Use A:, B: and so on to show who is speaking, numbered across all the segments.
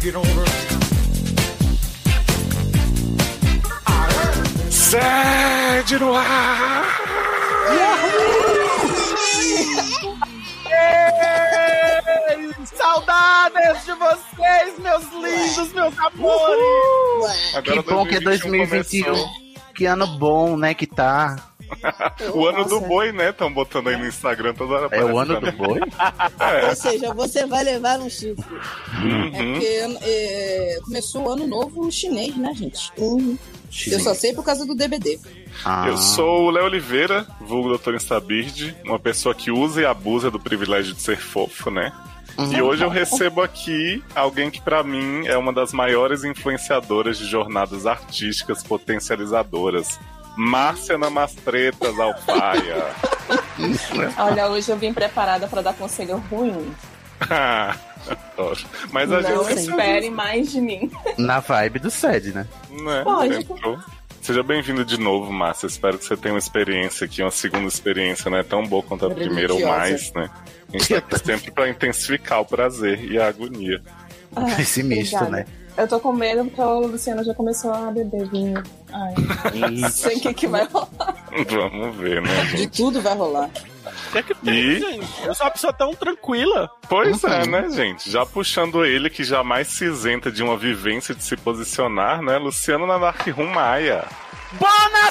A: get older. Sede no ar!
B: Saudades de vocês, meus lindos, meus amores!
C: Que bom que é 2021. Que ano bom, né, que tá.
A: O ano do boi, né? Estão botando aí no Instagram toda hora.
C: É o
A: aparece
C: ano
A: pra
C: do
A: mim.
C: boi?
A: É.
D: Ou seja, você vai levar um chifre. É
A: Uhum.
D: porque é, começou o ano novo chinês, né, gente? Uhum. Eu só sei por causa do DBD.
C: Ah,
A: Eu sou o Léo Oliveira, vulgo Doutor Instabird, uma pessoa que usa e abusa do privilégio de ser fofo, né? E
C: Uhum.
A: hoje eu recebo aqui alguém que pra mim é uma das maiores influenciadoras de jornadas artísticas potencializadoras. Márcia Namastretas Alfaia.
E: Olha, hoje eu vim preparada pra dar conselho ruim.
A: Ah, adoro. Mas a
D: Não,
E: Não
A: gente,
E: espere mais de mim.
C: na vibe do SED, né?
A: né,
E: Pode.
A: entrou. Seja bem-vindo de novo, Márcia. Espero que você tenha uma experiência aqui, uma segunda experiência, né? Tão boa quanto a primeira ou
D: Maravilhosa.
A: mais, né? A gente tá aqui sempre pra intensificar o prazer e a agonia.
E: Ah,
C: Esse misto,
E: obrigada.
C: né?
E: Eu tô com medo porque o Luciano já começou a beber vinho. Ai,
C: né?
E: não sei o que, que vai rolar.
A: Vamos ver, né?
D: De
A: gente?
D: tudo vai rolar.
B: Que que tem,
A: E-
B: gente? Eu sou uma pessoa tão tranquila.
A: Pois é, né, gente? Já puxando ele, que jamais se isenta de uma vivência de se posicionar, né? Luciano Nanark Maia.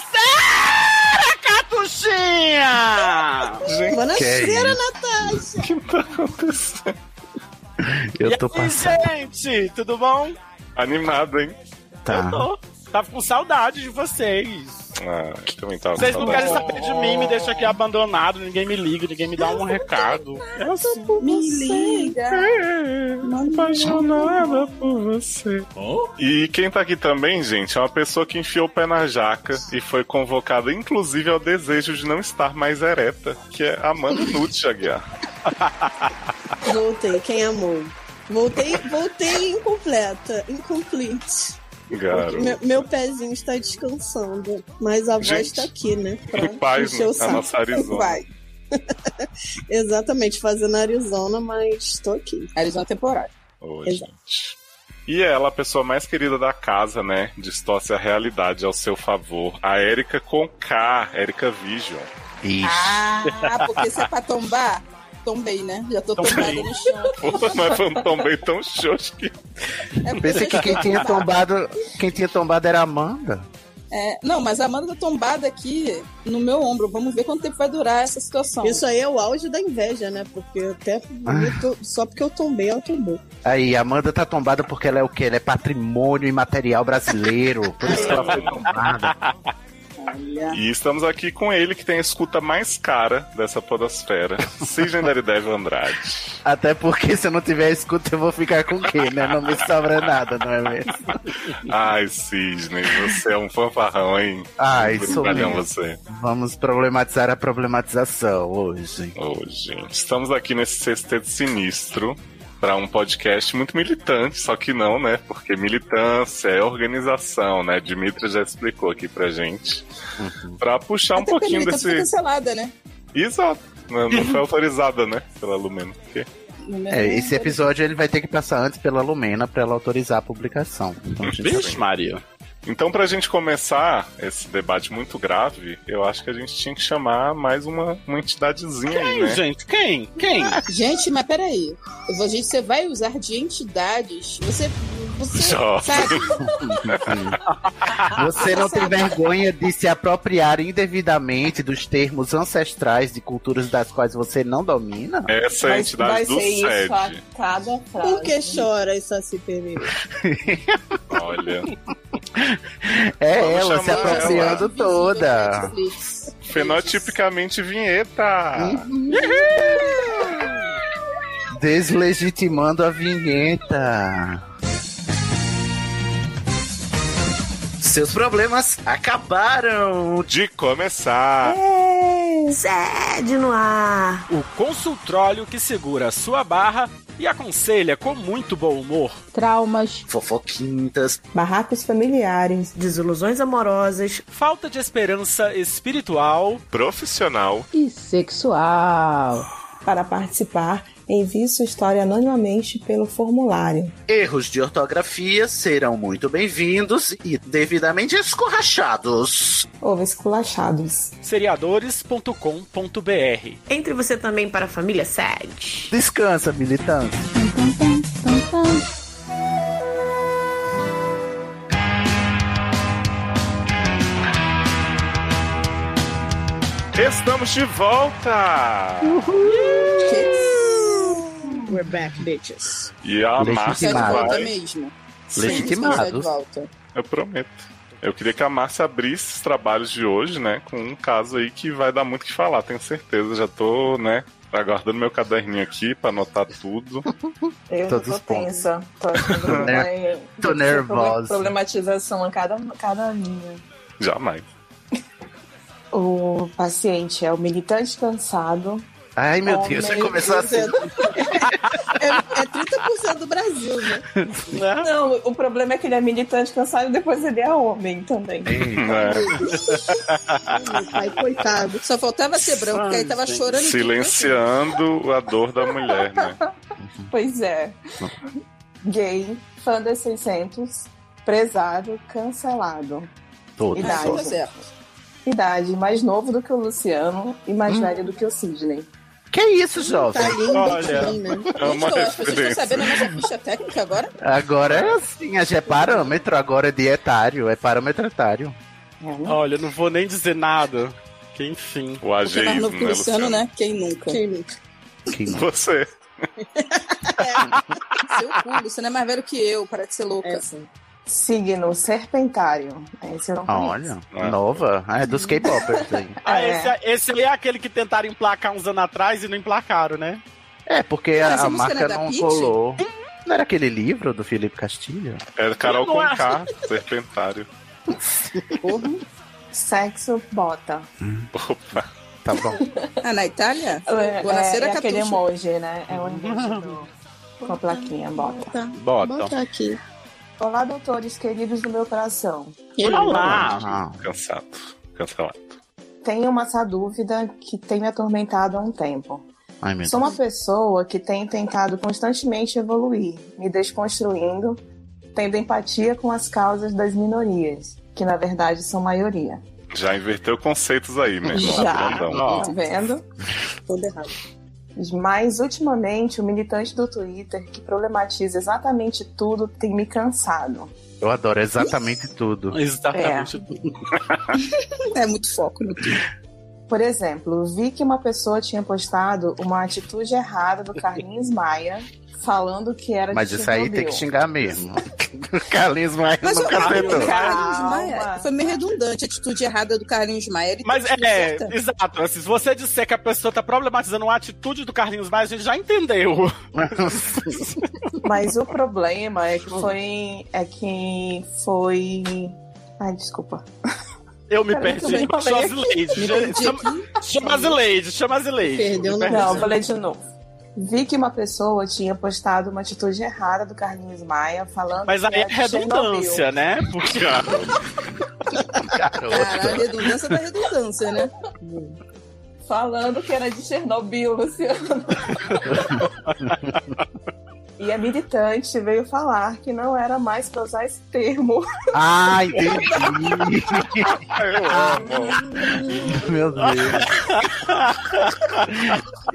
B: Bonacera, Catuxinha!
A: Gente,
D: Boa
C: Que é
D: noite,
C: isso?
A: o que tá acontecendo?
C: Eu tô
B: e aí,
C: passando.
B: gente, tudo bom?
A: Animado, hein?
C: Tá.
B: Eu tô. Tava com saudade de vocês.
A: Ah, eu também tava com
B: Vocês não querem
A: saudade.
B: saber de mim, me deixam aqui abandonado, ninguém me liga, ninguém me dá um recado. É assim.
D: Me liga.
A: apaixonada por você. E quem tá aqui também, gente, é uma pessoa que enfiou o pé na jaca e foi convocada, inclusive, ao desejo de não estar mais ereta, que é Amanda Nutt Aguiar.
D: Voltei, quem amou? Voltei, voltei incompleta, incomplete.
A: Garoto.
D: Meu, meu pezinho está descansando, mas a voz
A: Gente,
D: está aqui, né? Pra
A: em paz,
D: encher o
A: né? A
D: saco.
A: nossa Arizona.
D: Vai. Exatamente, fazendo Arizona, mas estou aqui.
E: Arizona temporária.
A: Oi,
D: Exato.
A: gente. E ela, a pessoa mais querida da casa, né? Distorce a realidade ao seu favor. A Érica com K, Érica Vision.
C: Ixi.
D: Ah,
E: porque
D: se é pra tombar, tombei, né? Já tô
B: Tombei.
D: tombada no chão.
A: Pô, mas foi um tom bem tão xoxo que.
C: Pensei que quem tinha tombado. Quem tinha tombado era a Amanda.
D: né?
E: É, não, mas a Amanda tá tombada aqui no meu ombro. Vamos ver quanto tempo vai durar essa situação.
D: Isso aí é o auge da inveja, né? Porque até
C: Ah.
D: eu tô- só porque eu tombei, ela tombou.
C: Aí, a Amanda tá tombada porque ela é o quê? Ela é patrimônio imaterial brasileiro. Por isso que ela foi tombada.
D: Olha.
A: E estamos aqui com ele que tem a escuta mais cara dessa podosfera, Sidney Daredevil Andrade.
C: Até porque se eu não tiver escuta, eu vou ficar com quem, né? Não me sobra nada, não é mesmo?
A: Ai, Sidney, você é um fanfarrão, hein?
C: Ai, sou
A: Brincalhão
C: mesmo.
A: você.
C: Vamos problematizar a problematização hoje.
A: Ô, gente. Estamos aqui nesse sexteto sinistro para um podcast muito militante, só que não, né? Porque militância é organização, né? Dimitra já explicou aqui pra gente.
C: Uhum.
A: Pra puxar
D: é
A: um
E: Até porque a
A: pouquinho
D: tá
E: Milita foi
A: desse.
E: cancelada, né?
A: Exato. Não não foi autorizada, né? Pela Lumena. Porque-
C: É, esse episódio ele vai ter que passar antes pela Lumena pra ela autorizar a publicação. Então, a gente tá
B: Vixe, Maria.
A: Então, pra gente começar esse debate muito grave, eu acho que a gente tinha que chamar mais uma, uma entidadezinha aí,
B: Quem,
A: né?
B: gente? Quem? Quem?
D: É. Gente, mas peraí. Eu vou- Gente, você vai usar de entidades? Você. Você.
A: Só.
D: Sabe?
C: Você não tem vergonha de se apropriar indevidamente dos termos ancestrais de culturas das quais você não domina?
A: Essa é a
E: Vai, vai
A: entidade do
E: ser isso a
A: SED.
E: cada frase.
D: Por que chora essa CPM?
E: ah.
A: Olha.
C: É
A: Vamos
C: ela é se
A: chamar ela.
C: apropriando toda.
D: Netflix.
A: Fenotipicamente vinheta.
C: Deslegitimando a vinheta. Seus problemas acabaram.
A: De começar.
F: Sede no ar.
B: O consultróleo que segura a sua barra e aconselha com muito bom humor.
E: Traumas,
C: Fofoquintas.
F: Barracos familiares. Desilusões amorosas.
B: Falta de esperança espiritual.
A: Profissional.
E: e sexual.
F: Para participar,
E: Envie sua história anonimamente pelo formulário.
C: Erros de ortografia serão muito bem-vindos e devidamente escorrachados.
E: Ou esculachados.
B: seriadores.com.br.
F: Entre você também para a família Sede.
C: Descansa, militante.
A: Estamos de volta!
F: We're back, bitches.
A: E a
C: Legitimado.
A: Márcia
D: Você é de volta
E: né?
A: vai.
D: mesmo.
C: Legitimado.
D: Você é de volta.
A: Eu prometo. Eu queria que a Márcia abrisse os trabalhos de hoje, né? Com um caso aí que vai dar muito o que falar, tenho certeza. Já tô, né? Aguardando meu caderninho aqui pra anotar tudo.
E: Eu
C: Todos
E: tô
C: os pontos.
E: tensa. Tô, achando que
C: Né?
E: vai-
C: Tô
E: vai ser
C: nervosa.
E: Problematização a cada, cada linha.
A: Jamais.
E: O paciente é o militante cansado.
C: Ai, meu
E: Homem,
C: Deus, você começou assim.
D: É, é 30% do Brasil, né?
E: Não, o problema é que ele é militante cansado e depois ele é homem também.
A: Né?
G: Ai, pai, coitado.
D: Só faltava ser branco, porque aí tava chorando. de
A: Silenciando a dor da mulher, né?
E: tá Pois é. Gay, fã das 600, presário, cancelado.
C: Todo.
D: tudo. Ah,
E: Idade.
D: tá certo.
E: Idade, mais novo do que o Luciano e
C: Hum.
E: mais velho do que o Sidney.
C: Que isso, jovem?
G: Tá lindo
A: Olha.
G: aqui, né?
A: É uma
D: um Gente, eu acho que vocês
A: referência.
D: estão sabendo a nossa ficha técnica agora?
C: Agora é assim, a gente é parâmetro, agora é dietário, é parâmetro etário.
E: É um
B: Olha, não vou nem dizer nada. Que enfim.
A: O
D: Porque mais
A: ageísmo,
D: novo que
A: né,
D: o Luciano,
A: Luciano?
D: né? Quem nunca?
G: Quem nunca?
C: Que
A: Você.
D: Seu cu, Luciano é mais velho que eu, para de ser louca.
G: É assim.
E: Signo serpentário. Esse é eu não Hum. conheço.
C: Olha, nova. Ah, é dos K-popers aí.
B: Ah,
E: É.
B: esse, esse aí é aquele que tentaram emplacar uns anos atrás e não emplacaram, né?
C: É, porque a,
D: Mas essa
C: a
D: música
C: marca
D: não é da
C: não
D: Pitty?
C: colou. Não era aquele livro do Felipe Castilho?
A: É Carol
B: Eu não acho.
A: Conká, serpentário.
C: Ah.
E: Sexo bota.
A: Opa.
C: Tá bom.
D: Ah, na Itália?
E: É,
D: Buonasera,
E: é aquele
D: Catuxa.
E: emoji, né? É um emoji do- com a plaquinha bota.
G: Tá,
B: Bota.
G: bota aqui.
E: Olá, doutores queridos do meu coração.
B: Olha lá.
C: Ah,
A: Cansado. Cancelado.
E: Tenho uma essa dúvida que tem me atormentado há um tempo.
C: ai, meu
E: Sou uma pessoa que tem tentado constantemente evoluir, me desconstruindo, tendo empatia com as causas das minorias, que na verdade são maioria.
A: Já inverteu conceitos aí, meu irmão.
E: Já.
A: Grandão.
E: Tá vendo?
D: Tudo errado.
E: Mas ultimamente o militante do Twitter que problematiza exatamente tudo tem me cansado.
C: Deus. Eu adoro exatamente tudo.
B: Exatamente.
D: É muito foco no que.
E: Por exemplo, vi que uma pessoa tinha postado uma atitude errada do Carlinhos Maia falando que era
C: Mas
E: de
C: isso aí
E: Chernobyl.
C: tem que xingar mesmo. O Carlinhos Maia
D: Mas o
C: nunca acertou.
D: Carlinhos
E: Calma.
D: Maia foi meio redundante a atitude errada do Carlinhos Maia. Ele
B: Mas
D: tá tudo
B: é,
D: certa.
B: exato. Se você disser que a pessoa tá problematizando a atitude do Carlinhos Maia, a gente já entendeu.
E: Mas o problema é que foi. É que foi. Ai, desculpa.
B: Eu me
E: Peraí, também
B: perdi.
E: falei
B: Chama as
E: aqui.
D: Me
B: ladies.
D: perdi
B: Chama-
D: aqui.
B: Chama as ladies, chama as ladies.
G: Perdeu
B: Me
G: no
B: perdi.
E: Não, eu falei de novo. Vi que uma pessoa tinha postado uma atitude errada do Carlinhos Maia falando.
B: Mas
E: que
B: aí é
E: era de Chernobyl.
B: redundância, né? Porque
D: Caralho, Ah, a redundância da redundância, né?
E: Falando que era de Chernobyl, Luciano. e a militante veio falar que não era mais pra usar esse termo.
C: Ah, entendi.
A: Eu amo.
C: Meu Deus.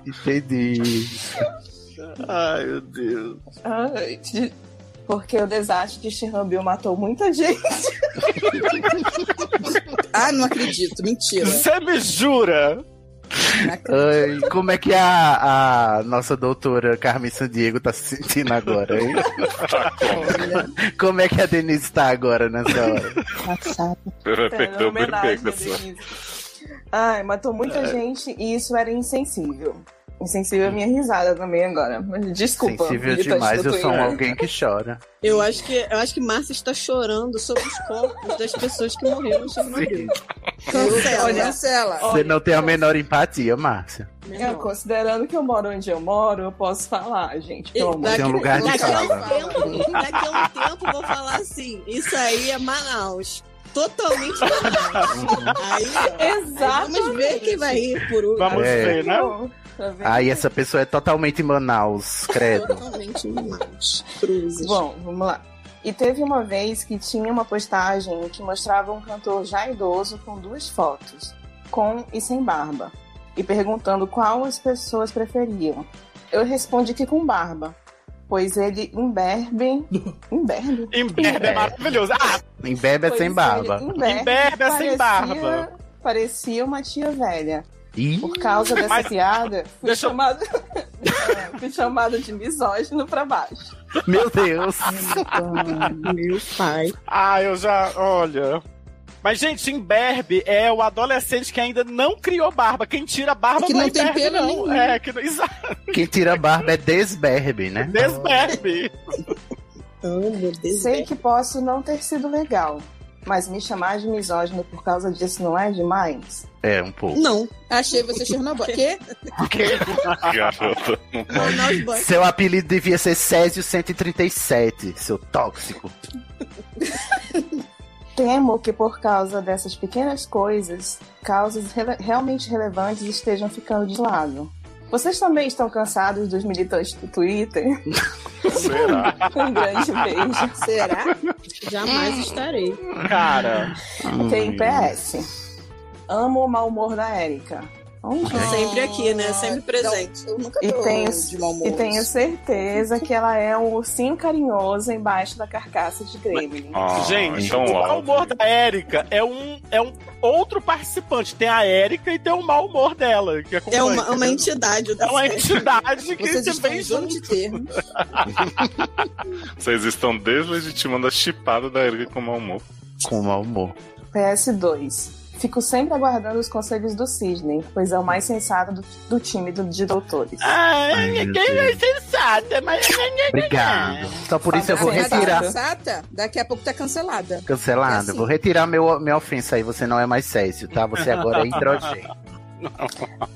C: Entendi.
B: Ai, meu Deus.
E: Ai, de- Ah, Porque o desastre de Chernobyl matou muita gente.
D: Ah, não acredito. Mentira.
B: Você me jura?
D: Não acredito.
C: Ai, como é que a, a nossa doutora Carmen Sandiego tá se sentindo agora, hein? Como é que a Denise tá agora nessa hora?
A: Perdeu né? o
E: Então, é né? Homenagem,
A: perfeito, pessoal.
E: Denise. Ai, matou muita gente e isso era insensível. Insensível é a minha risada também agora. Mas Desculpa.
C: Sensível
E: militante
C: demais,
E: do
C: eu sou um
E: Twitter.
C: alguém que chora.
G: Eu acho que, eu acho que Márcia está chorando sobre os corpos das pessoas que morreram no Chernobyl.
D: Cancela.
E: Olha,
D: Cancela.
E: ó,
C: Você não tem a menor empatia, Márcia.
E: eu, É, considerando que eu moro onde eu moro, eu posso falar, gente. Pelo
G: E
E: amor de
G: daqui-
C: Tem um lugar de
G: Daqui a
C: fala.
G: um tempo, daqui a um tempo eu vou falar assim, isso aí é Manaus. Totalmente Manaus. Aí, ó.
E: Exato.
G: Vamos ver quem vai rir por último.
B: Vamos
C: É.
B: ver, né?
E: Tá vendo?
C: Aí essa pessoa é totalmente Manaus, credo.
G: Totalmente mamados. Cruzes.
E: Bom, vamos lá. E teve uma vez que tinha uma postagem que mostrava um cantor já idoso com duas fotos, com e sem barba, e perguntando qual as pessoas preferiam. Eu respondi que com barba, pois ele um imberbe. Imberbe?
B: Imberbe é maravilhoso. Ah,
C: Embebe é
E: Pois
C: sem
E: ele
C: barba.
E: Imberbe,
B: Imberbe é
E: parecia-
B: sem barba.
E: Parecia uma tia velha.
C: Ih,
E: Por causa dessa
B: Mas-
E: piada,
G: um
E: fui,
B: Deixa eu-
E: chamado... É, fui chamado de misógino pra baixo.
C: meu Deus.
G: Ah, Meu pai.
B: ah, eu já. Olha. Mas, gente, imberbe é o adolescente que ainda não criou barba. Quem tira barba
G: Que
B: não é
G: não tem
B: imberbe,
G: pelo
B: não.
G: nenhum.
B: É, que não. Exato.
C: Quem tira barba é desberbe, né?
B: Desberbe.
G: Oh, meu Deus.
E: Sei que posso não ter sido legal, mas me chamar de misógino por causa disso não é demais?
C: É, um pouco.
G: Não, achei você Chernobyl. Quê?
A: Garota, não pode.
G: Não, os boys.
C: Seu apelido devia ser Césio 137, seu tóxico.
E: Temo que por causa dessas pequenas coisas, causas rele- realmente relevantes estejam ficando de lado. Vocês também estão cansados dos militantes do Twitter?
A: Será?
E: Um grande beijo.
G: Será? Jamais estarei.
B: Cara.
E: Hum. Tem PS. Amo o mau humor da Érica. Onde?
G: Sempre aqui, né? Sempre presente.
D: Não, eu nunca
E: E
D: tô
E: tenho-
D: de mau humor.
E: E tenho certeza que ela é um ursinho carinhoso embaixo da carcaça de Gremlin.
A: Ah,
B: Gente, tá
A: então,
B: o
A: ó,
B: mau humor da Érica é um, é um outro participante. Tem a Érica e tem o mau humor dela. Que
G: É
B: acompanha.
G: uma, uma entidade.
B: É uma entidade que
D: Vocês
B: se um-
D: estão
B: vem
D: usando
B: junto.
D: de termos.
A: vocês estão deslegitimando a chipada da Erika com mau humor.
C: Com mau humor.
E: PS2. Fico sempre aguardando os conselhos do Cisne, pois é o mais sensato do, do time do- de doutores.
B: Ah,
C: Ai, meu
B: quem é
C: Deus.
B: sensata, mas.
C: Obrigado. Só por isso eu vou
D: Essa
C: retirar.
D: sensata, daqui a pouco tá cancelada.
C: Cancelado.
D: É assim.
C: Vou retirar meu, minha ofensa aí. Você não é mais Césio, tá? Você agora é hidrogênio.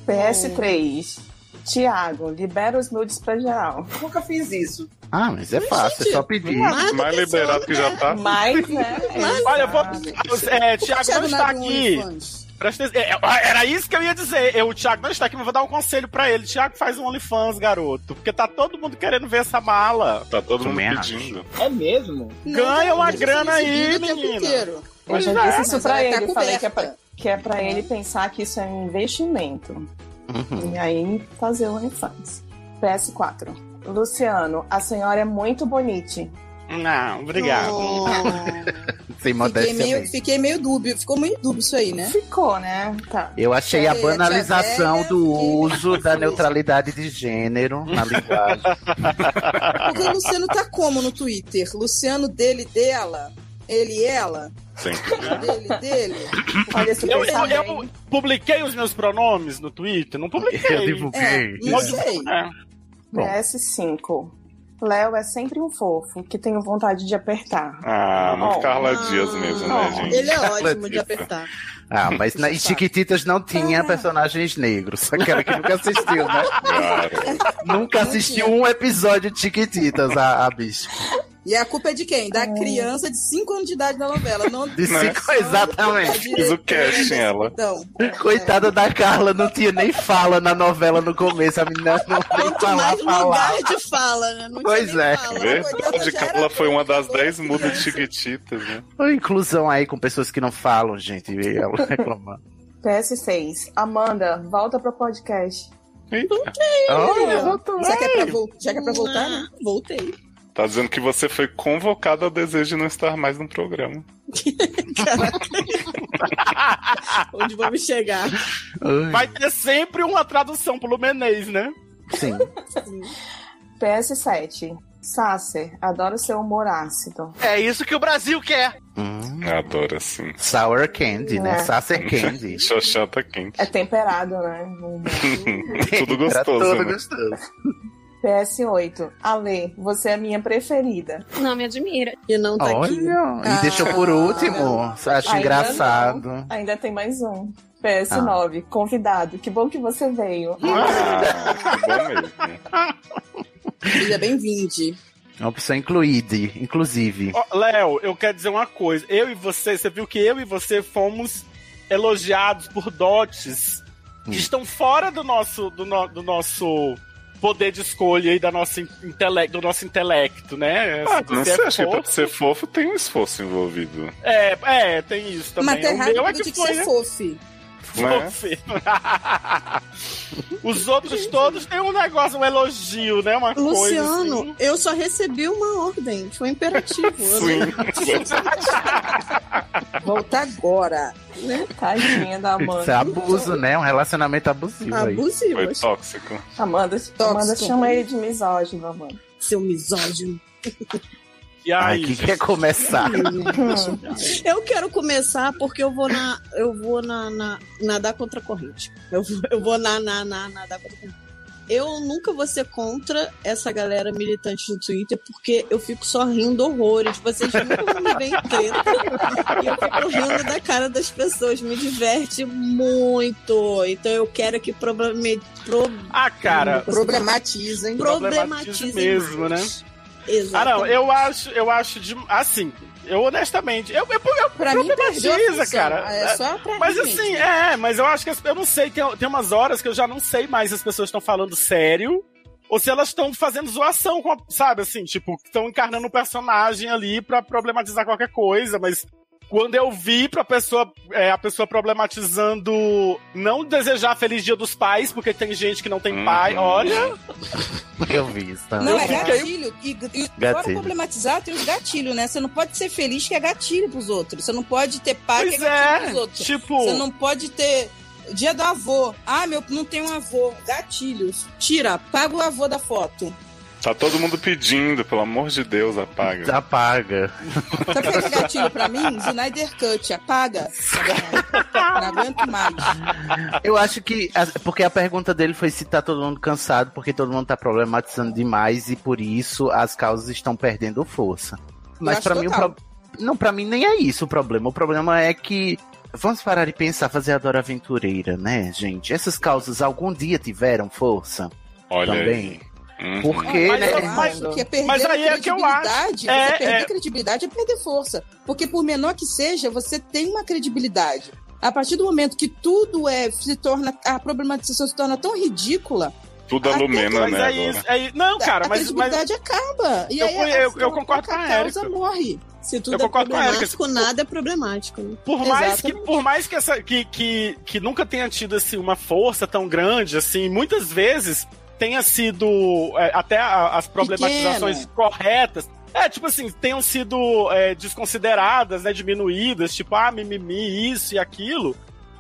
E: PS3. Tiago, libera os nudes pra geral.
H: Nunca fiz isso.
C: Ah, mas é fácil, é só pedir.
A: Mais liberado que já tá.
E: Mas, né?
B: Ah. Olha, eu vou.
E: exato.
B: É, Tiago
D: Thiago
B: não está
D: Nado,
B: aqui.
D: OnlyFans.
B: Presta atenção. É, é, Era isso que eu ia dizer. Eu, o Thiago não está aqui, mas eu vou dar um conselho pra ele. Thiago, faz um OnlyFans, garoto. Porque tá todo mundo querendo ver essa mala.
A: Tá todo mundo
C: Também acho.
A: pedindo.
H: É mesmo?
D: tá
B: Ganha uma grana aí, menina.
D: menino.
E: Eu já
B: Mas
E: disse
B: é,
E: isso pra ele. Falei que é pra, que é pra ele pensar que isso é um investimento.
C: Uhum.
E: E aí fazer o OnlyFans. PS4. Luciano, a senhora é muito bonite.
B: Não, obrigado.
C: Sem
D: Fiquei
C: modéstia né?
D: meio,
C: mesmo.
D: fiquei meio dúbio, ficou meio dúbio isso aí, né?
E: Ficou, né? Tá.
C: Eu achei a
D: Tia-
C: banalização
D: tia
C: do
D: velha
C: uso da neutralidade de gênero na linguagem.
D: Porque o Luciano tá como no Twitter? Luciano dele, dela? Ele, ela?
A: Tem que
D: Dele, dele?
E: Olha, se
B: Eu, eu-
E: pensar
B: eu
E: bem,
B: publiquei os meus pronomes no Twitter? Não publiquei.
C: Eu
D: É,
C: divulguei.
D: não sei.
C: Bom.
E: PS5. Léo é sempre um fofo que tenho vontade de apertar.
A: Ah,
E: Oh.
A: no Carla Dias mesmo, né,
E: Oh.
A: gente?
G: Ele é ótimo de apertar.
C: Ah, mas na em Chiquititas não tinha personagens negros. Aquela que nunca assistiu, né?
A: Cara,
C: Nunca assistiu um episódio de Chiquititas, a, a bicha.
D: E a culpa é de quem? Da criança de 5 anos de idade da novela. Não
C: De
A: Né?
C: cinco, exatamente.
A: fiz o casting, ela.
D: Então,
C: Coitada da Carla, não tinha nem fala na novela no começo. A menina não nem
D: quanto
C: falar,
D: mais
C: falar.
D: lugar de fala, né? Não tinha
C: Pois
D: nem
C: é.
D: fala. Coitada,
A: Verdade,
D: já era
A: Carla foi uma das
D: criança.
A: dez mudas chiquititas, né?
C: Olha a inclusão aí com pessoas que não falam, gente. E ela reclamando.
E: PS6. Amanda, volta pro podcast.
C: Olha, voltou.
D: Será que é pra, vol- já que é pra voltar, né?
G: Voltei.
A: Tá dizendo que você foi convocado ao desejo de não estar mais no programa.
G: Onde vamos chegar?
C: Ai,
B: Vai ter sempre uma tradução pro Lumenês, né?
C: Sim.
E: PS7. Sasser, adoro seu humor ácido.
I: É isso que o Brasil quer.
C: Hum,
A: Adoro, assim.
C: sour candy, né? Sacer candy.
A: Xoxota quente.
E: É temperado, né?
A: Tudo
C: Era
A: gostoso,
C: todo
A: né?
C: gostoso.
E: PS8. Ale, você é a minha preferida.
J: Não me admira.
G: E não tá aqui.
C: Olha, e deixou por último. Acho
E: Ainda
C: engraçado.
E: Ainda tem mais um. PS9. Convidado, que bom que você veio.
A: Ah, que bom mesmo.
D: Seja bem-vinde.
C: É uma opção incluída, inclusive.
B: Ó, Léo, eu quero dizer uma coisa. Eu e você, você viu que eu e você fomos elogiados por dotes
A: Hum.
B: que estão fora do nosso, do, no- do nosso poder de escolha e da nossa in- intele- do nosso intelecto, né?
A: Ah,
B: Se
A: não
B: é
A: sei, acho que pra
B: fofo-
A: ser fofo tem um esforço envolvido.
B: é, é, tem isso também.
D: Mas tá
B: O
D: errado
B: meu é
D: porque
B: que
D: tinha que
B: foi,
D: ser
B: né?
D: fofi.
A: né?
B: Você.
A: é?
B: Os outros todos têm um negócio, um elogio, né? Uma
G: Luciano,
B: coisa. assim.
G: eu só recebi uma ordem, foi um imperativo. eu não-
D: Volta agora.
E: Né? Tadinha da
C: Isso é
E: Amanda.
C: abuso, né? Um relacionamento abusivo aí.
G: Abusivo.
A: Foi tóxico.
E: Amanda, Amanda
D: Tóxico.
E: chama ele de misógino, Amanda.
G: Seu misógino.
B: E
C: Ai,
B: aí,
C: que quer começar?
E: Hum,
G: Eu quero começar porque eu vou na. Eu vou na, na- nadar contra a corrente. Eu vou, eu vou na, na, na- nadar contra a corrente. Eu nunca vou ser contra essa galera militante do Twitter, porque eu fico só rindo horrores. Vocês nunca vão me ver em treta. E eu fico rindo da cara das pessoas. Me diverte muito. Então eu quero que probleme, pro,
B: ah, cara,
D: Problematiza, hein?
B: Problematize
G: problematizem
B: mesmo,
G: mais.
B: Ah,
G: Exato.
B: não, eu acho, eu acho de. Assim, eu honestamente. Eu, eu, eu-
D: Pra mim, perdeu a
B: Problematiza,
D: função.
B: cara.
D: É só pra
B: mas
D: mim,
B: assim,
D: gente.
B: é, mas eu acho que. as- Eu não sei, tem, tem umas horas que eu já não sei mais se as pessoas estão falando sério. Ou se elas estão fazendo zoação, com a- sabe assim? Tipo, estão encarnando um personagem ali pra problematizar qualquer coisa, mas. Quando eu vi pra pessoa, é, a pessoa problematizando não desejar feliz dia dos pais, porque tem gente que não tem
A: Uhum.
B: pai, olha.
C: Eu vi isso também.
D: Não, é
B: fiquei-
D: gatilho. E, e fora
C: Gatilho.
D: problematizar, tem os gatilhos, né? Você não pode ser feliz que é gatilho pros outros. Você não pode ter pai
B: pois
D: que é gatilho
B: é.
D: pros outros.
B: Tipo.
D: Você não pode ter dia do avô. Ah, meu, não tem um avô. Gatilhos. Tira, paga o avô da foto.
A: Tá todo mundo pedindo, pelo amor de Deus, apaga.
C: Apaga.
D: Sabe o que é gatilho pra mim? Snyder Cut, apaga. Não aguento mais.
C: Eu acho que. a- Porque a pergunta dele foi se tá todo mundo cansado, porque todo mundo tá problematizando demais e por isso as causas estão perdendo força. Mas
D: acho
C: pra mim o
D: total.
C: pro... Não, para mim nem é isso o problema. O problema é que. Vamos parar de pensar, fazer a Dora Aventureira, né, gente? Essas causas algum dia tiveram força
A: Olha
C: também.
A: aí. Uhum.
C: Porque,
B: Mas
C: né?
B: eu-
D: Mas, porque perder
B: mas aí
D: a
B: é que eu acho.
D: credibilidade,
B: É,
D: você perder
B: é.
D: credibilidade é perder força. Porque por menor que seja, você tem uma credibilidade. A partir do momento que tudo é, se torna, a problematização se torna tão ridícula,
A: Tudo
D: Até
A: alumena,
B: Mas
A: né?
B: é
A: agora.
B: isso. É, isso. não, cara,
D: a
B: mas, mas
D: credibilidade acaba. E
B: Eu
D: aí
B: con-
D: a-
B: eu- eu
D: a
B: concordo com a
D: causa
B: Érica.
D: morre.
G: Se
B: Eu
G: tudo é
B: concordo com a Erika,
G: problemático, nada é problemático. né?
B: por mais que
D: Exatamente.
B: por mais que essa que, que, que nunca tenha tido assim uma força tão grande assim, muitas vezes tenha sido é, até a- as problematizações
D: Pequena.
B: corretas. É, tipo assim, tenham sido é, desconsideradas, né, diminuídas, tipo, ah, mimimi, isso e aquilo.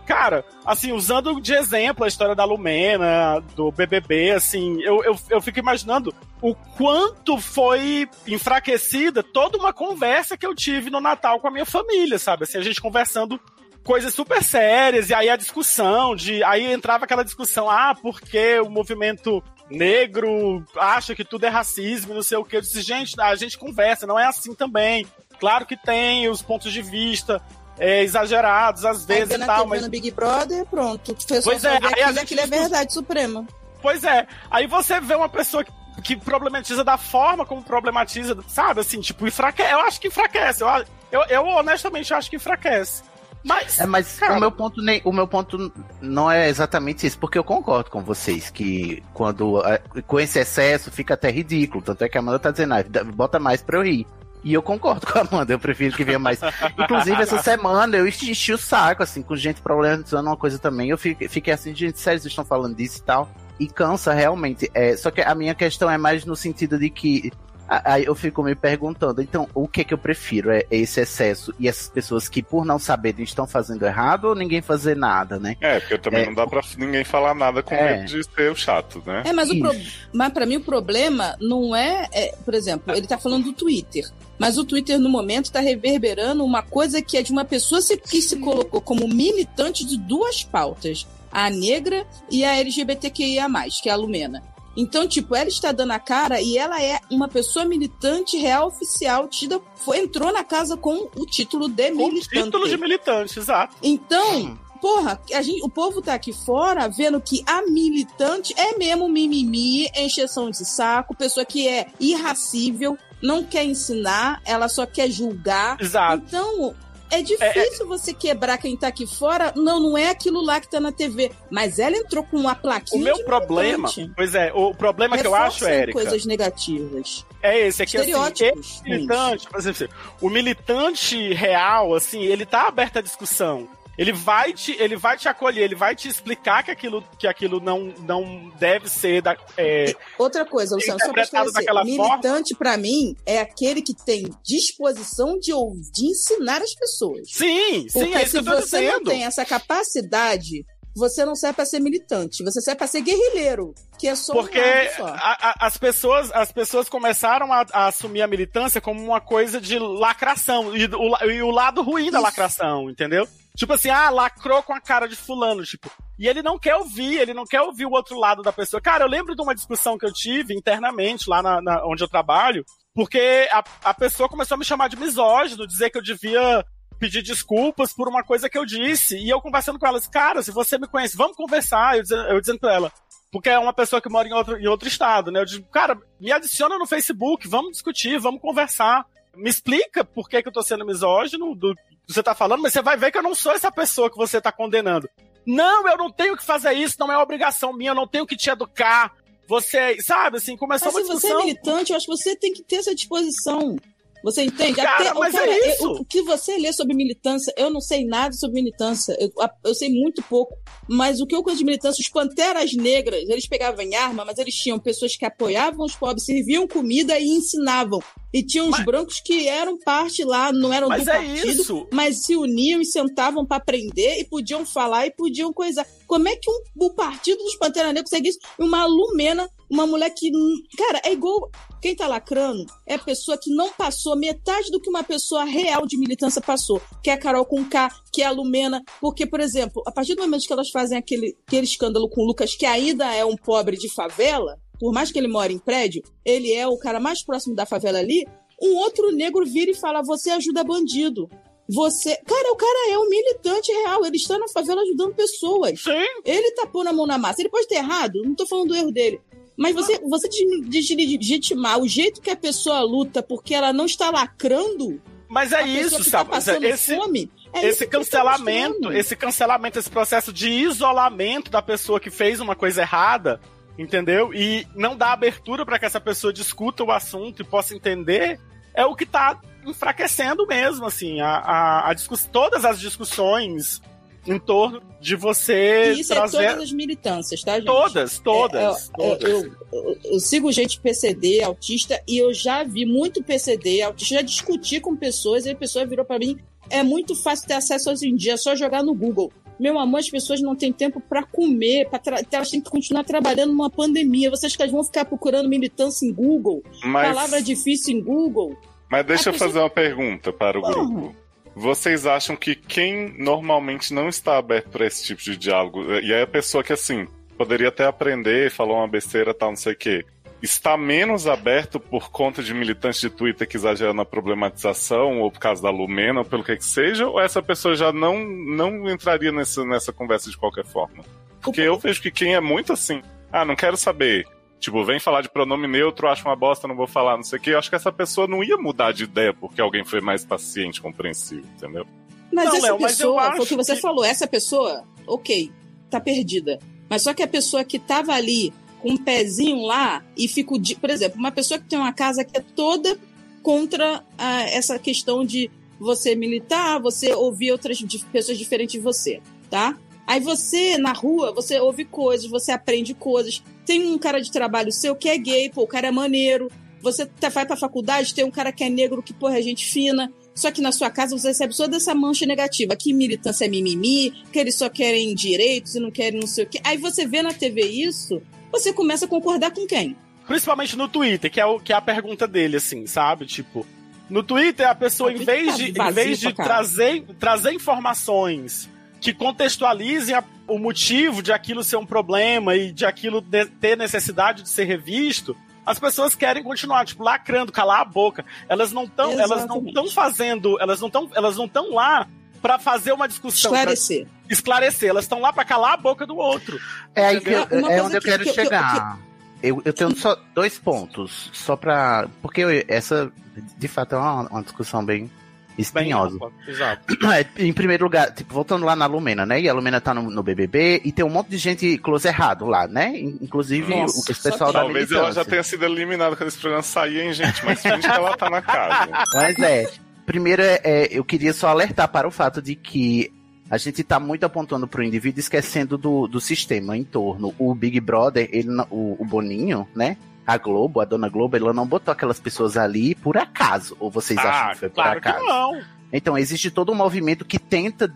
B: Cara, assim, usando de exemplo a história da Lumena, do BBB, assim, eu, eu, eu fico imaginando o quanto foi enfraquecida toda uma conversa que eu tive no Natal com a minha família, sabe? Assim, a gente conversando coisas super sérias, e aí a discussão de. Aí entrava aquela discussão, ah, porque o movimento negro acha que tudo é racismo, e não sei o quê. Eu disse, gente, a gente conversa, não é assim também. Claro que tem os pontos de vista é, exagerados, às
D: Aí
B: vezes e
D: vendo
B: tal,
D: a
B: mas
D: TV no Big Brother, pronto. Tu fez
B: Pois
D: só
B: é,
D: ver
B: aí a
D: aquilo,
B: gente
D: aquilo é
B: discute.
D: verdade suprema.
B: Pois é. Aí você vê uma pessoa que, que problematiza da forma como problematiza, sabe? Assim, tipo, enfraquece. Eu acho que enfraquece. Eu, a- eu, eu honestamente acho que enfraquece. Mas.
C: É, mas
B: Cara.
C: o meu ponto nem, o meu ponto não é exatamente isso, porque eu concordo com vocês que quando ah, com esse excesso fica até ridículo, tanto é que a Amanda tá dizendo, ah, dá- bota mais pra eu rir. E eu concordo com a Amanda, eu prefiro que venha mais. Inclusive, essa semana eu enchi enchi o saco, assim, com gente problematizando uma coisa também. Eu fiquei, fiquei assim, gente, sério, vocês estão falando disso e tal. E cansa realmente. É, só que a minha questão é mais no sentido de que a- Aí eu fico me perguntando, então, o que é que eu prefiro? É é esse excesso e essas pessoas que, por não saberem, estão fazendo errado ou ninguém fazer nada, né?
A: É, porque também
C: É.
A: não dá pra ninguém falar nada com
C: É.
A: medo de ser o chato, né?
D: É, mas, o
C: Isso.
D: pro... mas pra mim o problema não é, é, Por exemplo, ele tá falando do Twitter. Mas o Twitter, no momento, tá reverberando uma coisa que é de uma pessoa se- que se colocou como militante de duas pautas: a negra e a LGBTQIA, que é a Lumena. Então, tipo, ela está dando a cara e ela é uma pessoa militante real oficial, tida, foi, entrou na casa com o título de
B: Com
D: militante.
B: título de militante, exato.
D: Então, porra, a gente, o povo tá aqui fora vendo que a militante é mesmo mimimi, encheção de saco, pessoa que é irracível, não quer ensinar, ela só quer julgar.
B: Exato.
D: Então, É difícil você quebrar quem tá aqui fora. Não, não é aquilo lá que tá na TV. Mas ela entrou com uma
B: O
D: plaquinha.
B: meu
D: de
B: problema.
D: militante.
B: Pois é, o problema que eu acho,
D: Reforçam
B: Érica.
D: coisas negativas.
B: É esse, é que assim,
D: Estereótipos.
B: esse militante, por exemplo, assim, o militante real, assim, ele tá aberto à discussão. Ele vai te, ele vai te acolher, ele vai te explicar que aquilo, que aquilo não, não deve ser da, é,
D: Outra coisa, Luciano, só pra
B: Interpretado
D: esclarecer,
B: daquela
D: militante pra mim é aquele que tem disposição de, ou- de ensinar as pessoas.
B: Sim, sim,
D: Porque
B: é isso que
D: se
B: eu tô
D: você não
B: dizendo.
D: tem essa capacidade, você não serve pra ser militante, você serve pra ser guerrilheiro, que é só
B: Porque
D: um lado só.
B: a- a- as, pessoas, as pessoas começaram a, a assumir a militância como uma coisa de lacração. E o, la- e o lado ruim da
D: Isso.
B: lacração, entendeu? Tipo assim, ah, lacrou com a cara de fulano, tipo. E ele não quer ouvir, ele não quer ouvir o outro lado da pessoa. Cara, eu lembro de uma discussão que eu tive internamente lá na, na- onde eu trabalho, porque a, a pessoa começou a me chamar de misógino, dizer que eu devia pedir desculpas por uma coisa que eu disse. E eu conversando com ela, disse, cara, se você me conhece, vamos conversar. Eu dizendo, eu dizendo pra ela, porque é uma pessoa que mora em outro, em outro estado, né? Eu digo, cara, me adiciona no Facebook, vamos discutir, vamos conversar. Me explica por que, que eu tô sendo misógino, do que você tá falando, mas você vai ver que eu não sou essa pessoa que você tá condenando. Não, eu não tenho que fazer isso, não é obrigação minha, eu não tenho que te educar. Você, sabe, assim, começou
D: Mas se
B: uma
D: você é
B: discussão.
D: militante, eu acho que você tem que ter essa disposição. Você entende?
B: Cara, mas é isso.
D: O, o que você lê sobre militância, eu não sei nada sobre militância. Eu, a- eu sei muito pouco. Mas o que eu conheço de militância, os panteras negras, eles pegavam em arma, mas eles tinham pessoas que apoiavam os pobres, serviam comida e ensinavam. E tinham os
B: Mas-
D: brancos que eram parte lá, não eram
B: Mas
D: do
B: é
D: partido,
B: isso.
D: mas se uniam e sentavam pra aprender e podiam falar e podiam coisar. Como é que um, o partido dos Pantera Negra consegue isso? E Uma alumena, uma mulher que. hum, Cara, é igual. Quem tá lacrando é a pessoa que não passou metade do que uma pessoa real de militância passou, que é a Carol com K, que é a Lumena. Porque, por exemplo, a partir do momento que elas fazem aquele, aquele escândalo com o Lucas, que ainda é um pobre de favela, por mais que ele mora em prédio, ele é o cara mais próximo da favela ali. Um outro negro vira e fala: Você ajuda bandido. Você. Cara, o cara é um militante real. Ele está na favela ajudando pessoas.
B: Sim,
D: Ele tá pondo a mão na massa. Ele pode ter errado, não tô falando do erro dele. Mas você, você des- deslegitimar o jeito que a pessoa luta porque ela não está lacrando,
B: mas é
D: a pessoa
B: isso,
D: que tá
B: sabe?
D: passando
B: Esse,
D: fome. é isso
B: esse
D: que você tá
B: cancelamento,
D: mostrando.
B: esse cancelamento, esse processo de isolamento da pessoa que fez uma coisa errada, entendeu? E não dá abertura para que essa pessoa discuta o assunto e possa entender, é o que tá enfraquecendo mesmo, assim, a, a, a discuss- todas as discussões em torno de você
D: E isso é
B: trazer
D: todas as militâncias, tá, gente?
B: todas, todas,
D: É, é,
B: todas.
D: eu, eu- eu sigo gente PCD, autista, e eu já vi muito PCD, autista, já discuti com pessoas, e a pessoa virou pra mim, é muito fácil ter acesso hoje em dia, é só jogar no Google. Meu amor, as pessoas não têm tempo pra comer, pra tra- então elas têm que continuar trabalhando numa pandemia. Vocês que elas vão ficar procurando militância em Google, palavra
A: Mas,
D: difícil em Google.
A: mas deixa
D: a
A: eu
D: pessoa-
A: fazer uma pergunta para o
D: Porra.
A: grupo. Vocês acham que quem normalmente não está aberto para esse tipo de diálogo, e é a pessoa que assim, poderia até aprender, falar uma besteira, tal, não sei o quê, está menos aberto por conta de militantes de Twitter que exageram na problematização, ou por causa da Lumena, ou pelo que que seja, ou essa pessoa já não, não entraria nessa, nessa conversa de qualquer forma? Porque eu vejo que quem é muito assim, ah, não quero saber. Tipo, vem falar de pronome neutro, acho uma bosta, não vou falar, não sei o quê. Eu acho que essa pessoa não ia mudar de ideia porque alguém foi mais paciente, compreensivo, entendeu?
D: Mas
B: Não,
D: essa
B: Léo, mas eu
D: pessoa,
B: acho
D: foi o que você
B: que-
D: falou, essa pessoa, ok, tá perdida. Mas só que a pessoa que tava ali com um pezinho lá e fica, o di- por exemplo, uma pessoa que tem uma casa que é toda contra ah, essa questão de você militar, você ouvir outras di- pessoas diferentes de você, tá? Aí você, na rua, você ouve coisas, você aprende coisas. Tem um cara de trabalho seu que é gay, pô, o cara é maneiro. Você tá- vai pra faculdade, tem um cara que é negro, que, porra, é gente fina. Só que na sua casa você recebe toda essa mancha negativa, que militância é mimimi, que eles só querem direitos e não querem não sei o quê. Aí você vê na TV isso, você começa a concordar com quem?
B: Principalmente no Twitter, que é, o, que é a pergunta dele, assim, sabe? Tipo, no Twitter a pessoa,
D: O
B: em
D: Twitter
B: vez
D: tá
B: de, em
D: vazio
B: vez
D: pra
B: de
D: caralho.
B: trazer, trazer informações que contextualizem a- o motivo de aquilo ser um problema e de aquilo de- ter necessidade de ser revisto, as pessoas querem continuar, tipo, lacrando, calar a boca. Elas não estão, elas não
D: Exatamente.
B: estão fazendo, elas não estão, elas não estão lá pra fazer uma discussão, pra
D: Esclarecer.
B: esclarecer, elas estão lá pra calar a boca do outro.
C: É aí que eu,
D: Uma
C: é
D: coisa
C: onde eu
D: que-
C: quero
D: que- que-
C: chegar. Eu, eu tenho só dois pontos, só pra. Porque eu- essa, de fato, é uma, uma discussão bem
B: Bem
C: espinhosos.
B: ampla, Exato.
C: É, em primeiro lugar, tipo, voltando lá na Lumena, né? E a Lumena tá no, no BBB e tem um monte de gente close errado lá, né? In- Inclusive
D: Nossa,
C: o- esse pessoal da
A: Talvez ela já
C: militância.
A: tenha sido eliminada quando esse programa sair, hein, gente? Mas finge que ela tá na casa.
C: Mas é, primeiro é, é, eu queria só alertar para o fato de que a gente tá muito apontando pro indivíduo, esquecendo do, do sistema em torno. O Big Brother, ele, não- o, o Boninho, né? A Globo, a Dona Globo, ela não botou aquelas pessoas ali por acaso. Ou vocês acham
B: Ah,
C: que foi por
B: claro que
C: acaso?
B: não.
C: Então, existe todo um movimento que tenta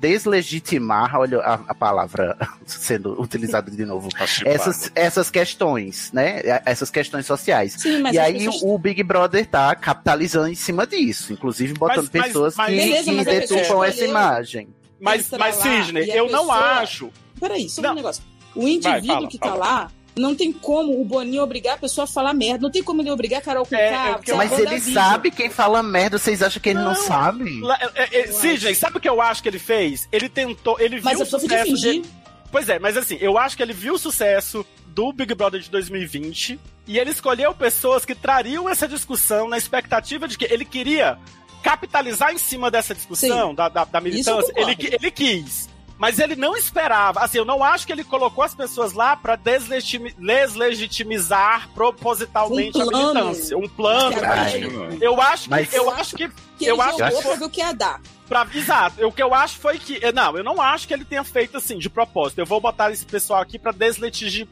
C: deslegitimar, olha a, a palavra sendo utilizada de novo,
A: Tá chipado.
C: essas, essas questões, né? Essas questões sociais.
D: Sim, mas
C: e
D: as
C: aí
D: pessoas-
C: o Big Brother tá capitalizando em cima disso, inclusive botando
B: Mas- mas-
C: pessoas
B: mas-
C: que,
D: Beleza,
C: que
D: mas a pessoa
C: deturpam essa
D: escolheu.
C: imagem.
B: Mas,
D: Entra
B: mas
D: lá
B: Sidney,
D: e a
B: eu não
D: pessoa-
B: acho.
D: Peraí, só
B: Não.
D: um negócio. O indivíduo
A: Vai, fala,
D: que tá
A: fala.
D: lá, não tem como o Boninho obrigar a pessoa a falar merda. Não tem como ele obrigar a Carol com
B: É, é
D: K.
B: porque-
C: Mas ele sabe quem fala merda, vocês acham que ele não,
B: Não.
C: sabe?
B: Lá- é- é- é,
G: Eu
B: Sidney, sabe o que eu acho que ele fez? Ele tentou. Ele
D: Mas
B: viu
D: a
B: o
D: pessoa podia
B: um sucesso de-
D: fingir.
B: Pois é, mas assim, eu acho que ele viu o sucesso do Big Brother de 2020 e ele escolheu pessoas que trariam essa discussão na expectativa de que ele queria capitalizar em cima dessa discussão, da, da, da
D: Isso
B: militância.
D: eu concordo.
B: Ele, qui- ele quis. Mas ele não esperava. Assim, eu não acho que ele colocou as pessoas lá pra deslestimi- deslegitimizar propositalmente
D: Um
B: a
D: plano.
B: militância. Um plano.
D: Cara,
A: Ai,
D: Ai,
A: mano.
B: Eu acho
C: Mas-
B: que, eu acho que
D: Que ele
B: Eu acho-
D: jogou pra ver o que ia dar.
B: Pra, exato. O que eu acho foi que. eh, Não, eu não acho que ele tenha feito assim, de propósito. Eu vou botar esse pessoal aqui pra deslegi-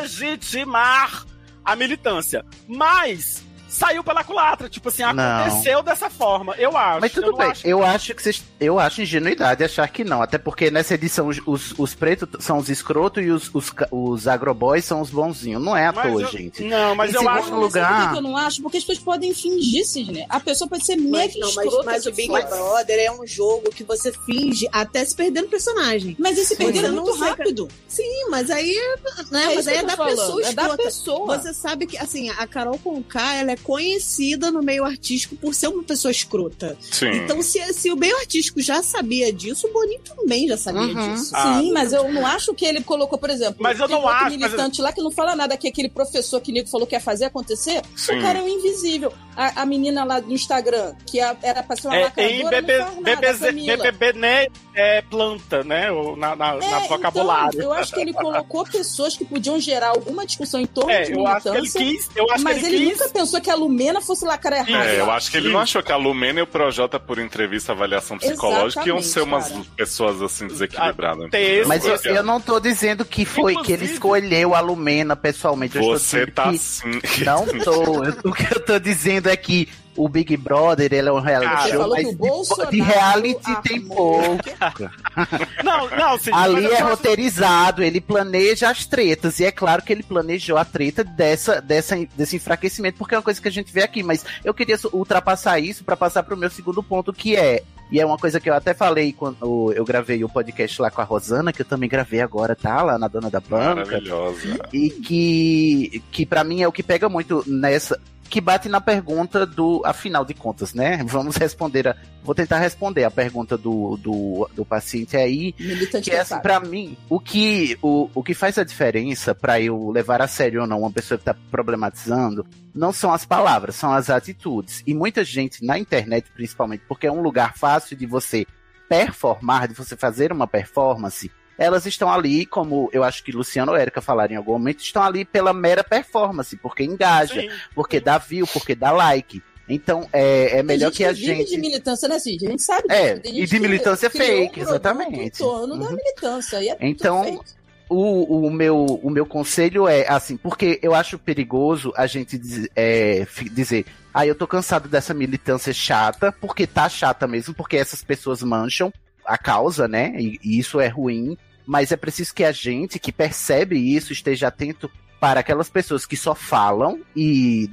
B: deslegitimar a militância. Mas saiu pela culatra. Tipo assim,
C: Não.
B: aconteceu dessa forma, eu acho.
C: Mas
B: eu
C: tudo
B: não
C: bem,
B: acho-
C: eu acho que vocês, eu acho ingenuidade achar que não, até porque nessa edição os- os, os pretos são os escroto e os, os, ca- os agroboys são os bonzinhos, não é à
B: Mas
C: toa,
B: eu-
C: gente.
B: Não, mas
C: Em
B: eu
C: segundo
B: acho.
C: lugar-
D: Sabe por que eu não acho? Porque as pessoas podem fingir, Sidney. A pessoa pode ser
G: Mas,
D: mega
G: não, mas,
D: escrota.
G: mas o
D: aqui
G: Big
D: fora.
G: Brother é um jogo que você finge até se perder no personagem.
D: Mas esse perder é
G: Você não
D: muito
G: sabe-
D: rápido.
G: Sim, mas aí, né,
D: É
G: mas
D: isso
G: aí
D: que
G: é
D: eu
G: da
D: tô falando,
G: pessoa
D: É da
G: escrota.
D: pessoa.
G: Você sabe que, assim, a Carol Conká, ela é conhecida no meio artístico por ser uma pessoa escrota.
A: Sim.
G: Então, se, se o meio artístico já sabia disso, o Boninho também já sabia
C: Uhum.
G: disso.
B: Ah.
D: Sim, mas eu não acho que ele colocou, por exemplo,
B: Mas eu
D: tem
B: não
D: outro
B: acho, mas-
D: militante lá que não fala nada, que aquele professor que o Nico falou que ia fazer acontecer,
A: Sim.
D: o cara é um invisível. A, a menina lá do Instagram, que a- era pra ser uma
B: É,
D: lacradora,
B: em
D: não
B: BB,
D: faz nada,
B: BBZ,
D: Camila.
B: BBB, né? É planta, né? Ou na, na,
D: É,
B: na vocabulário.
D: Então, eu acho que ele colocou pessoas que podiam gerar alguma discussão em torno
B: é,
D: de
B: eu acho que ele
D: militância.
B: quis. Eu acho
D: então, mas
B: que
D: ele, tá-
B: ele, quis.
D: nunca pensou que a Lumena fosse lacrar errado.
A: É, eu acho que ele não achou que a Lumena e o Projota, por entrevista avaliação psicológica, iam ser umas
D: Exatamente,
A: pessoas assim desequilibradas.
B: Ah, Tem esse-
C: Mas eu,
A: Você-
C: eu não tô dizendo que foi que ele
B: Inclusive-
C: escolheu a Lumena pessoalmente. Eu
A: Você
C: estou
A: tá
C: dizendo
A: assim.
C: que Não tô. Eu- o que eu tô dizendo é que o Big Brother ele é um reality
B: Cara,
D: Você
C: show,
D: falou que
C: mas
D: o
C: de,
D: Bolsonaro
C: de reality tem
D: armou-
C: pouco.
B: Não, não, Sidney, mas
C: Ali
B: eu
C: é
B: acho-
C: roteirizado, ele planeja as tretas. E é claro que ele planejou a treta dessa, dessa, desse enfraquecimento, porque é uma coisa que a gente vê aqui. Mas eu queria su- ultrapassar isso pra passar pro meu segundo ponto, que é. E é uma coisa que eu até falei quando eu gravei o podcast lá com a Rosana, que eu também gravei agora, tá? Lá na Dona da Banca
A: Maravilhosa.
C: e que, que para mim é o que pega muito nessa. Que bate na pergunta do, afinal de contas, né? Vamos responder a. Vou tentar responder a pergunta do, do, do paciente aí.
D: Militante
C: Que é assim,
D: safado.
C: pra mim, o que, o, o que faz a diferença pra eu levar a sério ou não uma pessoa que tá problematizando não são as palavras, são as atitudes. E muita gente na internet, principalmente, porque é um lugar fácil de você performar, de você fazer uma performance, elas estão ali, como eu acho que Luciano ou Érica falaram em algum momento, estão ali pela mera performance, porque engaja,
B: Sim.
C: porque dá view, porque dá like. Então, é, é
D: Tem
C: melhor
D: gente
C: que a
D: vive de
C: gente.
D: militância, né, Cid? A gente sabe
C: É,
D: disso. Tem
C: e
D: gente
C: de
D: que
C: militância
D: criou um
C: fake,
D: produto
C: exatamente.
D: Em torno da
C: Uhum.
D: militância. E é tudo
C: Então,
D: fake.
C: o, o, meu, o meu conselho é assim, porque eu acho perigoso a gente diz- é, fi- dizer, ah, eu tô cansado dessa militância chata, porque tá chata mesmo, porque essas pessoas mancham a causa, né? E, e isso é ruim. Mas é preciso que a gente que percebe isso esteja atento para aquelas pessoas que só falam e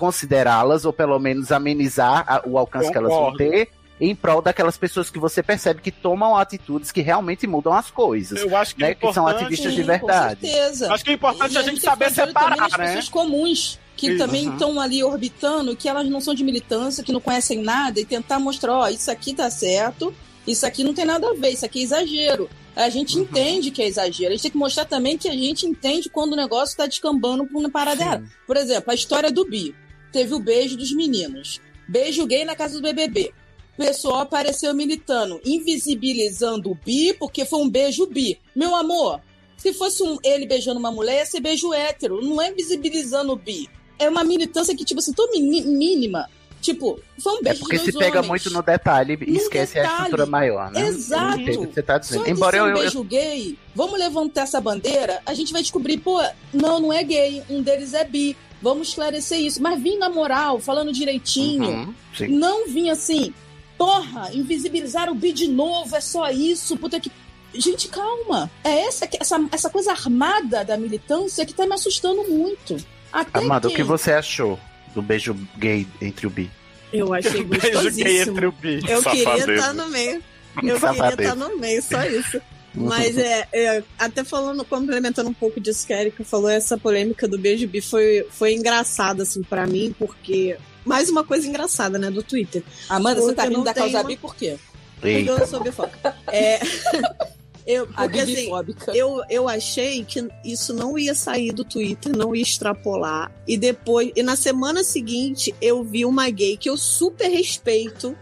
C: desconsiderá-las, ou pelo menos amenizar a- o alcance que elas vão
B: Concordo.
C: ter, em prol daquelas pessoas que você percebe que tomam atitudes que realmente mudam as coisas
B: Eu acho que,
C: né,
B: é
C: que são
B: importante-
C: ativistas de
D: Sim,
C: verdade.
D: Com certeza.
B: Acho que é importante
D: E
B: a gente
D: tem que
B: saber
D: fazer também
B: separar,
D: as
B: né?
D: pessoas comuns que
B: Isso.
D: também
C: Uhum.
D: estão ali orbitando, que elas não são de militância, que não conhecem nada, e tentar mostrar, ó, isso aqui tá certo, isso aqui não tem nada a ver, isso aqui é exagero. A gente
C: Uhum.
D: entende que é exagero. A gente tem que mostrar também que a gente entende quando o negócio tá descambando pra uma parada errada. Por exemplo, a história do Bi. Teve o beijo dos meninos. Beijo gay na casa do BBB. pessoal apareceu militando, invisibilizando o bi, porque foi um beijo bi. Meu amor, se fosse um, ele beijando uma mulher, ia ser beijo hétero, não é visibilizando o bi. É uma militância que, tipo assim, tão mini- mínima. Tipo, foi um
C: É
D: beijo
C: porque
D: de
C: se
D: dois
C: pega
D: homens.
C: muito no detalhe e
D: No
C: esquece a
D: detalhe.
C: estrutura maior, né?
D: Exato.
C: Eu entendo o que você tá
D: Só
C: dizendo.
D: de
C: Embora
D: ser um
C: eu, eu-
D: beijo gay, vamos levantar essa bandeira, a gente vai descobrir, pô, não, não é gay, um deles é bi. Vamos esclarecer isso. Mas vim na moral, falando direitinho.
C: Uhum, sim.
D: Não vim assim, porra, invisibilizar o bi de novo, é só isso, puta que. Gente, calma. É essa, que- essa, essa coisa armada da militância que tá me assustando muito. Até
C: Amanda, o
D: que-
C: que você achou do beijo gay entre o bi?
G: Eu
D: é
G: achei
B: Beijo gay
G: gostosíssimo.
B: entre o bi.
G: Eu queria
A: Safadeza.
G: estar no meio. Eu queria
C: Safadeza. Uhum.
G: estar no meio, só isso. Mas é, é, até falando, complementando um pouco disso que a Erika falou, essa polêmica do beijo bi foi, foi engraçada, assim, pra mim, porque. Mais uma coisa engraçada, né, do Twitter.
D: Amanda, você tá
G: Porque
D: rindo
G: não
D: da
G: tem
D: causa
G: uma-
D: bi por quê?
G: Porque
C: Eita,
G: eu sou bifóbica. É. Eu,
D: A
G: porque, assim,
D: bifóbica.
G: eu, eu achei que isso não ia sair do Twitter, não ia extrapolar. E depois, e na semana seguinte, eu vi uma gay que eu super respeito,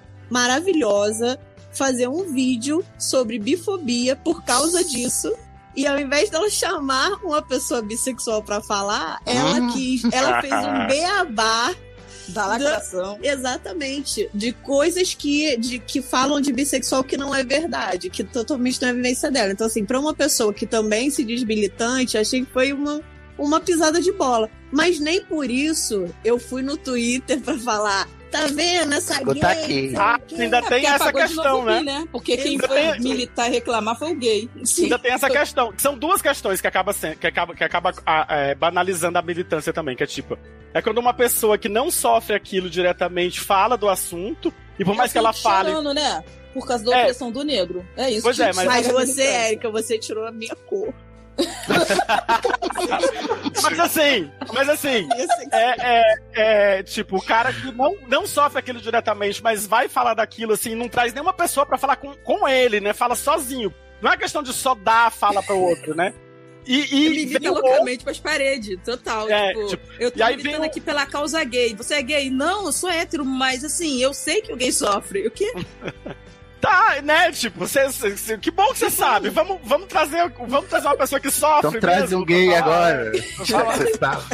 G: maravilhosa, fazer um vídeo sobre bifobia por causa disso. E ao invés dela chamar uma pessoa bissexual pra falar, ela quis, ela fez um beabá
D: Da lacração.
G: Exatamente. De coisas que, de, que falam de bissexual que não é verdade, que totalmente não é vivência dela. Então, assim, pra uma pessoa que também se diz militante, achei que foi uma, uma pisada de bola. Mas nem por isso eu fui no Twitter pra falar. Tá vendo essa
C: eu tá
G: gay?
C: aqui.
B: Ah, ainda tem
D: Quem
B: essa
D: pagou é, de
B: questão,
D: novo o
B: né?
D: bi, Porque quem
B: Ainda
D: foi
B: tem-
D: militar e reclamar foi o gay. Sim.
B: Ainda tem essa questão. que São duas questões que acaba, sendo- que acaba, que acaba ah, é, banalizando a militância também, que é tipo. É quando uma pessoa que não sofre aquilo diretamente fala do assunto, e por mais que ela fale.
D: Chorando, Tá né? Por causa da
B: É.
D: opressão do negro. É isso.
B: Pois
D: que
B: é, mas-
G: Mas
D: faz a
G: você,
D: militância.
G: Érica, você tirou a minha cor.
B: Mas assim, mas assim. É, é, é, tipo, o cara que não, não sofre aquilo diretamente, mas vai falar daquilo, assim, não traz nenhuma pessoa pra falar com, com ele, né? Fala sozinho. Não é questão de só dar a fala pro outro, né?
H: Eu
B: E,
H: me
B: e
H: viro
B: tem o
H: loucamente pras paredes, total.
B: É,
H: tipo,
B: tipo,
H: eu tô
B: e aí
H: gritando
B: vem o-
H: aqui pela causa gay. Você é gay? Não, eu sou hétero, mas assim, eu sei que o gay sofre. O quê?
B: Tá, né? Tipo, cê, cê- cê- que bom que você sabe. Vamos, vamos, trazer, vamos trazer uma pessoa que sofre.
C: Então traz
B: mesmo
C: um gay
B: pra falar.
C: agora.
B: falar.
C: Você sabe.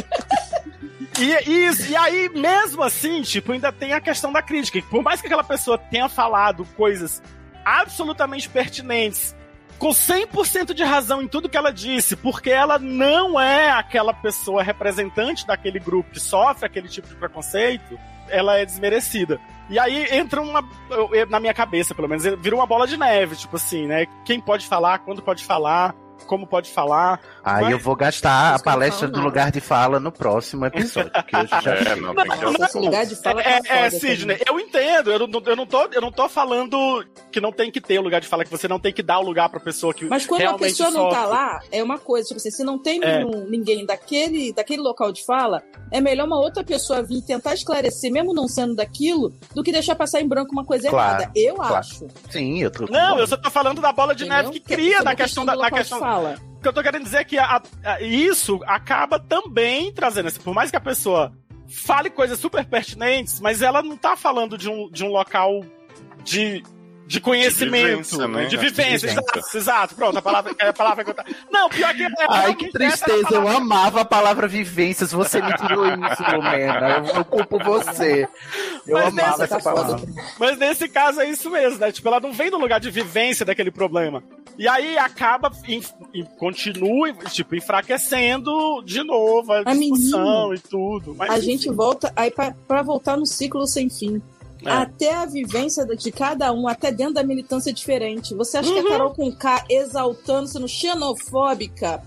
B: E, e, isso- e aí, mesmo assim, tipo, ainda tem a questão da crítica. que Por mais que aquela pessoa tenha falado coisas absolutamente pertinentes, com 100% de razão em tudo que ela disse, porque ela não é aquela pessoa representante daquele grupo que sofre aquele tipo de preconceito, ela é desmerecida. E aí entra uma. eu- eu- Na minha cabeça, pelo menos, virou uma bola de neve, tipo assim, né? Quem pode falar, quando pode falar, como pode falar.
C: Aí
B: Mas-
C: eu vou gastar a
G: Isso que eu
C: palestra
G: falo,
C: do
G: não.
C: lugar de fala no próximo episódio. Que hoje já
A: É,
C: chega.
A: não, tem que
D: Nossa, esse lugar de fala tá
B: É, é,
D: foda
B: Sidney, eu entendo, eu não, eu, não tô, eu não tô falando que não tem que ter o lugar de falar, que você não tem que dar o lugar pra pessoa que.
D: Mas quando a
B: é, realmente
D: pessoa não tá
B: sofre.
D: lá, é uma coisa. Tipo assim, se não tem
B: É.
D: nenhum- ninguém daquele, daquele local de fala, é melhor uma outra pessoa vir tentar esclarecer, mesmo não sendo daquilo, do que deixar passar em branco uma coisa
C: Claro,
D: errada. Eu
C: claro.
D: acho.
C: Sim, eu tô.
B: Não, eu só tô falando da bola de
D: entendeu?
B: neve que
D: é
B: cria
D: sobre
B: na
D: a
B: questão
D: do
B: da na
D: local de
B: questão.
D: fala.
B: O que eu tô querendo dizer é que a- a- isso acaba também trazendo. assim, por mais que a pessoa fale coisas super pertinentes, mas ela não tá falando de um, de um local de. De conhecimento,
A: vivência, né?
B: de
A: De vivência.
B: vivência, Exato, exato, pronto, a palavra, é a palavra que eu tava. Não, pior que. é,
C: Ai,
B: realmente
C: que
B: essa era a
C: tristeza, eu
B: palavra.
C: amava a palavra vivências, você me tirou isso, Lumena. Eu, eu culpo você. Eu
B: Mas
C: amava
B: nessa
C: essa palavra.
B: Mas nesse caso é isso mesmo, né? Tipo, ela não vem do lugar de vivência daquele problema. E aí acaba em- e continua, tipo, enfraquecendo de novo a
D: Ah,
B: discussão e tudo. Mas,
D: A gente volta aí para voltar no ciclo sem fim.
B: É.
D: Até a vivência de cada um, até dentro da militância é diferente. Você acha
C: Uhum.
D: que a Carol com K exaltando, sendo xenofóbica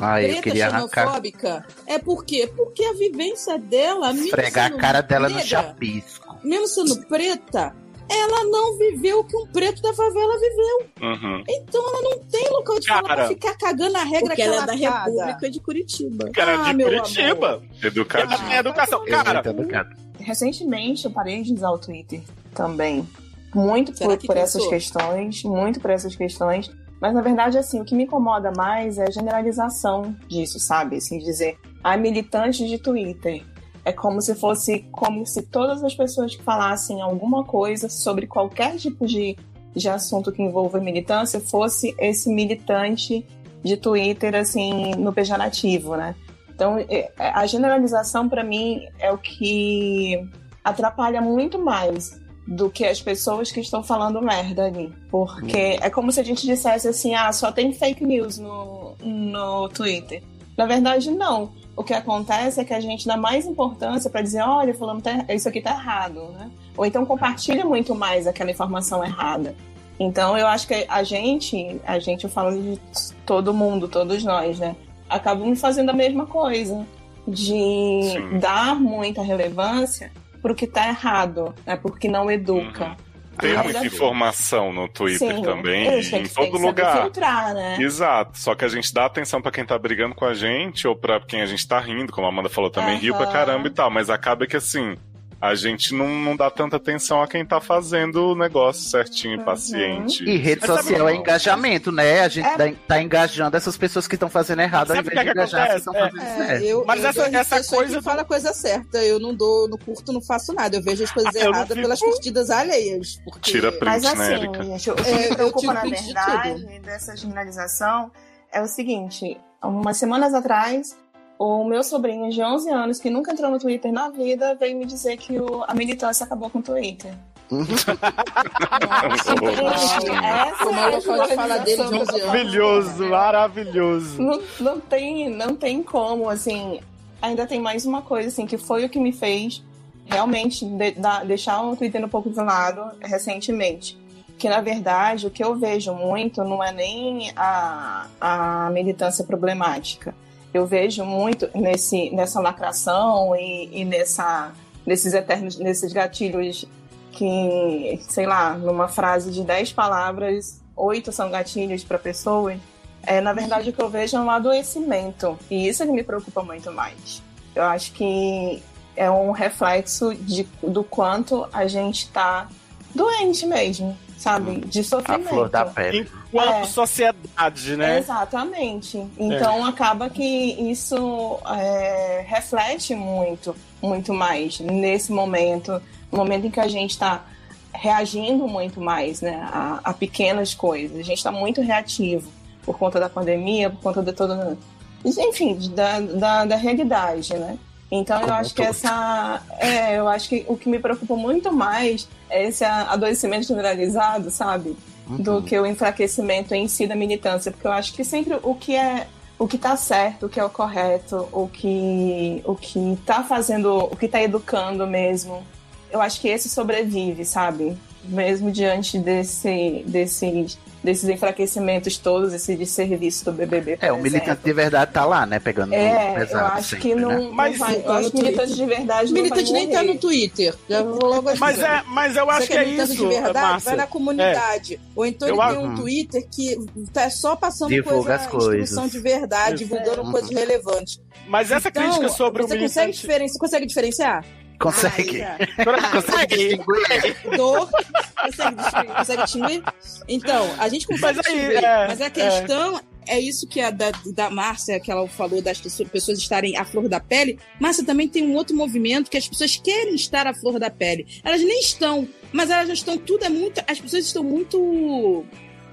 C: Ai, Ah, eu
D: preta
C: queria arrancar.
D: xenofóbica é por quê? Porque a vivência dela, mesmo
C: Esfregar a
D: sendo
C: cara dela no
D: negra,
C: chapisco.
D: mesmo sendo preta, ela não viveu o que um preto da favela viveu.
A: Uhum.
D: Então ela não tem local de fala pra
B: Cara.
D: ficar cagando a regra
G: Porque
D: que
G: ela é da
D: caga.
G: República de Curitiba.
B: Cara, é
D: Ah,
B: de
D: meu
B: Curitiba. Ela tem
A: Educadinho.
B: educação.
C: Eu
B: Cara,
D: tá-
C: muito educado.
E: Recentemente eu parei de usar o Twitter também. Muito
D: Será
E: por,
D: que
E: por essas
D: cansou?
E: questões, muito por essas questões. Mas na verdade, assim, o que me incomoda mais é a generalização disso, sabe? Assim, dizer, ah, militante de Twitter. É como se fosse como se todas as pessoas que falassem alguma coisa sobre qualquer tipo de, de assunto que envolva militância fosse esse militante de Twitter, assim, no pejorativo, né? Então, é- é- a generalização, para mim, é o que atrapalha muito mais do que as pessoas que estão falando merda ali. Porque é como se a gente dissesse assim, ah, só tem fake news no, no Twitter. Na verdade, não. O que acontece é que a gente dá mais importância para dizer, olha, falando isso aqui tá errado, né? Ou então compartilha muito mais aquela informação errada. Então eu acho que a gente, a gente eu falo de todo mundo, todos nós, né? Acabamos fazendo a mesma coisa. De
A: Sim.
E: dar muita relevância pro que tá errado, né? Porque não educa.
A: Tem muita
E: Ah, verdade.
A: informação no Twitter
E: Sim,
A: Uhum. também,
E: eles têm
A: em
E: que- têm
A: todo
E: que saber
A: lugar.
E: filtrar, né?
A: Exato, só que a gente dá atenção pra quem tá brigando com a gente ou pra quem a gente tá rindo, como a Amanda falou também, riu pra
E: Aham.
A: caramba e tal, mas acaba que assim, a gente não, não dá tanta atenção a quem tá fazendo o negócio certinho,
E: Uhum.
A: paciente.
C: E rede
B: Mas sabe
C: social é
A: normal.
C: engajamento, né? A gente
E: É.
C: tá, tá engajando essas pessoas que estão fazendo errado ao
B: Sabe o
C: invés
B: que
C: de
B: é que
C: engajar as que
B: acontece?
C: estão
B: É.
C: fazendo certo.
D: eu,
B: Mas
D: eu
B: essa-
D: sou-
B: essa
D: eu sou
B: coisa
D: que
B: do-
D: fala a coisa certa. Eu não dou, não curto, não faço nada. Eu vejo as coisas
B: Ah, eu não
D: erradas
B: fico-
D: pelas curtidas alheias. Porque...
A: Tira print,
E: Mas assim,
A: né, Erika?
E: gente, o que
D: É, eu
E: me preocupa,
D: tiro
E: na
D: print de
E: verdade, dessa generalização é o seguinte: umas semanas atrás, o meu sobrinho de 11 anos, que nunca entrou no Twitter na vida, veio me dizer que o- a militância acabou com o Twitter. Gente, essa
D: Como
E: é
D: é
E: a
D: o local de falar dele de 11 anos.
B: Maravilhoso, maravilhoso.
E: Não, não tem, não tem como, assim. Ainda tem mais uma coisa, assim, que foi o que me fez realmente de- da- deixar o Twitter um pouco de lado recentemente. Que, na verdade, o que eu vejo muito não é nem a, a militância problemática. Eu vejo muito nesse, nessa lacração e, e nessa, nesses eternos, nesses gatilhos que, sei lá, numa frase de 10 palavras, oito são gatilhos para pessoas. É, na verdade, o que eu vejo é um adoecimento. E isso é que me preocupa muito mais. Eu acho que é um reflexo de, do quanto a gente tá doente mesmo, sabe? De
C: A
E: sofrimento.
C: flor da pele.
B: Enquanto
E: É.
B: sociedade, né?
E: Exatamente. Então acaba que isso é, reflete muito, muito mais nesse momento, no momento em que a gente está reagindo muito mais né, a, a pequenas coisas. A gente está muito reativo por conta da pandemia, por conta de toda. Enfim, da, da, da realidade, né? Então eu
C: Como um
E: acho que
C: todo.
E: essa. É, eu acho que o que me preocupa muito mais é esse a- adoecimento generalizado, sabe?
C: Uhum.
E: do que o enfraquecimento em si da militância, porque eu acho que sempre o que é o que tá certo, o que é o correto, o que o que tá fazendo, o que tá educando mesmo. Eu acho que esse sobrevive, sabe? Mesmo diante desse desses desses enfraquecimentos todos, esse desserviço do BBB. por
C: É, o militante
E: exemplo.
C: de verdade tá lá, né? Pegando
E: É,
C: no pesado
E: eu acho
C: sempre,
E: que
C: né?
E: não,
B: Mas-
E: mas não vai, eu acho que militante de verdade não
D: Militante
E: vai
D: nem tá
E: morrer.
D: no Twitter. Já vou logo avisando.
B: Mas, é, mas eu acho
D: Você
B: que é
D: quer militância
B: isso,
D: de verdade? Vai
B: Márcia. É.
D: na comunidade. Ou então
B: Eu
D: ele
B: acho-
D: tem um Twitter que tá só passando
C: Divulga as
D: coisa,
C: coisas.
D: instrução de verdade, divulgando
C: Uhum.
D: coisas relevantes.
B: Mas essa
D: Então,
B: crítica sobre o
D: você consegue,
B: militante...
D: diferen... você consegue diferenciar?
C: Consegue.
D: Ah,
C: Consegue distinguir.
D: dor. Consegue distinguir? Consegue distinguir? Então, a gente consegue
B: Mas aí,
D: distinguir.
B: é,
D: mas a questão é, isso que a da, da Márcia, que ela falou das pessoas- pessoas estarem à flor da pele. Márcia também tem um outro movimento que as pessoas querem estar à flor da pele. Elas nem estão, mas elas já estão tudo é muito. As pessoas estão muito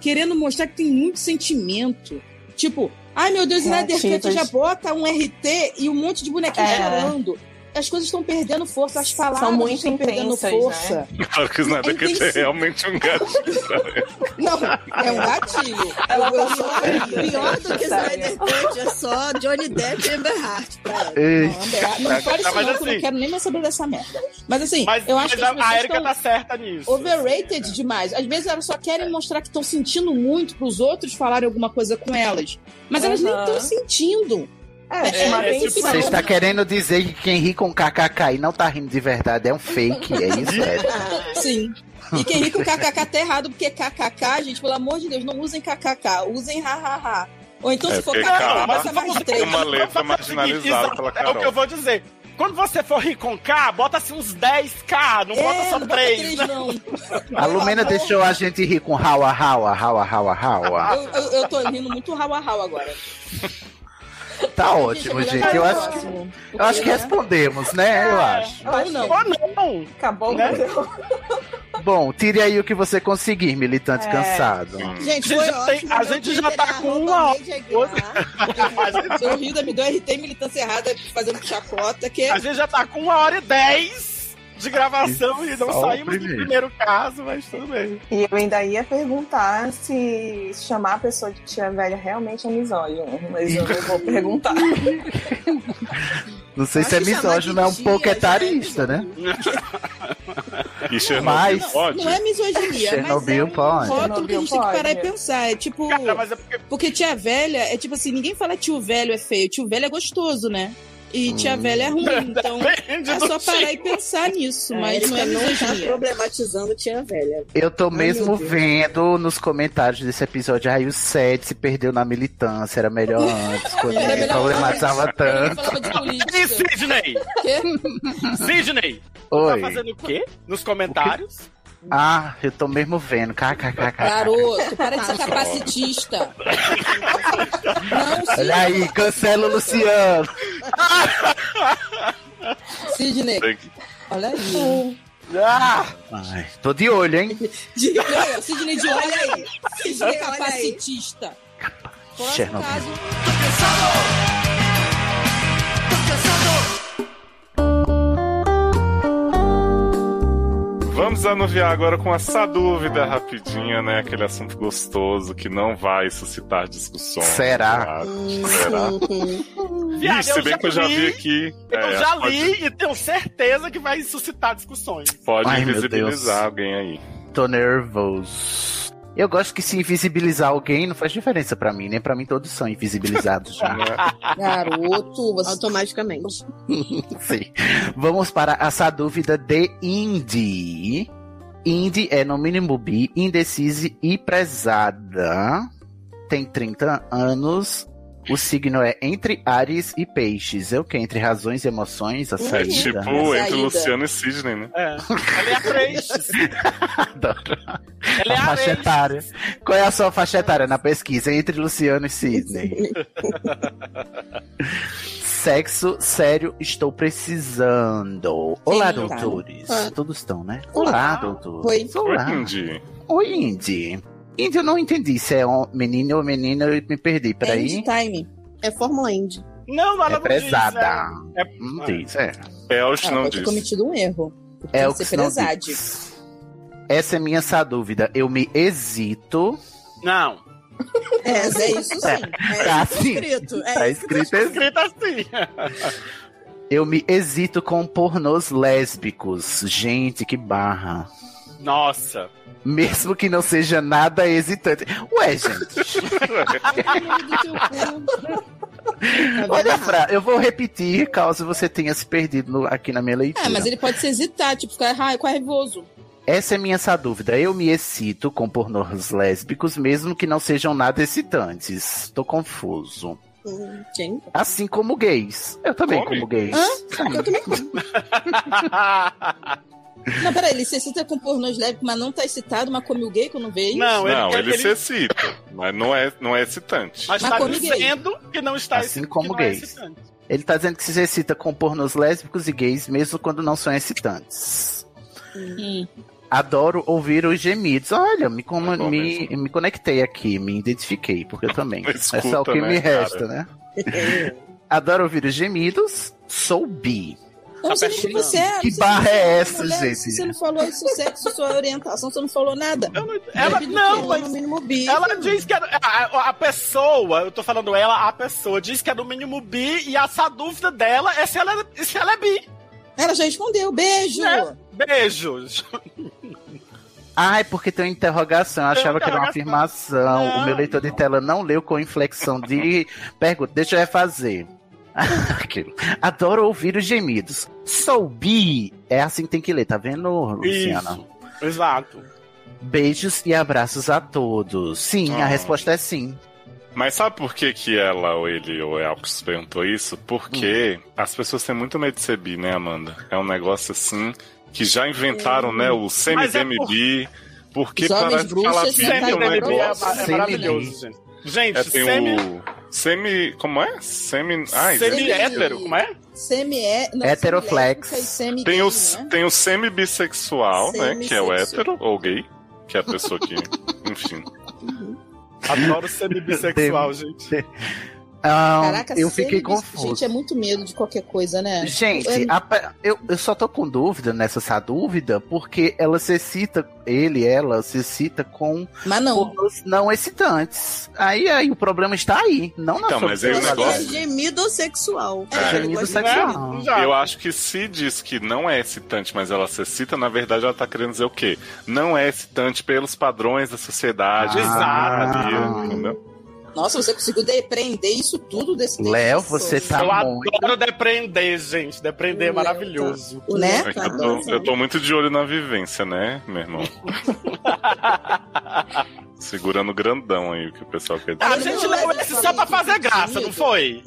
D: querendo mostrar que tem muito sentimento. Tipo, ai meu Deus, Snyder Cut
E: Reativas.
D: já bota um RT e um monte de bonequinho
E: É.
D: chorando. As coisas estão perdendo força, as palavras
E: muito
D: estão perdendo
E: intensas,
D: força.
E: né?
A: Claro que isso não é
D: Ele
A: que
D: tem
A: ter
D: sim-
A: realmente um gato.
D: Não, é um gatilho.
E: Ela
D: eu, eu
E: tá
D: sou
G: Pior do que
E: Sabe?
G: Snyder Cut é só Johnny Depp e Amber Hart. cara.
C: Ei,
D: Não, André, não fale isso,
B: Tá, Mas
D: não, que eu
B: assim-
D: não quero nem mais saber dessa merda. Mas assim,
B: Mas,
D: eu acho
B: mas
D: que as
B: a, a
D: pessoas
B: Erika
D: estão
B: tá certa nisso.
D: overrated demais. Às vezes elas só querem mostrar que estão sentindo muito pros outros falarem alguma coisa com elas. Mas elas nem
E: Aham.
D: estão sentindo.
E: É, uma
B: É,
E: vez
B: tipo,
E: que
C: Você está querendo dizer que quem ri com kkk e não tá rindo de verdade é um fake, é isso? É.
G: Ah,
D: Sim. E quem ri com kkk tá errado, porque kkk, gente, pelo amor de Deus, não usem kkk, usem hahaha. Ou então se
A: É,
D: for
A: PK,
D: kkk,
B: mas
D: passa mais
B: vamos-
A: Tem
D: três.
A: uma letra
B: Vamos fazer o seguinte,
A: marginalizada
B: exato,
A: pela
B: É o que eu
A: Carol.
B: vou dizer. Quando você for rir com K, bota assim uns 10K, não bota
D: É, não
B: só né?
D: bota
B: 3.
D: três, não.
C: A Lumena deixou a gente rir com hawa, hawa, hawa, hawa, hawa.
D: Eu, eu, eu tô rindo muito rau a rau agora.
C: Tá ótimo,
D: melhor
C: gente.
D: que
C: Eu
D: o
C: acho que,
D: próximo.
C: eu acho que respondemos, né? Eu acho.
E: Eu acho
D: não.
E: que
B: Ou não!
E: acabou o
B: Né?
E: conteúdo.
C: Bom, tire aí o que você conseguir, militante
E: É.
C: cansado.
G: Gente,
B: A gente
G: foi
B: já tem-
G: ótimo.
B: a
G: Meu
B: gente
G: Twitter
B: já tá
G: é
B: com
G: arroba
B: uma hora.
G: Lady Aguiar.
D: Seu Rio me deu RT militância errada fazendo chacota, que é
B: A gente já tá com uma hora e dez de gravação e não
C: Só o
B: saímos do
C: primeiro.
B: primeiro caso, mas tudo bem.
E: E eu ainda ia perguntar se chamar a pessoa de tia velha realmente é misógino, mas eu não vou perguntar.
C: Não sei se é
G: Acho que chamar de
C: misógino, é um
G: tia
C: pouco
G: já é
C: etarista, né?
A: E Chernobyl
C: Mas-
A: pode?
D: não é misoginia, mas é
C: Chernobyl
D: um
C: pode.
D: rótulo que a gente tem que
E: Chernobyl
D: parar e
E: pode.
D: pensar. É tipo,
B: Cara, mas é porque
D: porque tia velha é tipo assim, ninguém fala tio velho é feio, tio velho é gostoso, né? E
C: Hum.
D: tia velha é ruim, então
B: depende
D: é
B: do
D: só
B: tipo.
D: parar e pensar nisso, mas
G: Mas
D: não é
G: não tá
D: misoginia.
G: problematizando tia velha.
C: Eu tô mesmo
G: meu Deus.
C: vendo nos comentários desse episódio, aí o Seth se perdeu na militância, era melhor antes, quando
D: Era
C: ninguém
D: melhor
C: problematizava
D: Ninguém
C: tanto.
D: falava de
B: E
D: política.
B: Sidney? Sidney, tá
C: Oi.
B: fazendo o quê? Nos comentários?
C: Ah, eu tô mesmo vendo. KKKK.
D: Garoto, para de ser capacitista. Não,
C: Olha aí, cancela o Luciano.
D: Sidney.
A: Tem que-
D: Olha aí.
C: Ai, tô de olho, hein?
D: Olha, Sidney de olha aí. Sidney é
G: Olha aí.
D: capacitista. Próximo
C: Chernobyl.
D: caso.
A: Vamos anuviar agora com essa dúvida rapidinha, né? Aquele assunto gostoso que não vai suscitar discussões.
C: Será?
A: sabe? Será?
B: Viado,
A: Ixi, se bem que eu já vi aqui.
B: Eu
A: é,
B: já
A: pode-
B: li e tenho certeza que vai suscitar discussões.
A: Pode
C: Ai, meu
A: invisibilizar
C: Deus.
A: alguém aí.
C: Tô nervoso. Eu gosto que se invisibilizar alguém não faz diferença pra mim, nem pra mim todos são invisibilizados já.
A: né?
D: Garoto, você
G: Automaticamente.
C: Sim. Vamos para essa dúvida de Indy. Indy é, no mínimo, bi, indecise e prezada. Tem 30 anos. O signo é entre Ares e Peixes. Eu que entre razões e emoções, a
A: É
C: saída.
A: tipo
D: Saída.
A: entre Luciano e Sidney, né?
B: É. Ela é a Freixes.
C: Adoro.
B: Ela é
C: A
B: a
C: faixa
B: Freixes.
C: etária. Qual é a sua faixa etária na pesquisa? Entre Luciano e Sidney. Sexo sério, estou precisando. Olá,
D: Sim, cara.
C: doutores.
G: Ah.
C: Todos estão, né?
B: Olá.
C: Olá, doutores.
G: Oi.
A: Oi,
C: Olá.
A: Indy.
C: Oi, Indy. Indy, eu não entendi se é um menino ou menina, eu me perdi.
D: end
C: Peraí.
D: time.
G: É Fórmula Indy.
B: Não, ela
C: É
B: não
C: prezada.
B: diz. É,
C: Não diz, é.
A: Elch
D: Ah,
A: não
D: pode ter
A: disse.
D: cometido um erro.
C: É
D: Tem
C: o que
D: ser
C: se não
D: prezade.
C: diz. Essa é minha essa dúvida. Eu me hesito.
B: Não.
G: É, mas é isso sim. É
C: Tá,
G: isso
C: sim.
G: escrito. É
C: Tá
G: isso que
C: escrito hesito.
B: Escrita assim.
C: Eu me hesito com pornôs lésbicos. Gente, que barra.
B: Nossa.
C: Mesmo que não seja nada hesitante. Ué, gente.
G: tá
C: Olha,
G: vendo?
C: Fra, eu vou repetir caso você tenha se perdido no- aqui na minha leitura.
D: É, mas ele pode se hesitar, tipo, ficar "Ah, qual é raivoso.
C: Essa é minha essa dúvida. Eu me excito com pornôs lésbicos, mesmo que não sejam nada excitantes. Tô confuso.
G: Hum, Gente.
C: Assim como gays. Eu também
A: Come?
C: como gays.
D: Eu também como. Não, peraí, ele se excita com pornôs leves, mas não tá excitado, mas come o gay quando veio.
B: não, ele,
A: Não,
B: quer-
A: ele, se excita, mas não é, não é excitante.
B: Mas
D: Mas
B: tá
D: como gay.
B: dizendo que não está
C: Assim
B: excitante,
C: como
B: que não é
C: gays.
B: excitante.
C: Ele tá dizendo que se excita com pornôs lésbicos e gays, mesmo quando não são excitantes.
D: Hum.
C: Adoro ouvir os gemidos. Olha, me, como-
A: É bom
C: me, me conectei aqui, me identifiquei, porque eu também.
A: Escuta,
C: é só o que
A: né,
C: me
A: cara?
C: resta, né? Adoro ouvir os gemidos. Sou bi.
D: Eu não sei nem o que
B: pertinho.
D: você é.
C: Que
D: você
C: barra
D: não
C: é
D: é
C: essa,
D: mulher,
C: gente?
D: Você não falou seu sexo, sua orientação, você não falou nada.
B: Ela,
D: Deve do
B: não,
D: quê?
B: mas
D: No mínimo bi.
B: Ela diz que é do- a, a- a pessoa, eu tô falando ela, a pessoa, diz que é do mínimo bi e essa dúvida dela é se ela, é- se ela é bi.
D: Ela já respondeu, beijo.
B: Né? Beijos.
C: Ah, é porque tem uma interrogação. Eu
B: Tem
C: achava
B: uma
C: que era uma afirmação.
B: Não,
C: o meu leitor de tela não leu com inflexão de pergunta. Deixa eu refazer. Aquilo. Adoro ouvir os gemidos. Sou bi. É assim que tem que ler, tá vendo, Luciana?
B: Isso. Exato.
C: Beijos e abraços a todos. Sim,
A: Ah.
C: a resposta é sim.
A: Mas sabe por que, que ela, ou ele, ou é Elks perguntou isso? Porque as pessoas têm muito medo de ser bi, né, Amanda? É um negócio assim que já inventaram, né? O semi-demi-bi. Porque
D: Os homens
A: parece que ela
D: bruxas
A: vive um
D: inventaram
B: Semi-BBB é,
A: negócio.
B: ma- é
C: Semi-bi.
B: maravilhoso, gente. Gente,
A: É, tem
B: semi,
A: o Semi. Como é? Semi. Ai, gente.
B: Semi-hétero, como é?
G: Semi é. não,
C: Heteroflex.
G: semi-lésbica e semi
A: Tem
G: gay,
A: o,
G: né?
A: tem o semi-bissexual, né? Que é o
G: Semissexual.
A: hétero ou gay, que é a pessoa que. enfim.
B: Adoro semi-bissexual, gente.
C: Ah,
G: Caraca,
C: eu fiquei
G: semi-bis-
C: confuso.
G: Gente, é muito medo de qualquer coisa, né?
C: Gente,
G: É-
C: a pa- eu, eu só tô com dúvida nessa essa dúvida, porque ela se excita, ele, ela se cita com
G: Mas não.
C: pornos não excitantes. Aí, aí o problema está aí, não na
A: Então,
C: sua né?
A: mas aí o
C: personalidade.
A: negócio-
G: É gemido sexual.
A: É,
C: gemido
G: eu gosto de
C: sexual.
G: gemido.
C: Não.
B: Já.
A: Eu acho que se diz que não é excitante, mas ela se excita, na verdade ela tá querendo dizer o quê? Não é excitante pelos padrões da sociedade.
C: Ah.
A: Exato. Entendeu?
G: Nossa, você conseguiu depreender isso tudo desse
C: Léo, você
G: tá.
C: tá
B: eu
C: muito.
B: adoro depreender, gente. Depreender é
G: Meu
B: maravilhoso.
G: Né?
A: É que eu, tô, eu tô muito de olho na vivência, né, meu irmão? Segurando grandão aí o que o pessoal quer
G: Tá
A: dizer.
B: Ah, a
G: então,
B: gente leu esse só pra fazer graça, não foi?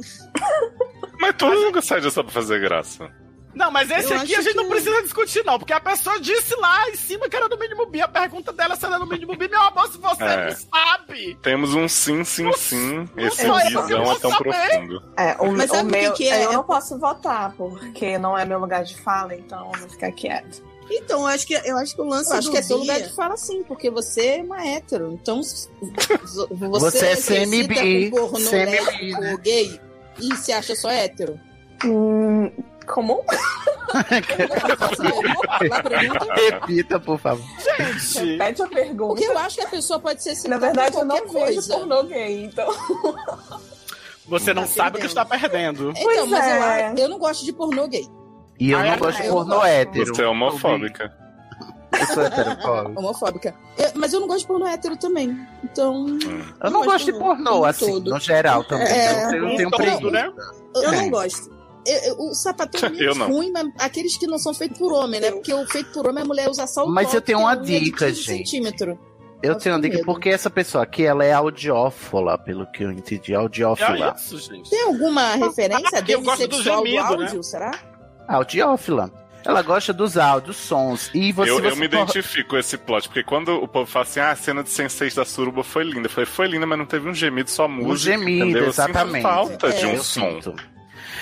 A: Mas todo mundo sai de só pra fazer graça.
B: Não, mas esse
G: Eu
B: aqui a
G: acho
B: gente não
G: que-
B: precisa discutir, não, porque a pessoa disse lá em cima que era do mínimo bi. A pergunta dela se era do mínimo bi, meu amor, se você
A: É.
B: não sabe.
A: Temos um sim, sim, sim. Esse
B: sou eu, eu
A: visão
B: vou
A: é tão
B: saber.
A: profundo.
E: É, o,
G: Mas
E: o
G: sabe o que
E: meu,
G: que é?
E: Eu não posso votar, porque não é meu lugar de fala, então eu vou ficar quieta.
G: Então, eu acho que, eu acho que o lance
H: Eu acho
G: do
H: que é
G: bi-
H: seu lugar de
G: fala sim, porque você é uma hétero. Então, s- você,
C: Você é semi-bi,
G: se excita com pornô
C: semi-bi,
G: lésbico ou é gay e se acha só hétero.
E: Hum, como?
G: Lá pergunta.
C: Repita, por favor.
B: Gente,
E: Repete a pergunta.
G: Porque eu acho que a pessoa pode ser
E: Na
G: excitada
E: verdade,
G: com
E: eu não
G: qualquer
E: vejo
G: coisa.
E: pornô gay, então.
B: você
G: Tá
B: não sabe o que está perdendo.
G: Então,
E: Pois
G: mas eu,
E: é.
G: acho- eu não gosto de pornô gay.
C: E eu
B: Ah, é?
C: não gosto
G: Ah,
C: de
G: eu não
C: pornô
G: gosto.
C: hétero.
A: Você é homofóbica.
C: Eu sou heterofóbico.
G: homofóbica. Eu- mas eu não gosto de pornô hétero também. Então,
C: Eu não
G: Mas
C: gosto de
G: no-
C: pornô,
G: no
C: assim,
G: todo.
C: no geral também.
G: É,
C: eu tenho, eu tenho
B: todo,
C: preguiça.
B: né?
G: eu, eu
C: É.
G: não gosto. Eu- eu- o sapatão é
A: Eu
G: muito
A: não.
G: ruim, mas aqueles que não são feitos por homem, né? Porque o feito por homem, a mulher usa só o
C: Mas
G: toque
C: eu tenho uma
G: e a unha um de
C: dica,
G: 15
C: gente.
G: Centímetro.
C: Eu
G: Eu
C: tenho uma
G: tenho
C: dica,
G: medo.
C: porque essa pessoa aqui, ela é audiófola, pelo que eu entendi,
B: É
C: audiófila.
B: isso, gente.
G: Tem alguma referência
B: eu
G: dele
B: gosto do
G: sexual
B: gemido, né?
G: do áudio, será?
C: Audiófila. Ela gosta dos áudios, sons. E você,
A: eu,
C: você
A: eu me
C: for-
A: identifico com esse plot, porque quando o povo fala assim, ah, a cena de Sensei da Suruba foi linda. Eu falei, foi linda, mas não teve um gemido, só música.
C: gemido,
A: entendeu? Eu Sinto
C: exatamente.
A: falta de
G: É,
A: um
C: eu
A: som.
C: sinto.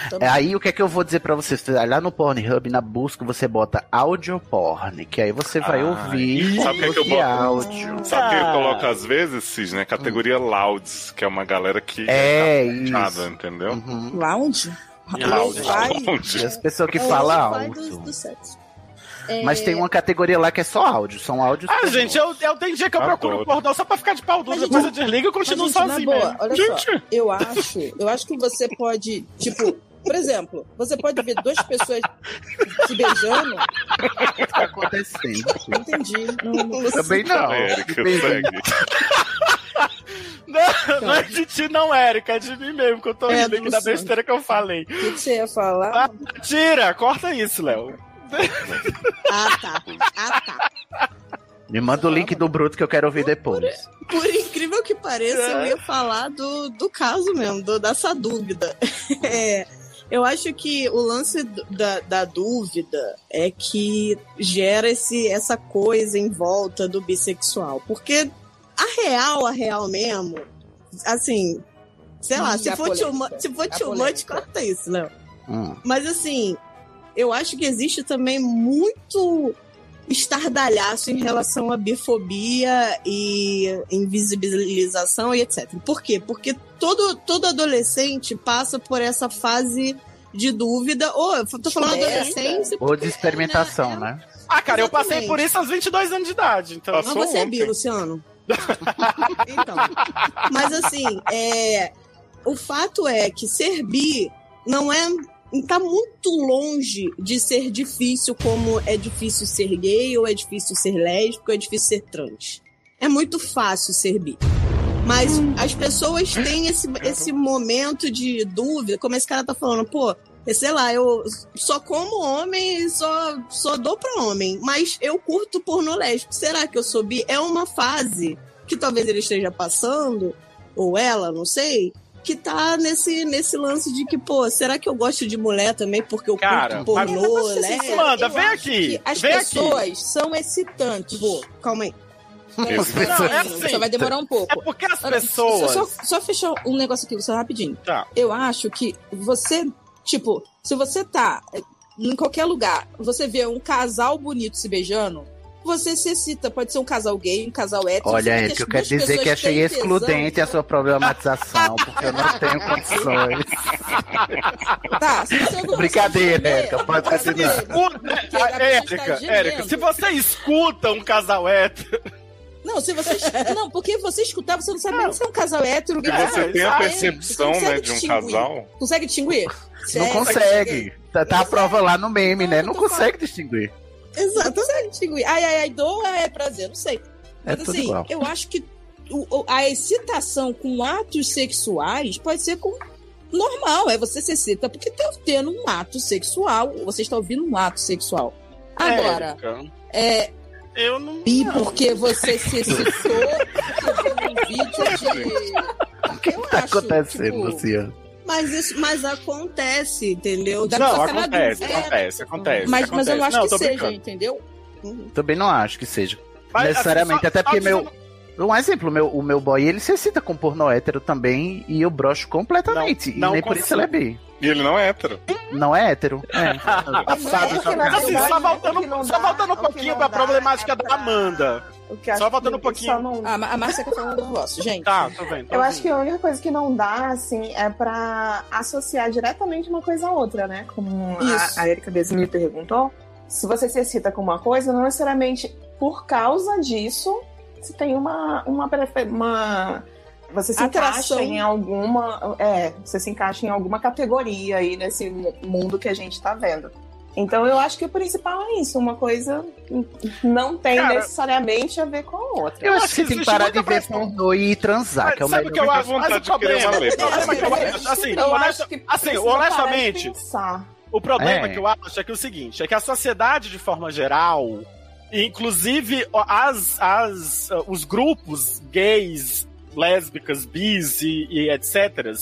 G: Também.
C: Aí o que é que eu vou dizer pra vocês? Você vai Lá no Pornhub, na busca, você bota audioporn, que aí você vai
A: Ah,
C: ouvir
A: e sabe o que é que eu
C: de
A: boto?
C: áudio.
A: Sabe o que eu
B: Ah.
A: coloco às vezes, Cisne? A categoria Louds, que é uma galera que
C: Hum. É,
A: nada,
C: isso.
A: entendeu?
C: Uhum.
G: Lounge?
A: Loud,
G: Vai.
A: loud.
C: As pessoas que
G: É,
C: falam
G: vai
C: áudio.
G: do, do sexo. É,
C: Mas tem uma categoria lá que é só áudio, são áudios.
B: Ah,
C: pornô.
B: gente, eu, eu tenho dia que eu
A: Adoro.
B: procuro pornô só pra ficar de pau duro,
G: Mas,
B: depois eu
G: gente,
B: desligo e continuo
G: Mas, gente,
B: sozinho.
G: Na
B: mesmo.
G: boa, olha só.
A: Gente,
G: Eu acho, eu acho que você pode, tipo, por exemplo, você pode ver duas pessoas se beijando.
C: o que tá acontecendo?
G: Não entendi. Não, não,
C: Também não.
A: Erika,
C: Bem,
A: segue.
B: Não, não é de ti, não, Érica, é de mim mesmo, que eu tô
G: É,
B: rindo aqui
G: do
B: da
G: Santos.
B: besteira que eu falei.
G: O que que você ia falar?
B: Tira, corta isso, Léo.
G: Ah, tá. Ah, tá.
C: Me manda o link do Bruto que eu quero ouvir depois.
G: Por incrível que pareça,
H: É.
G: eu ia falar do, do caso mesmo, do- dessa dúvida. É, eu acho que o lance do- da, da dúvida é que gera esse, essa coisa em volta do bissexual. Porque a real, a real mesmo, assim, sei lá,
H: Hum,
G: se
H: a
G: for, too
H: polêmica. É
G: mu- se for
H: A
G: too much,
H: polêmica.
G: corta isso, Léo.
C: Hum.
G: Mas assim, eu acho que existe também muito estardalhaço em relação à bifobia e invisibilização e etc. Por quê? Porque todo, todo adolescente passa por essa fase de dúvida, ou eu tô falando
H: Descoberta.
G: adolescência.
C: Ou de experimentação,
G: É,
C: né?
B: Ah, cara, eu passei
G: Exatamente.
B: por isso aos 22 anos de idade, então.
G: Mas
A: Passou
G: você é bi,
A: ontem.
G: Luciano. então. Mas assim, é, o fato é que ser bi não é. tá muito longe de ser difícil, como é difícil ser gay, ou é difícil ser lésbico, ou é difícil ser trans. É muito fácil ser bi. Mas as pessoas têm esse, esse momento de dúvida, como esse cara tá falando, pô, é, sei lá, eu só como homem e só, só dou pra homem. Mas eu curto pornô lésbico. Será que eu sou bi? É uma fase que talvez ele esteja passando, ou ela, não sei, que tá nesse, nesse lance de que, pô, será que eu gosto de mulher também porque eu
B: Cara,
G: curto pornô
H: mas-
D: né?
G: lésbico?
B: Amanda,
H: eu
B: vem
H: acho
B: aqui.
H: que As
B: vem aqui.
H: pessoas são excitantes.
G: Pô, calma aí.
A: Esse-
D: Não,
B: é assim.
D: Só vai demorar um pouco.
B: É porque as
D: Olha,
B: pessoas.
D: Só, só, só fechar um negócio aqui, só rapidinho.
B: Tá.
D: Eu acho que você, tipo, se você tá em qualquer lugar, você vê um casal bonito se beijando, você se excita. Pode ser um casal gay, um casal hétero.
C: Olha,
D: você vê
C: Henrique, eu quero
D: as duas
C: dizer que
D: pessoas
C: achei
D: têm
C: excludente a sua problematização, porque eu não tenho condições.
D: tesão. Tá, se você gosta de
C: Brincadeira,
D: ver,
C: Érica, pode continuar.
D: porque a
B: Escuta,
D: pessoa
B: Érica,
D: tá gemendo.
B: Érica, se você escuta um casal hétero,
D: Não, se você. Não, porque você escutar, você não sabe nem se é um casal hétero,
A: E
D: gay.
A: você tem a
D: Ah, é.
A: percepção, né,
D: Você consegue
A: de um
D: distinguir.
A: casal.
D: Consegue distinguir? Se
C: Não
D: é
C: consegue. Tá, tá a prova lá no meme, né?
D: Não,
C: Não
D: é eu tô
C: consegue distinguir.
D: Exato. Consegue distinguir. Ai, ai, ai, dor é prazer, não sei.
C: É
D: Mas
C: tudo
D: assim,
C: igual.
D: eu acho que o- o- a excitação com atos sexuais pode ser com normal, é você se excita porque tá tendo um ato sexual, você está ouvindo um ato sexual. Agora,
B: Érica,
D: é,
B: eu não.
D: e porque você se excitou você viu um vídeo de
C: O que,
D: eu
C: que tá
D: acho,
C: acontecendo, assim?
D: tipo,
C: Luciano?
G: Mas isso, mas acontece, entendeu?
D: Dá
B: Não,
D: pra ficar na
B: acontece,
D: dúvida. né?
B: acontece, acontece.
D: mas, mas eu não
B: acontece.
D: acho que
B: tô
D: seja,
B: brincando.
D: entendeu?
C: Também não acho que seja.
B: Mas,
C: necessariamente,
B: assim, só-
C: até porque
B: só-
C: meu- Um exemplo, meu, o meu boy, ele se excita com pornô hétero também e eu broxo completamente.
B: não
C: e nem por isso
B: consigo.
C: ele é bi.
A: E ele não é hétero.
C: Não é hétero. É.
E: Não,
B: Sabe, sabe.
E: o que não
B: Assim,
E: dá,
B: só
E: né? O que
B: voltando,
E: não
B: só
E: dá,
B: voltando um
E: o que
B: pouquinho
E: não
B: pra
E: dá
B: problemática
E: é
B: da
E: pra-
B: Amanda.
E: O que eu
B: Só
E: acho
B: voltando
E: que
B: um pouquinho.
E: só não-
D: A, Ma- a Márcia quer falar um negócio, gente.
B: Tá, tô vendo. tô
E: Eu acho
B: ouvindo.
E: que a única coisa que não dá, assim, é pra associar diretamente uma coisa à outra, né? Como
D: Isso.
E: a, a Erika Bezzi me perguntou, se você se excita com uma coisa, não necessariamente por causa disso, se tem uma. uma, prefe- uma- você se
D: Atração.
E: encaixa em alguma. É, você se encaixa em alguma categoria aí nesse mu- mundo que a gente tá vendo. Então eu acho que o principal é isso, uma coisa não tem
B: Cara,
E: necessariamente a ver com a outra.
C: Eu acho que você tem que
B: existe
C: parar
B: muita
C: de ver
B: pressão.
C: pornô e transar, que é o
B: Sabe
C: melhor.
B: o que eu acho?
A: vontade
B: Mas o
A: de querer
B: problema,
A: uma letra.
B: o problema é que eu acho, assim, honesta-
E: que
B: assim,
E: precisa parar de
B: honestamente,
E: pensar.
B: O problema
C: É.
B: que eu acho é que é o seguinte, é que a sociedade, de forma geral, inclusive ó, as, as, ah, os grupos gays, lésbicas, bis e, e etc.,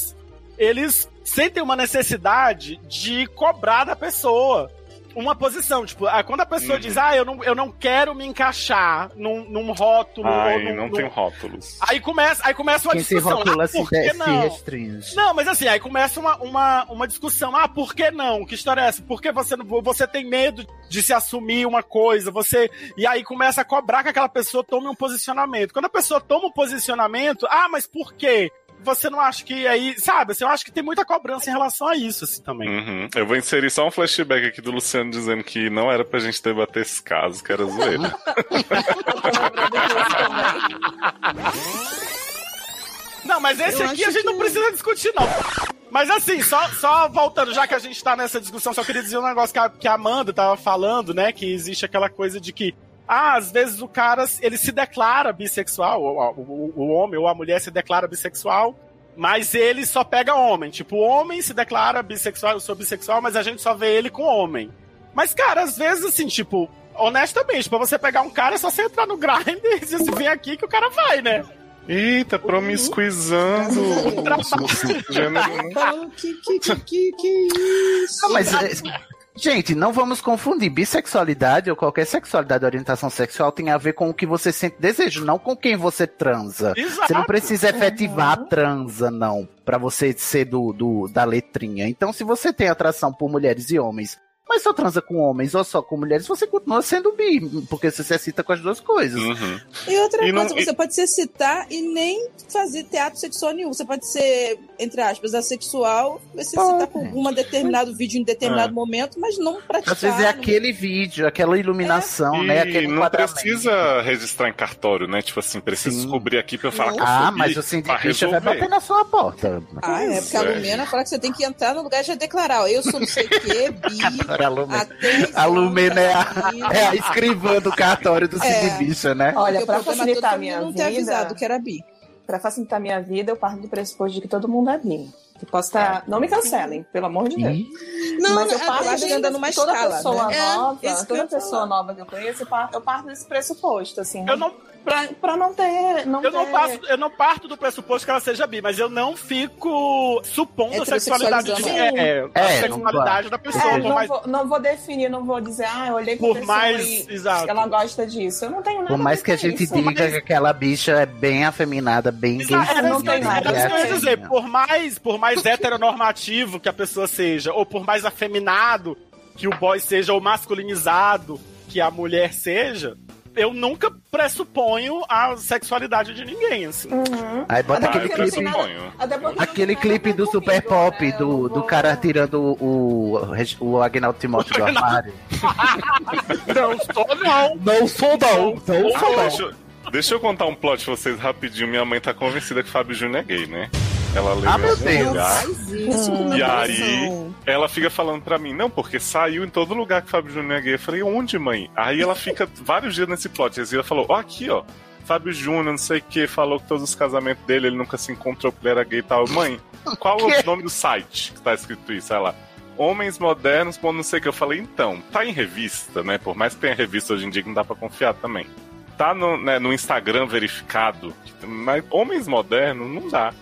B: eles sentem uma necessidade de cobrar da pessoa uma posição. Tipo, ah, quando a pessoa
A: Uhum.
B: diz, ah, eu não, eu não quero me encaixar num, num rótulo. ou
A: Ai,
B: num-
A: não
B: num-
A: tem rótulos.
B: Aí começa, aí começa uma
C: Quem se
B: discussão.
C: rotula
B: ah,
C: se,
B: por que
C: de- se
B: não?
C: restringe.
B: Não, mas assim, aí começa uma, uma, uma discussão. Ah, por que não? Que história é essa? Por que você, não- você tem medo de se assumir uma coisa? Você E aí começa a cobrar que aquela pessoa tome um posicionamento. Quando a pessoa toma um posicionamento, ah, mas por quê? Você não acha que aí. Sabe, assim, eu acho que tem muita cobrança em relação a isso, assim, também.
A: Uhum. Eu vou inserir só um flashback aqui do Luciano dizendo que não era pra gente debater esse caso, que era zoeira.
B: Não, mas esse
G: Eu
B: aqui
G: acho
B: a gente não
G: que-
B: precisa discutir, não. Mas assim, só, só voltando, já que a gente tá nessa discussão, só queria dizer um negócio que a, que a Amanda tava falando, né? Que existe aquela coisa de que, ah, às vezes o cara, ele se declara bissexual, ou a- o, o homem ou a mulher se declara bissexual, mas ele só pega homem. Tipo, o homem se declara bissexual, eu sou bissexual, mas a gente só vê ele com homem. Mas, cara, às vezes, assim, tipo, honestamente, pra você pegar um cara, é só você entrar no grind e dizer assim, vem aqui que o cara vai, né?
A: Eita, promiscuizando
C: Uhum.
A: o gênero, né?
G: Então, que, que, que, que, que isso?
C: Não, mas, é, gente, não vamos confundir. Bissexualidade ou qualquer sexualidade, orientação sexual tem a ver com o que você sente desejo, não com quem você transa.
B: Exato.
C: Você não precisa efetivar
E: Uhum.
C: a transa, não, pra você ser do, do- da letrinha. Então, se você tem atração por mulheres e homens, mas só transa com homens ou só com mulheres, você continua sendo bi, porque você se excita com as duas coisas.
A: Uhum.
D: E outra
A: E não-
D: coisa,
A: e-
D: você pode se excitar e nem fazer teatro sexual nenhum. Você pode ser, entre aspas, assexual, você se excitar com algum determinado vídeo em determinado momento, mas não praticar. né?
C: Às vezes é
D: não-
C: aquele vídeo, aquela iluminação, né?
A: E
C: Aquele
A: não
C: enquadramento.
A: precisa registrar em cartório, né? Tipo assim, preciso
C: Sim.
A: descobrir aqui pra eu falar que eu
C: Ah,
A: sou bi
C: mas o
A: pra
C: sindicalista vai
A: resolver.
C: bater na sua porta.
D: Ah, é, porque a
A: Pois é.
D: Lumena fala que você tem que entrar no lugar e já declarar. ó, Eu sou não sei o quê, bi,
C: Para a Lumena.
D: até. tá
C: A Lumena é a, é a escrivã do cartório do
D: É.
C: Sindbicha, né?
E: Olha,
D: o
E: pra
D: problema
E: facilitar
D: todo
E: a minha
D: mundo não ter
E: vida,
D: avisado que era bi.
E: pra facilitar minha vida, eu parto do pressuposto de que todo mundo é bi. Eu posso estar. Não me cancelem, pelo amor de Deus.
G: Não,
E: Mas eu
G: é,
E: parto
G: eu acho que anda numa
E: toda
G: escala,
E: Pessoa
G: né? É,
E: nova,
G: isso que eu
E: toda
G: ia falar.
E: pessoa nova que eu conheço, eu parto, eu parto desse pressuposto, assim.
B: Eu não,
E: Pra, pra não ter. Não
B: eu, não
E: ter-
B: passo- eu não parto do pressuposto que ela seja bi, mas eu não fico supondo a sexualidade, de,
E: Heterossexualizando.
B: é, é, a
C: É,
B: sexualidade
C: não
B: da pessoa.
E: É,
B: por
E: não,
B: mais-
E: vou, não vou definir, não vou dizer, ah, eu olhei pra
B: Por
E: pessoa
B: mais-
E: e
B: exato.
E: ela gosta disso. Eu não tenho nada
C: Por mais
E: ver
C: que a
E: com
C: gente
E: isso.
C: diga que aquela bicha é bem afeminada, bem
B: Exa-
C: gayzinha.
B: Era isso que eu-
E: nada
B: era isso que eu ia
E: gatinha.
B: dizer. Por mais, por mais heteronormativo que a pessoa seja, ou por mais afeminado que o boy seja, ou masculinizado que a mulher seja, eu nunca pressuponho a sexualidade de ninguém, assim.
E: Uhum.
C: Aí bota
E: Até
A: Ah,
C: aquele
A: eu
E: porque não
C: clipe,
E: tem nada-
A: pressuponho.
E: Até porque não
C: aquele
E: tem
C: clipe
E: nada
C: do
E: comigo,
C: super pop,
E: né? Eu não
C: do, do
E: vou-
C: cara tirando o, o, o Agnaldo Timóteo do armário.
B: Não sou, não.
C: Não sou não, não
A: Ah, deixa, eu- deixa eu contar um plot pra vocês rapidinho. Minha mãe tá convencida que Fábio Júnior é gay, né? Ela leu
C: Ah,
A: em
C: meu
A: algum
C: Deus.
A: lugar.
G: Isso com meu
A: E
G: coração.
A: aí, ela fica falando pra mim, não, porque saiu em todo lugar que Fábio Júnior é gay. Eu falei, onde, mãe? Aí ela fica vários dias nesse plot. E ela falou, ó, aqui, ó. Fábio Júnior, não sei o que, falou que todos os casamentos dele, ele nunca se encontrou porque ele era gay e tal. Mãe, qual é o nome do site que tá escrito isso? Sei lá. Homens modernos, bom, não sei o que. Eu falei, então, tá em revista, né? Por mais que tenha revista hoje em dia que não dá pra confiar também. Tá no, né, no Instagram verificado, mas homens modernos não dá.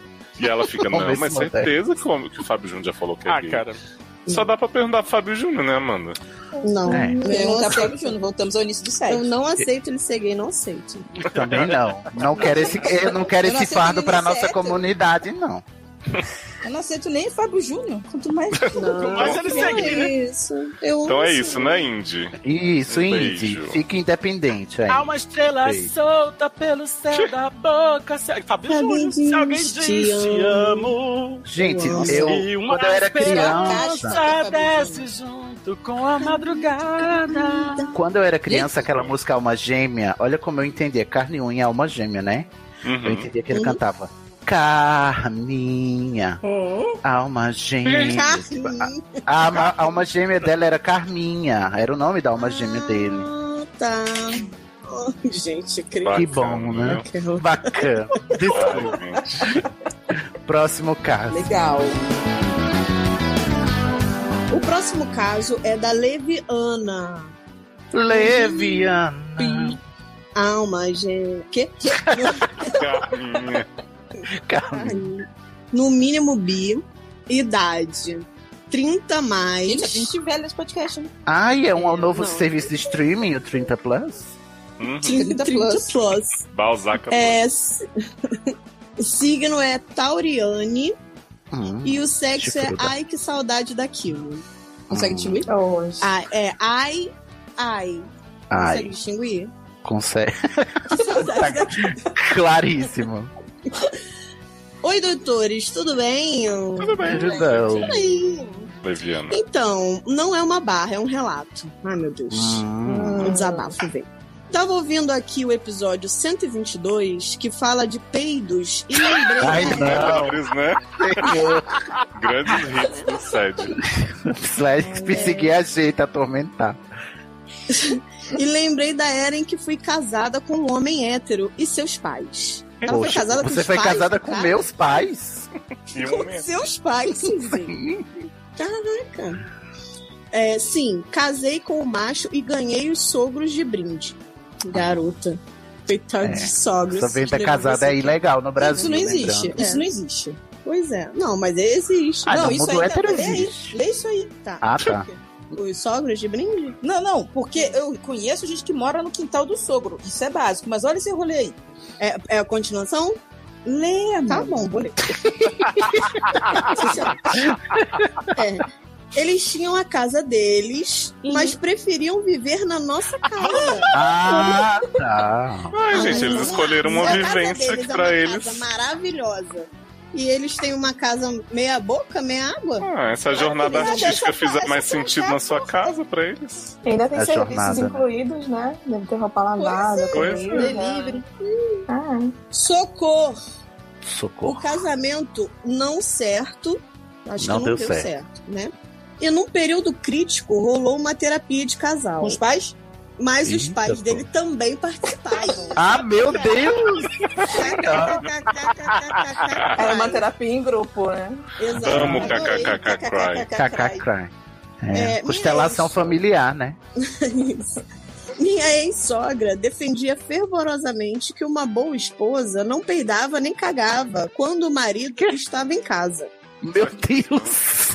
A: E ela fica, não,
C: Homens
A: mas
C: modernos.
A: certeza que o, que o Fábio Júnior já falou que é
B: Ah,
A: gay.
B: cara.
A: Só dá pra perguntar pro Fábio Júnior, né, Amanda?
G: Não,
C: É.
G: eu, não
D: Perguntar pra
G: aceito,
D: ele, Júnior, voltamos ao início do
G: eu
D: site.
G: não aceito ele ser gay, não aceito.
C: Também não. Não quero esse, eu não quero
D: Eu não
C: esse
D: aceito
C: fardo pra
D: menino
C: nossa
D: certo.
C: comunidade, não.
D: Eu não aceito nem Fábio Júnior, quanto mais.
G: Não,
B: mais ele ser gay, né?
G: é isso. Eu
A: Então é
G: amo
A: isso, né, Indy?
C: Isso,
A: Um
C: Indy.
A: beijo.
C: Fique independente aí.
B: Há uma estrela
C: Sei.
B: solta pelo céu da boca. Se... Fábio
G: Alguém
B: Júnior, se
G: diz
B: alguém diz
G: te
B: te amo.
C: Gente,
G: Nossa.
C: eu
B: e uma
C: quando eu era
B: esperança
C: criança,
D: criança-
B: desce junto com a madrugada.
C: quando eu era criança, aquela música Alma Gêmea, olha como eu entendia, carne e unha, alma gêmea, né? Eu
A: Uhum.
C: entendia que ele cantava Carminha,
G: Oh.
C: alma gêmea. Tipo, A, a- a alma gêmea dela era Carminha, era o nome da alma gêmea dele.
G: Ah, tá. Oh, gente, creio.
A: Bacana,
C: bom, né?
A: viu?
G: que horror.
C: Bacana. Desculpa.
A: Ai, gente.
C: Próximo caso.
D: Legal.
G: O próximo caso é da Leviana.
C: Leviana.
G: Alma, gente. Quê?
A: Carminha.
C: Carminha.
G: No mínimo bi. Idade.
D: Gente,
G: 30 a
D: a
G: mais.
D: gente velha esse podcast, né?
C: Ai, é um novo
G: Não.
C: serviço de streaming, o 30 Plus?
A: Uhum.
G: 30
D: é plus.
A: Tá
G: plus.
A: Balzac.
G: É, s- o signo é Tauriane
C: Hum.
G: e o sexo é
C: Chifruda.
G: ai que saudade daquilo.
D: Consegue Ah, diluir?
E: Hoje.
G: Ai, é ai, ai. Consegue
C: Ai,
G: distinguir?
C: consegue.
G: Que saudade daquilo. Tá
C: Claríssimo.
G: Oi, doutores, tudo bem? Tudo
C: Ajudou.
G: bem.
A: Leviana.
G: Então, não é uma barra, é um relato. Ai, meu Deus.
C: Hum.
G: Um desabafo, vem. Tava ouvindo aqui o episódio 122, que fala de peidos, e lembrei...
C: Ai, não.
A: Melhores, né? Grandes hits do SED.
C: Slash perseguir a gente, atormentar.
G: E lembrei da era em que fui casada com um homem hétero e seus pais. Ela foi
C: Poxa,
G: casada com
C: Você
G: os
C: foi
G: pais tá?
C: casada
G: do
C: com
G: cara?
C: meus pais?
A: E um
G: Com
A: momento.
G: seus pais, Suzy. Caraca. É, sim, casei com o macho e ganhei os sogros de brinde. Garota. Coitado
C: É,
G: de sogros.
C: Essa venda casada é ilegal no Brasil.
D: Isso não existe.
C: lembrando.
D: Isso não existe.
G: Pois é. Não, mas existe.
C: Ah,
G: não,
C: não,
G: isso
C: mundo
G: aí
C: hétero
G: tá- lê aí,
C: existe.
D: é
G: Lê isso aí. Tá.
C: Ah, tá.
G: Os sogros de brinde?
D: Não, não, porque eu conheço gente que mora no quintal do sogro. Isso é básico, mas olha esse rolê aí.
G: É, é a continuação?
D: Lê, amor.
G: Tá bom, vou ler. É. Eles tinham a casa deles, mas preferiam viver na nossa casa.
C: Ah, tá.
A: Ai, gente, eles
G: Ah,
A: escolheram É uma
G: a casa
A: vivência
G: deles
A: que
G: é
A: pra
G: uma
A: eles.
G: Casa maravilhosa. E eles têm uma casa meia boca, meia água.
A: Ah, essa jornada
G: Mas essa-
A: artística
G: essa- um
A: fizer
G: essa
A: mais
G: jornada-
A: sentido na sua casa pra eles.
E: Ainda tem
C: A
E: serviços
C: jornada, né?
E: incluídos, né? Deve ter roupa lavada,
A: Pois é.
E: comida.
G: Delivery.
E: Ah,
G: Socorro! O
C: Socorro.
G: casamento não certo. Acho
C: Não
G: que
C: deu
G: não deu
C: certo.
G: certo. né? E num período crítico rolou uma terapia de casal.
D: Com os pais?
G: Mas os
C: Eita,
G: pais
C: pô.
G: dele também participavam.
C: Ah, meu Deus!
E: Era É uma terapia em grupo, né?
G: Exato.
A: Amo
G: Adorei.
A: kkkkkcry.
C: KKK. É,
G: É,
C: Constelação
G: isso.
C: familiar, né?
G: Isso. Minha ex-sogra defendia fervorosamente que uma boa esposa não peidava nem cagava quando o marido estava em casa.
C: Meu Deus!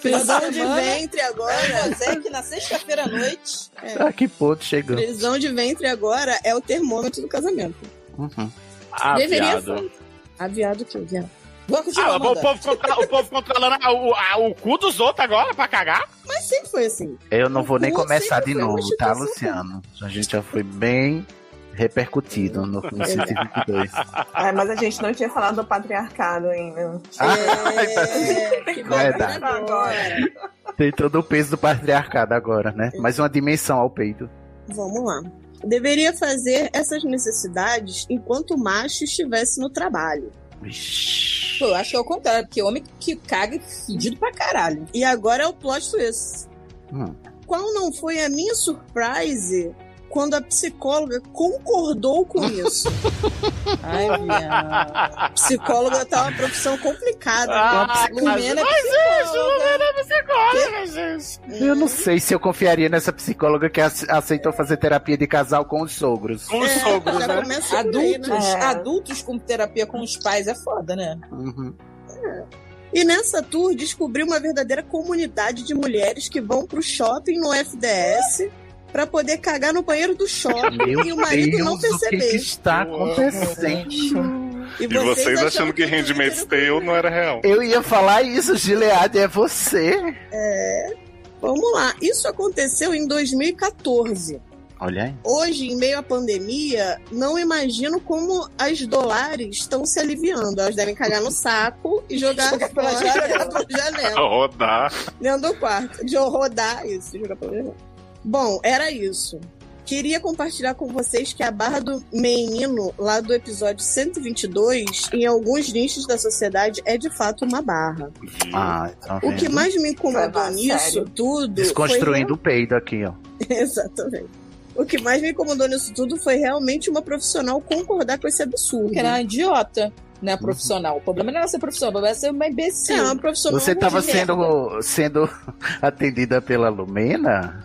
G: Prisão
D: Essa
G: de
D: semana-
G: ventre agora.
D: Zé, que na sexta-feira à noite.
C: A que ponto chegou?
G: Prisão de ventre agora é o termômetro do casamento.
C: Uhum.
B: Ah,
G: Deveria
B: viado.
G: Aviado que eu viado.
D: Vou continuar,
B: Ah, o
D: Amanda.
B: povo, contra- o povo controlando a- o, a- o cu dos outros agora pra cagar?
G: Mas sempre foi assim.
C: Eu não vou nem
G: Não sei
C: começar
G: que
C: de
G: foi uma
C: novo, tá,
G: instituição.
C: Luciano? A gente já foi bem repercutido no, no 122.
E: Ah, mas a gente não tinha falado do patriarcado ainda.
C: Ai, tá
G: É, que
C: Verdade.
G: bacana agora.
C: Tem todo o peso do patriarcado agora, né? Mais uma dimensão ao peito.
G: Vamos lá. Deveria fazer essas necessidades enquanto o macho estivesse no trabalho.
C: Vixi.
D: Pô, eu acho que é o contrário, porque homem que caga é fedido pra caralho.
G: E agora é o plot twist.
C: Hum.
G: Qual não foi a minha surprise quando a psicóloga concordou com isso?
D: Ai, minha.
G: psicóloga tá uma profissão complicada.
B: Ah,
G: né?
D: Lumena é psicóloga.
B: Olha, gente.
G: É.
C: Eu não sei se eu confiaria nessa psicóloga que ace- aceitou fazer terapia de casal com os sogros.
B: Com os sogros,
G: É, já
B: né?
G: começa por aí, né?
D: Adultos,
E: É.
D: adultos com terapia com os pais é foda, né?
C: Uhum.
G: E nessa tour descobri uma verdadeira comunidade de mulheres que vão pro shopping no FDS pra poder cagar no banheiro do shopping
C: Meu
G: e o marido
C: Deus,
G: não
C: o que, que
G: perceber.
C: está
B: Eu amo.
C: acontecendo?
A: E vocês achando que Handmaid's
G: rendimento
A: Tale não era real.
C: Eu ia falar isso, Gilead, é você.
G: Vamos lá. Isso aconteceu em 2014.
C: Olha aí.
G: Hoje, em meio à pandemia, não imagino como as dólares estão se aliviando. Elas devem cagar no saco e jogar
D: Jogar pela
G: fora,
D: janela.
G: pela janela.
A: Rodar.
G: dentro do quarto. De eu rodar isso, jogar pra janela. Bom, era isso. Queria compartilhar com vocês que a barra do menino, lá do episódio 122, em alguns nichos da sociedade, é de fato uma barra.
C: Ah, tá
G: O
C: vendo?
G: que mais me incomodou
E: Vai lá,
G: nisso
E: sério.
G: tudo. foi
C: Desconstruindo o peido aqui, ó.
G: Exatamente. O que mais me incomodou nisso tudo foi realmente uma profissional concordar com esse absurdo.
D: Porque ela é uma idiota,
C: Uhum.
D: né? Profissional. O problema não é ela ser profissional, o problema é ser uma
G: É,
D: imbecil.
G: uma profissional.
C: Você estava
G: de
C: sendo, sendo atendida pela Lumena?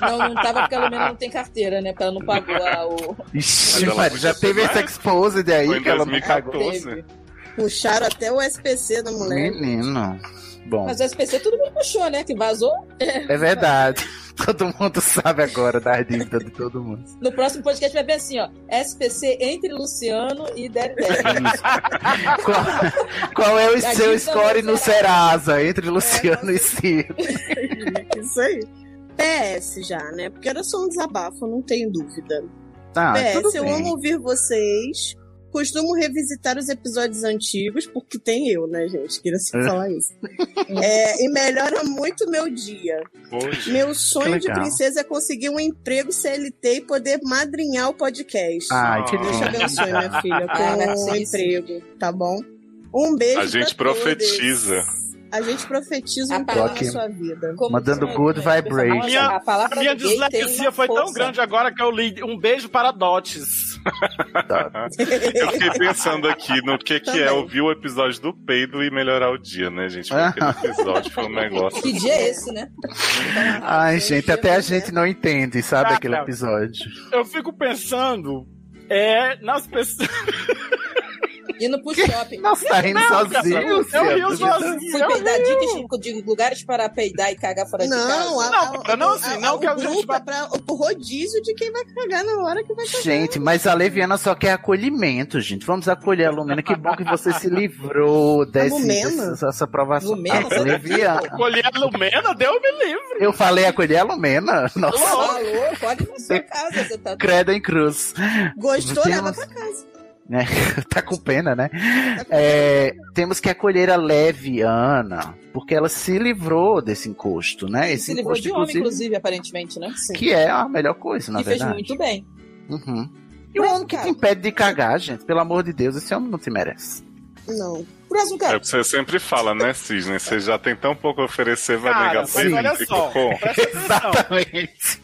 D: Não, não tava porque a Lumena não tem carteira, né? Porque ela não pagou a, o.
C: Ixi,
A: Mas ela
C: Maria, já
A: podia
C: teve
A: ser
C: essa
A: mais?
C: exposed
A: Foi
C: aí
A: em
C: que ela não
A: 2014.
C: pagou.
A: Doze.
D: Teve.
G: Puxaram até o SPC da mulher.
C: Menino. Bom,
D: Mas o SPC todo mundo puxou, né? Que vazou.
C: é verdade. Todo mundo sabe agora da dívida de todo mundo.
D: No próximo podcast vai ver assim, ó. SPC entre Luciano e Derek.
G: Ah,
C: Isso. Qual, qual é o
D: A
C: seu
D: dívida
C: score
D: do
C: no Serasa
G: É,
C: entre Luciano e Ciro?
G: Isso aí. PS já, né? Porque era só um desabafo, não tenho dúvida.
C: Ah, tudo
G: PS, eu
C: bem.
G: amo ouvir vocês. Costumo revisitar os episódios antigos, porque tem eu, né, gente? Queria só
C: É.
G: falar isso. É, e melhora muito meu dia.
A: Hoje.
G: Meu sonho de
C: legal.
G: princesa é conseguir um emprego CLT e poder madrinhar o podcast.
C: Ai, que
A: Deixa
G: Deixa
C: lindo.
G: meu sonho, minha filha, com
D: Ah, vai
G: um
D: ser isso.
G: emprego, tá bom? Um beijo.
A: A gente
G: pra
A: profetiza.
G: todos. A gente profetiza um
D: A
G: pouco
C: palavra-
G: na sua vida.
D: Como
C: Mandando
D: diz,
C: good
D: né,
C: vibration.
B: Minha-
D: a palavra
B: Minha
D: do gay tem
B: dislexia
D: uma
B: foi tão
D: força.
B: grande agora que eu li um beijo para Dotes.
A: Eu fiquei pensando aqui no que, que é
G: Também.
A: ouvir o episódio do peido e melhorar o dia, né, gente? Porque aquele episódio foi um negócio.
D: Que dia é esse, né?
C: Ai,
G: Então,
C: gente,
G: né?
C: até a gente não entende, sabe,
B: Ah,
C: aquele
B: não.
C: episódio.
B: Eu fico pensando é, nas pessoas.
D: Indo pro shopping.
C: Nossa, tá rindo sozinho.
A: é um
B: eu rio
C: Luciano.
B: sozinho.
D: Fui peidar dicas de lugares para peidar e cagar fora de casa.
G: Não, a,
B: Não,
G: a,
B: não, assim, não
G: o
B: que a gente
G: grupo
B: vai-
G: é pra, o rodízio de quem vai cagar na hora que vai cagar.
C: Gente, mas a Leviana só quer acolhimento, gente. Vamos acolher a Lumena. Que bom que você se livrou desse,
G: Lumena?
C: dessa, dessa aprovação.
D: Lumena? tá
C: Ah, Leviana.
B: Colher a Lumena, deu me livre.
C: Eu falei acolher a Lumena. Nossa,
D: Falou, pode ir na sua casa, você tá
C: credo em cruz.
G: Gostou,
C: Tem
G: leva
C: uns-
G: pra casa.
C: tá com pena, né? É, temos que acolher a Leviana, porque ela se livrou desse encosto, né? Esse
D: se livrou
C: encosto,
D: de homem, inclusive, aparentemente, né? Sim.
C: que é a melhor coisa, na
D: E fez
C: verdade.
D: muito bem.
C: Uhum. E o homem que te impede de cagar, gente, pelo amor de Deus, esse homem não te merece.
G: Não.
D: Próximo
A: É
D: cara.
A: o que você sempre fala, né, Cisne? Você já tem tão pouco a oferecer, vai
B: Cara,
A: negar
B: mas
A: sempre.
B: olha
A: Fico
B: só.
A: com.
B: Presta atenção.
C: Exatamente.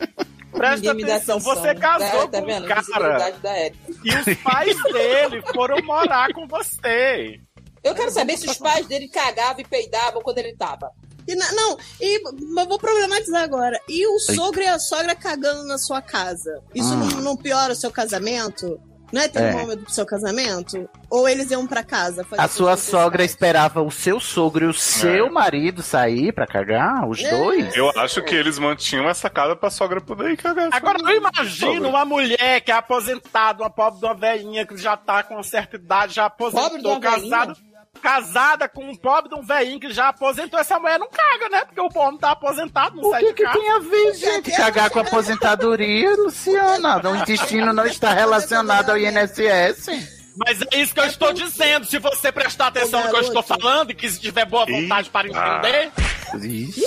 B: Presta
D: Ninguém me dá
B: atenção,
D: atenção.
B: você casou
D: Tá- tá
B: com
D: vendo?
B: um cara
D: Visibilidade da Erika.
B: e os pais dele foram morar com você.
D: Eu quero saber se os pais dele cagavam e peidavam quando ele tava.
G: E na- não, e mas vou problematizar agora. E o sogro e a sogra cagando na sua casa? Isso
C: Hum.
G: não, não piora o seu casamento? Não é termômetro pro seu casamento? Ou eles iam pra casa? fazer
C: A sua
G: suas
C: sogra
G: necessidades?
C: esperava o seu sogro e o seu marido sair pra cagar, os
G: É.
C: dois?
A: Eu acho que eles mantinham essa casa pra sogra poder ir cagar.
B: Agora eu imagino
A: Sobre.
B: uma mulher que é aposentada, uma pobre de uma velhinha que já tá com uma certa idade, já
D: Pobre de uma
B: aposentou,
D: velhinha?
B: casada. Casada com um pobre de um velhinho que já aposentou, essa mulher não caga, né? Porque o homem tá aposentado, não
C: O
B: sai
C: que,
B: de
C: que
B: casa.
C: tem a ver, gente? Cagar com a aposentadoria, Luciana? O intestino não está relacionado ao INSS.
B: Mas é isso que eu estou dizendo. Se você prestar atenção no que eu estou
G: garoto.
B: falando, que se tiver boa vontade para entender,
C: Ixi,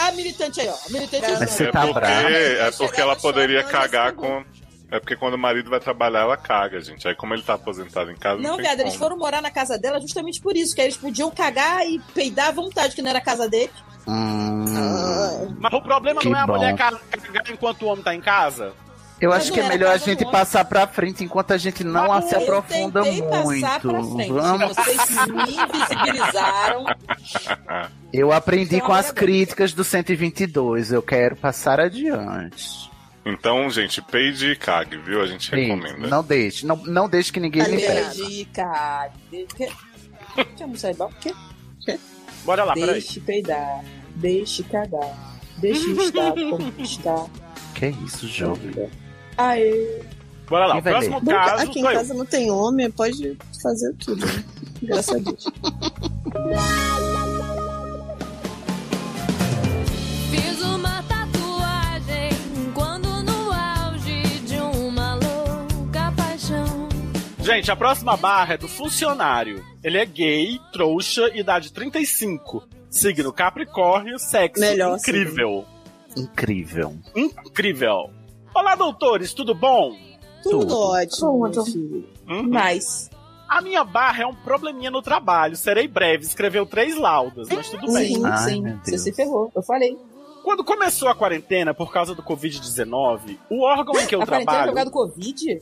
D: A militante aí, ó. A militante
C: Mas
D: aí.
C: você
A: é
C: tá
A: porque,
C: brava.
A: é porque ela poderia cagar com. É porque quando o marido vai trabalhar, ela caga, gente. Aí como ele tá aposentado em casa, não,
D: Não,
A: tem
D: viado, eles
A: como.
D: foram morar na casa dela justamente por isso, que aí eles podiam cagar e peidar à vontade, que não era a casa dele. Ah.
C: hum,
B: mas o problema
C: Que
B: não é a
C: bom.
B: mulher ca- cagar enquanto o homem tá em casa.
C: eu
D: Mas
C: acho
D: não
C: que é
D: era
C: melhor a
D: casa do
C: gente
D: homem.
C: passar pra frente enquanto a gente não
B: Mas
C: se
D: eu
C: aprofunda
D: tentei passar pra
C: muito.
D: frente.
C: Vamos.
D: Vocês me invisibilizaram.
C: Eu aprendi
D: Então,
C: com as
D: olha-
C: críticas do 122. Eu quero passar adiante.
A: Então, gente, peide e cague, viu? A gente recomenda.
C: Não deixe, não, não deixe que ninguém lhe
G: Aliás,
C: pegue.
D: Perdi, cara. Deixa eu almoçar aí, por quê?
B: Bora lá, Ah, peraí.
D: Deixe peidar. Deixe cagar. Deixe estar como está.
C: Que isso, jovem?
D: Aê.
B: Bora lá.
C: Quem
B: O
C: vai
B: próximo
G: Bom,
B: caso
G: aqui em
B: foi.
G: casa não tem homem, pode fazer tudo. Né? Graças a Deus.
J: Fiz uma tatuagem quando no auge de uma louca paixão.
B: Gente, a próxima barra é do funcionário. Ele é gay, trouxa, idade 35. Signo Capricórnio, sexo
G: Melhor
B: incrível.
C: Incrível.
B: Incrível. Olá, doutores, tudo bom?
G: Tudo,
C: Tudo.
G: ótimo. meu
E: Tudo.
G: filho.
B: Hum?
D: Mas.
B: A minha barra é um probleminha no trabalho. Serei breve. Escreveu três laudas, mas tudo bem.
D: Sim,
C: Ai,
D: sim.
C: meu
D: Você
C: Deus.
D: se ferrou. Eu falei.
B: Quando começou a quarentena por causa do Covid-19, o órgão em que eu
D: a quarentena é
B: trabalho.
D: jogado Covid?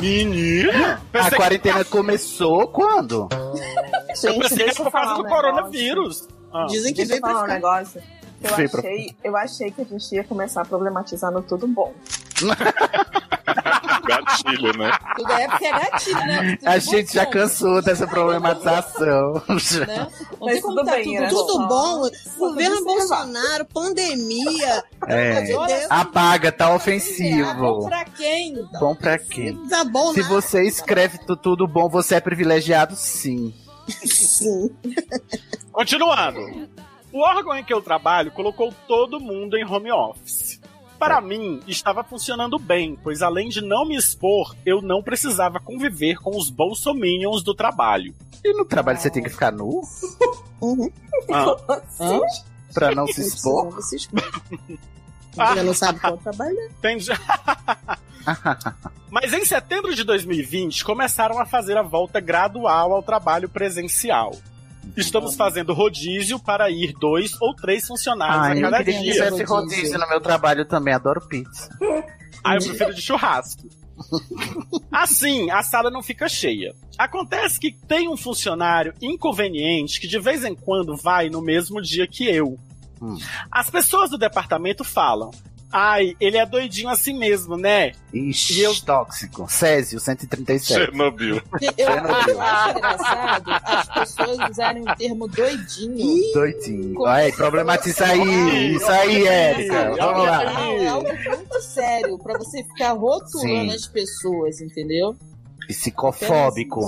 B: Menina!
C: A
B: Pensei-
C: quarentena começou quando?
B: Eu
E: Gente,
B: pensei que
E: deixa
B: era
E: eu
B: por causa
E: falar
B: do
E: um negócio.
B: coronavírus. Ah.
G: Dizem que
E: Deixa eu
G: veio pra
E: falar um
G: ficar.
E: negócio. Eu
C: Veio pra-
E: achei, eu achei que a gente ia começar problematizando tudo bom.
A: Gatilho, né?
D: Tudo é porque é gatilho, né? Tudo
C: A
D: bom
C: gente já
D: som,
C: cansou dessa problematização.
D: Né? Não
E: Mas
D: tem como
E: tudo
D: tá
E: bem, né?
B: É
D: tudo
G: Tudo
E: Só-
G: bom?
E: só
G: Governo
E: observar.
G: Bolsonaro, pandemia.
C: É.
G: Meu Deus.
C: Apaga, tá
D: Ah, bom
C: ofensivo.
D: pra quem?
C: Bom pra quê?
G: Tá bom,
C: Se
G: né?
C: você escreve tu- tudo bom, você é privilegiado, sim.
G: Sim.
B: Continuando. O órgão em que eu trabalho colocou todo mundo em home office.
C: É.
B: Para mim, estava funcionando bem, pois além de não me expor, eu não precisava conviver com os bolsominions do trabalho.
C: E no trabalho você tem que ficar nu
G: Uhum.
B: Ah,
G: Hã?
C: pra não se expor?
G: Você escuta. Você não sabe qual trabalho.
B: entendi. Mas em setembro de 2020, começaram a fazer a volta gradual ao trabalho presencial. Estamos fazendo rodízio para ir dois ou três funcionários
C: Ai,
B: a
C: Ah, eu
B: cada
C: queria que
B: dia.
C: tivesse rodízio no meu trabalho também, adoro pizza.
B: Ah, eu prefiro de churrasco. Assim, a sala não fica cheia. Acontece que tem um funcionário inconveniente que de vez em quando vai no mesmo dia que eu.
C: Hum.
B: As pessoas do departamento falam: Ai, ele é doidinho assim mesmo, né?
C: Ixi,
B: E eu-
C: tóxico. Césio, 137.
A: Chernobyl.
D: Eu, eu acho engraçado as pessoas usarem o termo doidinho.
C: Doidinho. Aí, problematiza aí. Isso aí, Érica. Vamos lá.
D: É algo muito sério pra você ficar rotulando
C: Sim.
D: as pessoas, entendeu?
C: Psicofóbico.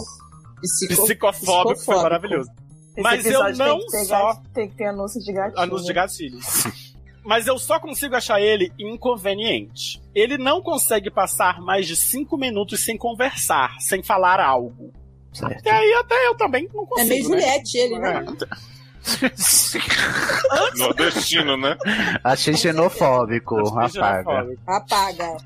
D: Psico...
B: Psicofóbico foi
D: psicofóbico.
B: maravilhoso.
E: Esse
B: Mas eu
E: episódio
B: não
E: tem que ter
B: só-
E: gat- Tem que ter anúncio de gatinho.
B: Anúncio de gatilhos. Mas eu só consigo achar ele inconveniente. Ele não consegue passar mais de cinco minutos sem conversar, sem falar algo.
C: Certo.
B: E aí até eu também não
D: É
B: consigo.
D: meio
B: né?
D: Juliette ele, né?
C: É.
A: Nordestino, né?
C: Achei xenofóbico,
B: Acho que já
C: apaga.
B: foi.
D: Apaga.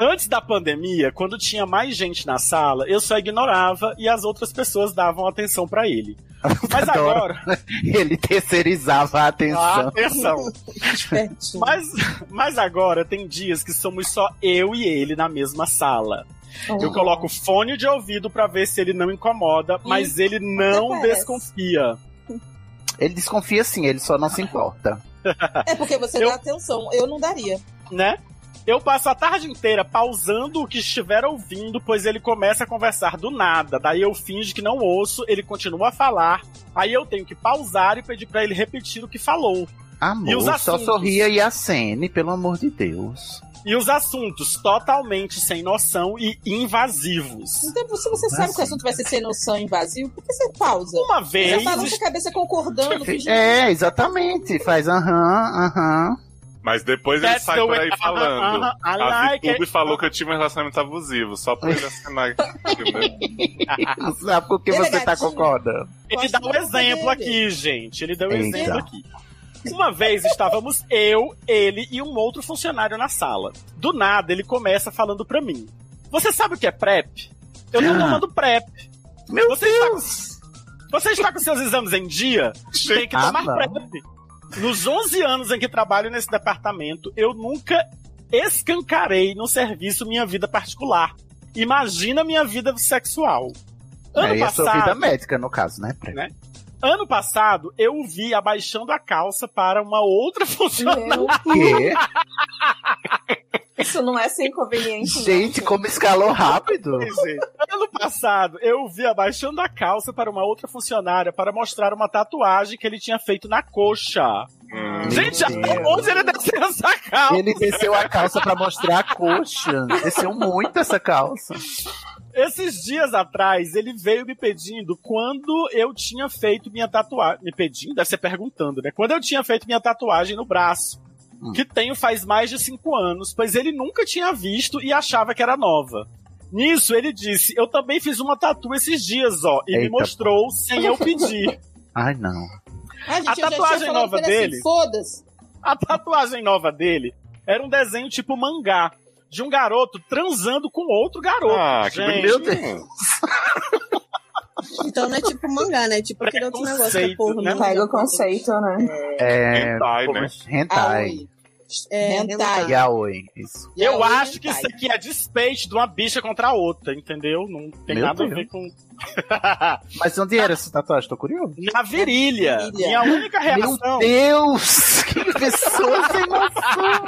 B: Antes da pandemia, quando tinha mais gente na sala, eu só ignorava e as outras pessoas davam atenção pra ele. Mas
C: Adoro.
B: agora.
C: Ele terceirizava a atenção.
B: Ah, atenção. mas, mas agora tem dias que somos só eu e ele na mesma sala. Eu
C: Oh.
B: coloco fone de ouvido pra ver se ele não incomoda, mas ele não
D: parece.
B: desconfia.
C: Ele desconfia sim, ele só não se importa.
D: É porque você dá atenção. Eu não daria.
B: né? Eu passo a tarde inteira pausando o que estiver ouvindo, pois ele começa a conversar do nada. Daí eu finge que não ouço, ele continua a falar. Aí eu tenho que pausar e pedir pra ele repetir o que falou.
C: Amor,
B: E os
C: só
B: assuntos?
C: sorria e acene, pelo amor de Deus.
B: E os assuntos totalmente sem noção e invasivos.
D: Então, se você sabe que o assunto vai ser sem noção e invasivo, por que você pausa?
B: Uma vez-
D: Você balança a cabeça concordando. fingindo-
C: É, exatamente. Faz aham, aham.
A: Mas depois ele
C: That's
A: sai
C: the
A: por
C: way-
A: aí falando.
C: Ah, ah, I
A: a
C: like
A: VTube
C: it.
A: falou que eu tive um relacionamento abusivo, só pra ele assinar.
C: Não sabe com o que
B: Ele é
C: você tá
B: gatinho.
C: concordando.
B: Ele dá um exemplo aqui, gente. Ele deu um
C: Eita.
B: exemplo aqui. Uma vez estávamos eu, ele e um outro funcionário na sala. Do nada, ele começa falando pra mim: Você sabe o que é PrEP? Eu tô
C: Ah.
B: tomando PrEP.
C: Meu
B: você Deus! você está com seus exames em dia? Tem que
C: Ah,
B: tomar
C: não.
B: PrEP. Nos 11 anos em que trabalho nesse departamento, eu nunca escancarei no serviço minha vida particular. Imagina minha vida sexual. Ano
C: Aí é sua
B: passado,
C: vida médica, no caso, né? Pre?
B: né? Ano passado, eu o vi abaixando a calça para uma outra funcionária.
C: Quê?
E: Isso não é ser inconveniente. não.
C: Gente, como escalou rápido.
B: Ano passado, eu o vi abaixando a calça para uma outra funcionária para mostrar uma tatuagem que ele tinha feito na coxa. Gente, até hoje ele desceu essa calça.
C: Ele desceu a calça pra mostrar a coxa. Desceu muito essa calça.
B: Esses dias atrás, ele veio me pedindo quando eu tinha feito minha tatuagem. Me pedindo? Deve ser perguntando, né? Quando eu tinha feito minha tatuagem no braço.
A: Hum.
B: Que tenho faz mais de cinco anos, pois ele nunca tinha visto e achava que era nova. Nisso, ele disse: Eu também fiz uma tatu esses dias, ó, e me
C: Eita.
B: mostrou sem eu pedir.
C: Ai, não.
D: Ah, gente,
B: A
D: eu já tinha
B: tatuagem
D: falado
B: nova
D: pra ele assim,
B: dele?
D: Foda-se.
B: A tatuagem nova dele era um desenho tipo mangá, de um garoto transando com outro garoto.
A: Ah, que
B: gente.
A: bonitinho.
G: Então não é tipo mangá, né? É Tipo aquele outro negócio que é porno.
E: né? Pega o conceito, né?
C: É,
A: Hentai,
C: como-
A: né?
C: Hentai.
G: É,
C: E aoi. Isso.
B: Eu acho que isso aqui é despeito de uma bicha contra a outra, entendeu? Não tem
C: Meu
B: nada a
C: Deus.
B: ver com.
C: Mas onde era essa tatuagem? Tô curioso.
B: Na virilha.
C: virilha.
B: Minha única
C: Meu
B: reação.
C: Deus! Que pessoa sem noção!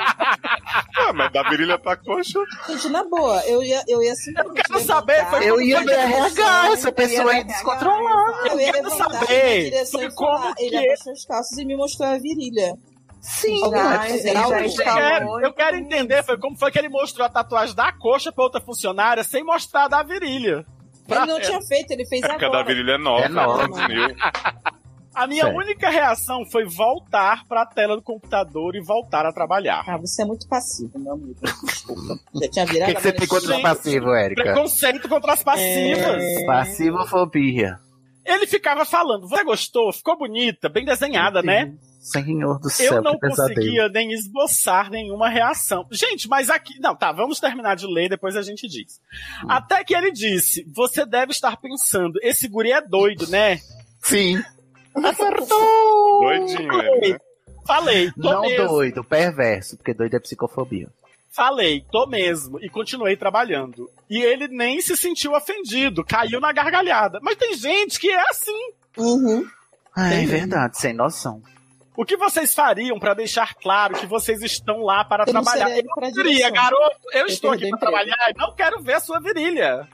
A: Ah, mas da virilha pra coxa.
G: Gente, na boa, eu ia, eu ia simplesmente.
B: é Eu quero saber, foi
C: Eu
B: como
C: ia
B: foi
C: ver RH, essa pessoa é
G: ia
C: descontrolada.
G: Eu ia levantar
B: saber
G: na direção e
B: foi como
G: falar, ele
B: que-
G: abaixou os calços e me mostrou a virilha.
C: Sim,
B: Ai, gente, é eu, quero, eu quero entender foi como foi que ele mostrou a tatuagem da coxa pra outra funcionária sem mostrar a da virilha.
G: Ele não tinha feito, ele fez
A: É porque a da
G: agora.
A: virilha é nova.
C: É nova.
A: né? Mil.
B: A minha
C: Certo.
B: única reação foi voltar pra tela do computador e voltar a trabalhar.
G: Ah, você é muito passivo, meu amigo. Já tinha
C: O
G: virado.
C: que, que você tem contra o
B: Gente,
C: passivo, Érica?
B: Preconceito contra as passivas.
C: É. Passivofobia.
B: Ele ficava falando: Você gostou? Ficou bonita, bem desenhada, né?
C: Senhor do céu,
B: Eu não
C: que pesadelo.
B: conseguia nem esboçar nenhuma reação. Gente, mas aqui. Não, tá, vamos terminar de ler, depois a gente diz.
C: Hum.
B: Até que ele disse: Você deve estar pensando, esse guri é doido, né? Assim,
C: Sim.
B: Acertou!
A: Doidinho ele, né?
B: Falei, tô
C: Não
B: mesmo.
C: doido, perverso, porque doido é psicofobia.
B: Falei, tô mesmo, e continuei trabalhando. E ele nem se sentiu ofendido, caiu na gargalhada. Mas tem gente que é assim.
G: Uhum.
C: Ah, é
B: Entendi.
C: verdade, sem noção.
B: O que vocês fariam pra deixar claro que vocês estão lá para
G: Eu não
B: trabalhar?
G: serei
B: Eu não
G: pra
B: diria,
G: direção.
B: garoto, eu,
G: Eu
B: estou aqui
G: perdi
B: para
G: o emprego.
B: trabalhar e não quero ver a sua virilha.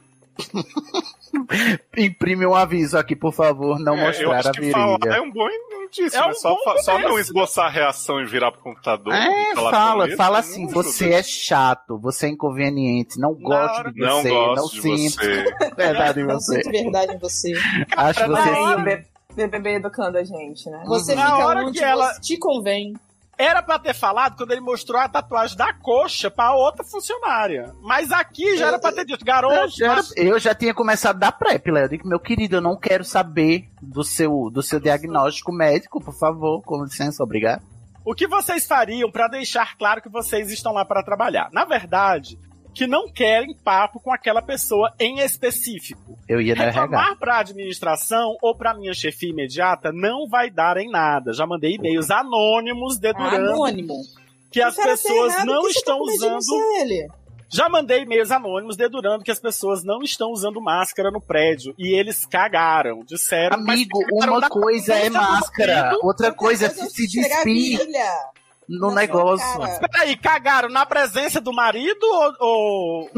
C: Imprime um aviso aqui, por favor, não
A: É, eu
C: Então mostrar
A: acho
C: a
A: que falar é
C: virilha.
A: um bom indício,
B: É
A: né?
B: um
A: só,
B: bom
A: fa- só
B: começo.
A: não esboçar a reação e virar pro computador.
C: É,
A: e falar com
C: fala,
A: ele,
C: fala
A: não
C: assim,
A: ajuda.
C: você é chato, você é inconveniente, não gosto
B: hora-
C: de
A: Não
C: você, não
A: gosto de
C: sinto
A: você.
C: verdade em
G: Não
C: você.
G: sinto verdade em você.
C: Acho
B: Pra
C: você
B: dar
E: E
B: hora.
E: o B- BBB educando a gente, né?
G: Você
D: Uhum.
B: Na
G: fica
B: hora
G: onde
B: que ela-
G: você- te convém.
B: Era pra ter falado quando ele mostrou a tatuagem da coxa pra outra funcionária. Mas aqui já era pra ter dito,
C: Eu
B: garoto,
C: É, já,
B: mas-
C: eu já tinha começado da PrEP, Léo. Eu digo, meu querido, eu não quero saber do seu, do seu diagnóstico médico, por favor. Com licença, obrigado.
B: o que vocês fariam pra deixar claro que vocês estão lá para trabalhar? Na verdade, que não querem papo com aquela pessoa em específico.
C: Eu ia na RH.
B: Reclamar para administração ou para minha chefia imediata não vai dar em nada. Já mandei e-mails
D: Ah,
B: anônimos dedurando
D: Anônimo.
B: Ah, que as
D: O cara tem
B: pessoas
D: errado, por
B: não
D: que você tá
B: estão
D: com medo de
B: usando
D: denunciar ele?
B: já mandei e-mails anônimos dedurando que as pessoas não estão usando máscara no prédio. E eles cagaram, disseram. mas
C: Amigo,
B: cagaram
C: uma
B: na
C: coisa é
A: tá
B: cabeça do
C: máscara,
B: ouvido.
C: outra coisa é se
D: Chegar
C: despir
D: virilha.
C: no negócio.
D: cara.
B: Peraí, cagaram na presença do marido ou. ou-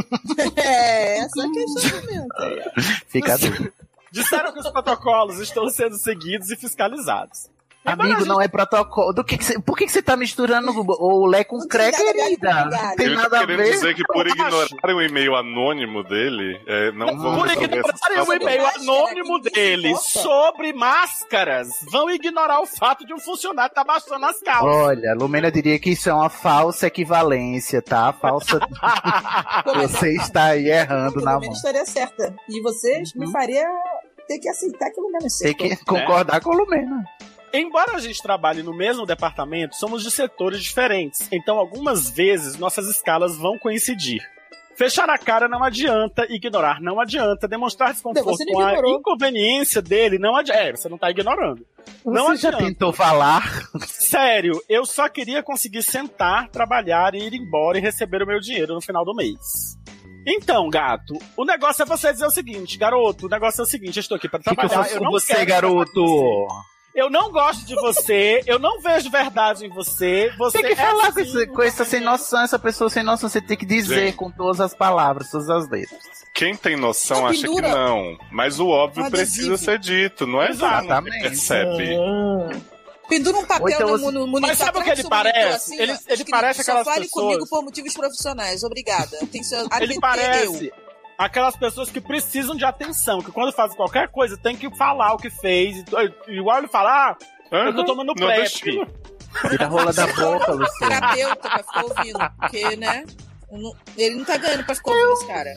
D: É, essa é a questão mesmo.
C: Fica duro.
B: Disseram que os protocolos estão sendo seguidos e fiscalizados.
C: Amigo, não é protocolo. Do que que cê- por que que você tá misturando o lé com cré, é
D: tem nada a ver com
C: querida?
D: nada.
C: Não tem
A: Ele tá
C: nada a
A: querendo dizer
C: ver.
A: que por ignorarem o e-mail anônimo dele, é, não vão
B: Por
A: resolver essa
B: ignorarem o
A: situação.
B: um e-mail
D: Máscara,
B: anônimo
D: que
B: dele
D: importa.
B: sobre máscaras, vão ignorar o fato de um funcionário estar baixando as calças.
C: Olha, Lumena diria que isso é uma falsa equivalência, tá? Falsa. Você está aí errando Ah, na
D: Pelo menos
C: mão.
D: estaria certa. E vocês me faria ter que aceitar que o menos
C: Tem
B: Né?
C: que concordar com a Lumena.
B: Embora a gente trabalhe no mesmo departamento, somos de setores diferentes, então algumas vezes nossas escalas vão coincidir. Fechar a cara não adianta, ignorar não adianta, demonstrar desconforto
D: Você não
B: com a
D: ignorou.
B: inconveniência dele não adianta. É, você não tá ignorando. não
C: Você já
B: adianta.
C: tentou falar?
B: Sério, eu só queria conseguir sentar, trabalhar e ir embora e receber o meu dinheiro no final do mês. Então, gato, o negócio é você dizer o seguinte, garoto, o negócio é o seguinte, eu estou aqui para
C: O que, que eu
B: trabalhar,
C: faço
B: eu
C: com
B: não
C: você,
B: quero
C: garoto?
B: eu não gosto de você, eu não vejo verdade em você. Você
C: Tem que
B: é
C: falar com,
B: assim,
C: esse, com essa sem noção, essa pessoa sem noção, você tem que dizer com todas as palavras, todas as letras.
A: Quem tem noção
D: Uma
A: acha que
D: pendura.
A: não. Mas o óbvio
D: Um
A: precisa
D: adesivo.
A: ser dito, não é?
B: Exatamente.
A: Exato. Percebe.
D: Pendura um
C: Ou
D: papel
C: então
D: no,
C: você-
D: mu- no monitor.
B: Mas sabe o que
D: atrás
B: ele
D: do monitor,
B: parece?
D: assim, ó,
B: Ele- ele
D: escrito,
B: parece aquelas
D: Só fale
B: pessoas-
D: comigo por motivos profissionais. Obrigada. Tem que ser
B: Ele
D: AVT
B: parece
D: eu.
B: aquelas pessoas que precisam de atenção, que quando fazem qualquer coisa tem que falar o que fez. E- Igual ele fala, ah, eu tô
A: Aham,
B: tomando
A: não
B: PrEP.
C: Tira a rola da boca, Luciano.
D: Terapeuta pra ficar ouvindo. Porque, né? eu não- Ele não tá ganhando pra ficar ouvindo esse cara.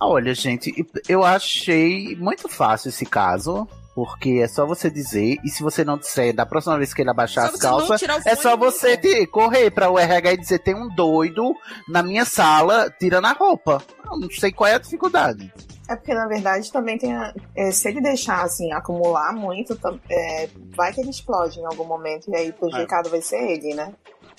C: Olha, gente, eu achei muito fácil esse caso, porque é só você dizer, e se você não disser, da próxima vez que ele abaixar
D: Só
C: as
D: você não
C: calças,
D: tirar o
C: é
D: fone
C: só
D: e
C: você
D: nunca.
C: te- correr pra o RH e dizer, tem um doido na minha sala tirando a roupa. Eu não sei qual é a dificuldade.
E: É porque, na verdade, também tem. a- é, se ele deixar, assim, acumular muito, tam- é, vai que ele explode em algum momento e aí prejudicado vai ser ele, né?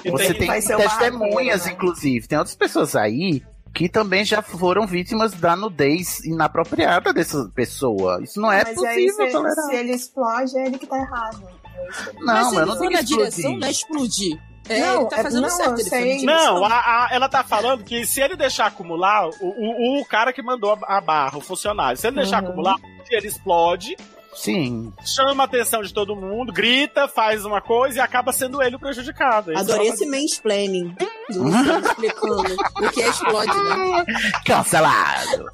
B: E
C: Você tem
E: vai ser o
C: testemunhas,
E: barraqueiro, né?
C: inclusive. Tem outras pessoas aí que também já foram vítimas da nudez inapropriada dessa pessoa. Isso não é
E: Mas aí,
C: possível
E: se,
C: tolerar.
E: se ele explode, é ele que tá errado. É isso.
C: Não,
D: Mas
C: mas eu não
D: ele foi
C: tenho
D: na
C: que
D: direção,
C: explodir.
D: não é explodir. É,
E: Não,
D: ele tá
E: é-
D: fazendo
E: não,
D: certo.
E: eu
D: Ele foi na
E: sei.
D: direção.
B: Não, a- a- ela tá falando que se ele deixar acumular, o, o- o cara que mandou a, a barra, o funcionário, se ele deixar
E: Uhum.
B: acumular, ele explode,
C: Sim.
B: chama a atenção de todo mundo, grita, faz uma coisa e acaba sendo ele o prejudicado. é Ele
G: Adorei
B: só-
G: esse mansplaining. do Luciano explicando o que é explode, né?
C: Cancelado.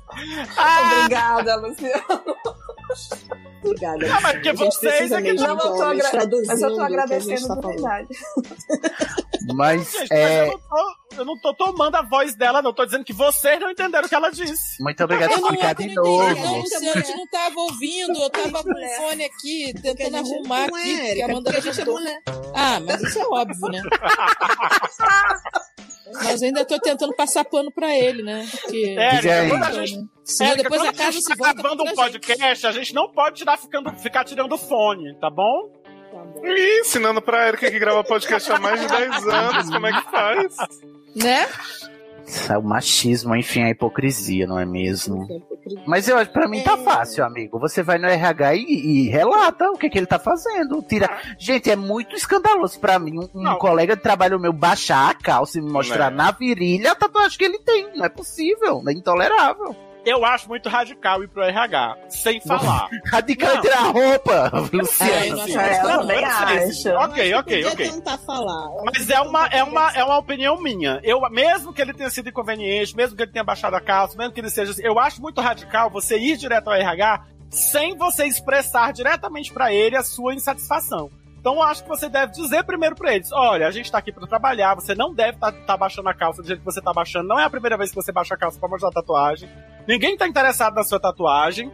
B: Ah,
G: Ah,
E: Obrigada, Luciana.
G: Obrigada.
B: Ah, mas porque
G: A gente
B: vocês
G: precisa
B: é que
G: mesmo
E: Não,
G: de
E: eu tô
G: homens
E: agra-
G: traduzindo
E: Mas eu tô
G: o que a gente
E: agradecendo,
G: tá
E: de
G: falando.
E: verdade.
C: Mas
B: Gente, mas
C: é.
B: eu, não tô, eu não tô tomando a voz dela, não. Tô dizendo que vocês não entenderam o que ela disse.
C: Muito obrigado por
D: é
C: explicar
D: que
C: de
D: eu não né? entendi,
C: novo.
D: não, Luciano, eu não tava ouvindo, eu tava com o fone aqui,
G: Porque a
D: tentando
G: gente é
D: arrumar
G: mulher,
D: aqui, porque
G: Erika,
D: a Amanda
G: porque a gente é
D: levantou.
G: mulher.
D: Ah, mas isso é óbvio, né? mas eu ainda tô tentando passar pano pra ele, né? Porque...
B: Érica,
C: aí.
B: quando É, a gente,
D: Senão
B: Érica,
D: É, depois
B: quando
D: a
B: a
D: casa
B: gente
D: se
B: tá
D: volta contra
B: gravando um
D: a gente.
B: podcast, a gente não pode tirar, ficando, ficar tirando fone, tá bom?
A: Ih, ensinando pra Erika que grava podcast há mais de 10 anos, como é que faz?
D: Né?
C: Isso é O machismo, enfim, a hipocrisia, não é mesmo? Mas eu acho, pra mim
D: É.
C: tá fácil, amigo. Você vai no RH e, e relata o que, que ele tá fazendo. Tira. Gente, é muito escandaloso pra mim. Um, um
B: Não. é.
C: colega de trabalho meu baixar a calça e me mostrar
A: Né.
C: na virilha a tatuagem que ele tem. Não é possível, é intolerável.
B: Eu acho muito radical ir pro RH, sem falar.
C: Radical
B: Não. É.
C: é tirar a roupa, Luciano.
D: não
B: Sim.
D: acho
E: Eu
B: Não,
E: também
B: eu sei, sim.
E: acho.
B: Ok, ok,
G: Podia
B: ok.
G: tentar falar.
B: Mas é uma, é, uma, é uma opinião minha. Eu, mesmo que ele tenha sido inconveniente, mesmo que ele tenha baixado a calça, mesmo que ele seja assim, eu acho muito radical você ir direto ao RH sem você expressar diretamente pra ele a sua insatisfação. Então eu acho que você deve dizer primeiro pra eles: olha, a gente tá aqui pra trabalhar, você não deve estar baixando a calça do jeito que você tá baixando, não é a primeira vez que você baixa a calça pra mostrar a tatuagem. Ninguém tá interessado na sua tatuagem.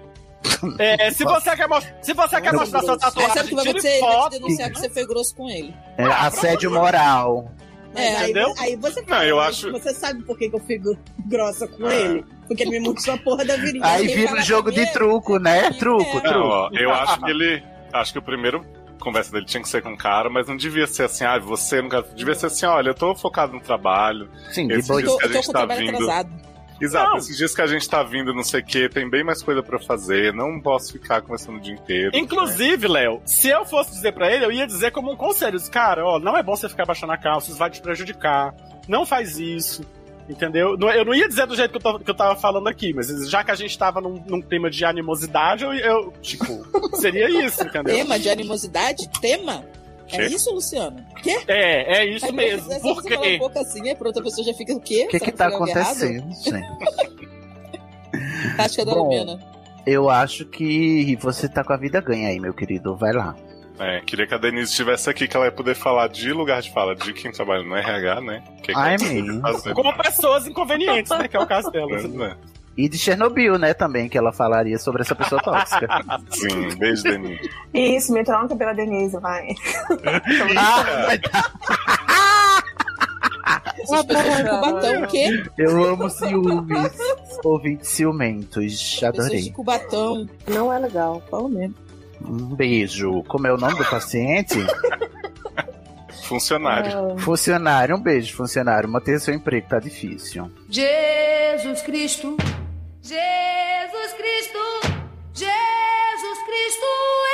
B: É, se você quer, mos- se você quer
C: Não,
B: mostrar sua
G: Deus.
D: Aí
B: tatuagem,
D: sabe o que vai
B: tire
D: acontecer? Ele vai te
B: foto. Ah,
D: denunciar que você foi grosso com ele.
C: É assédio É, moral.
G: É, aí,
A: Entendeu?
G: aí você
A: Não, eu
G: mas
A: acho- Ah.
G: Você sabe por que, que eu fico grossa com ele? Porque ele me murchou a porra da virilha.
C: Aí
G: Ele
C: vira
G: fala
C: um jogo de truco, né? Truco, truco.
A: Não, ó, eu acho que ele. Acho que o primeiro conversa dele tinha que ser com o cara, mas não devia ser assim, ah, você nunca. Devia ser assim, olha, eu tô focado no trabalho.
C: Sim,
A: esses
C: de boa.
A: dias
C: Tô-
A: que a
C: tô
A: gente
C: com o
A: tá
C: trabalho
A: vindo.
C: atrasado.
A: Exato,
B: Não.
A: esses dias que a gente tá vindo, não sei o quê, tem bem mais coisa pra fazer, não posso ficar conversando o dia inteiro.
B: Inclusive, Léo, se eu fosse dizer pra ele, eu ia dizer como um conselho. Diz, Cara, ó, não é bom você ficar baixando a calça, isso vai te prejudicar. Não faz isso. Entendeu? Não- Eu não ia dizer do jeito que eu, tô- que eu tava falando aqui, mas já que a gente tava num, num clima de animosidade, eu, eu, tipo, seria isso, entendeu?
D: Tema de animosidade? Tema? É
B: Quê?
D: isso, Luciano? Quê?
B: É, é isso
D: Aí,
B: mesmo.
D: mas é só
B: Por
D: você falar um
B: quê?
D: pouco assim, é pra outra pessoa já fica o quê?
C: O que que
D: Sabe
C: tá
D: fazer algo errado?
C: acontecendo, gente?
D: Tática da
C: Bom.
D: Lumena.
C: Eu acho que você tá com a vida ganha aí, meu querido. Vai lá.
A: É, queria que a Denise estivesse aqui, que ela ia poder falar de lugar de fala, de quem trabalha no RH, né? Que que
C: Ai,
A: ela poderia
C: menino.
A: fazer.
B: Como pessoas inconvenientes, né? Que é o caso dela.
A: Pois é.
C: E de Chernobyl, né, também, que ela falaria sobre essa pessoa tóxica.
A: Sim, beijo, Denise.
E: Isso, me troca pela Denise, vai.
A: É,
D: Essas pessoas de Cubatão, o quê?
C: Eu amo ciúmes. Ouvintes ciumentos.
D: Pessoas de
C: Adorei.
D: Cubatão.
E: Não é legal, falo mesmo.
C: Um beijo. Como é o nome do paciente?
A: Funcionário.
C: Funcionário, um beijo, funcionário. Manter seu emprego, tá difícil.
J: Jesus Cristo, Jesus Cristo, Jesus Cristo,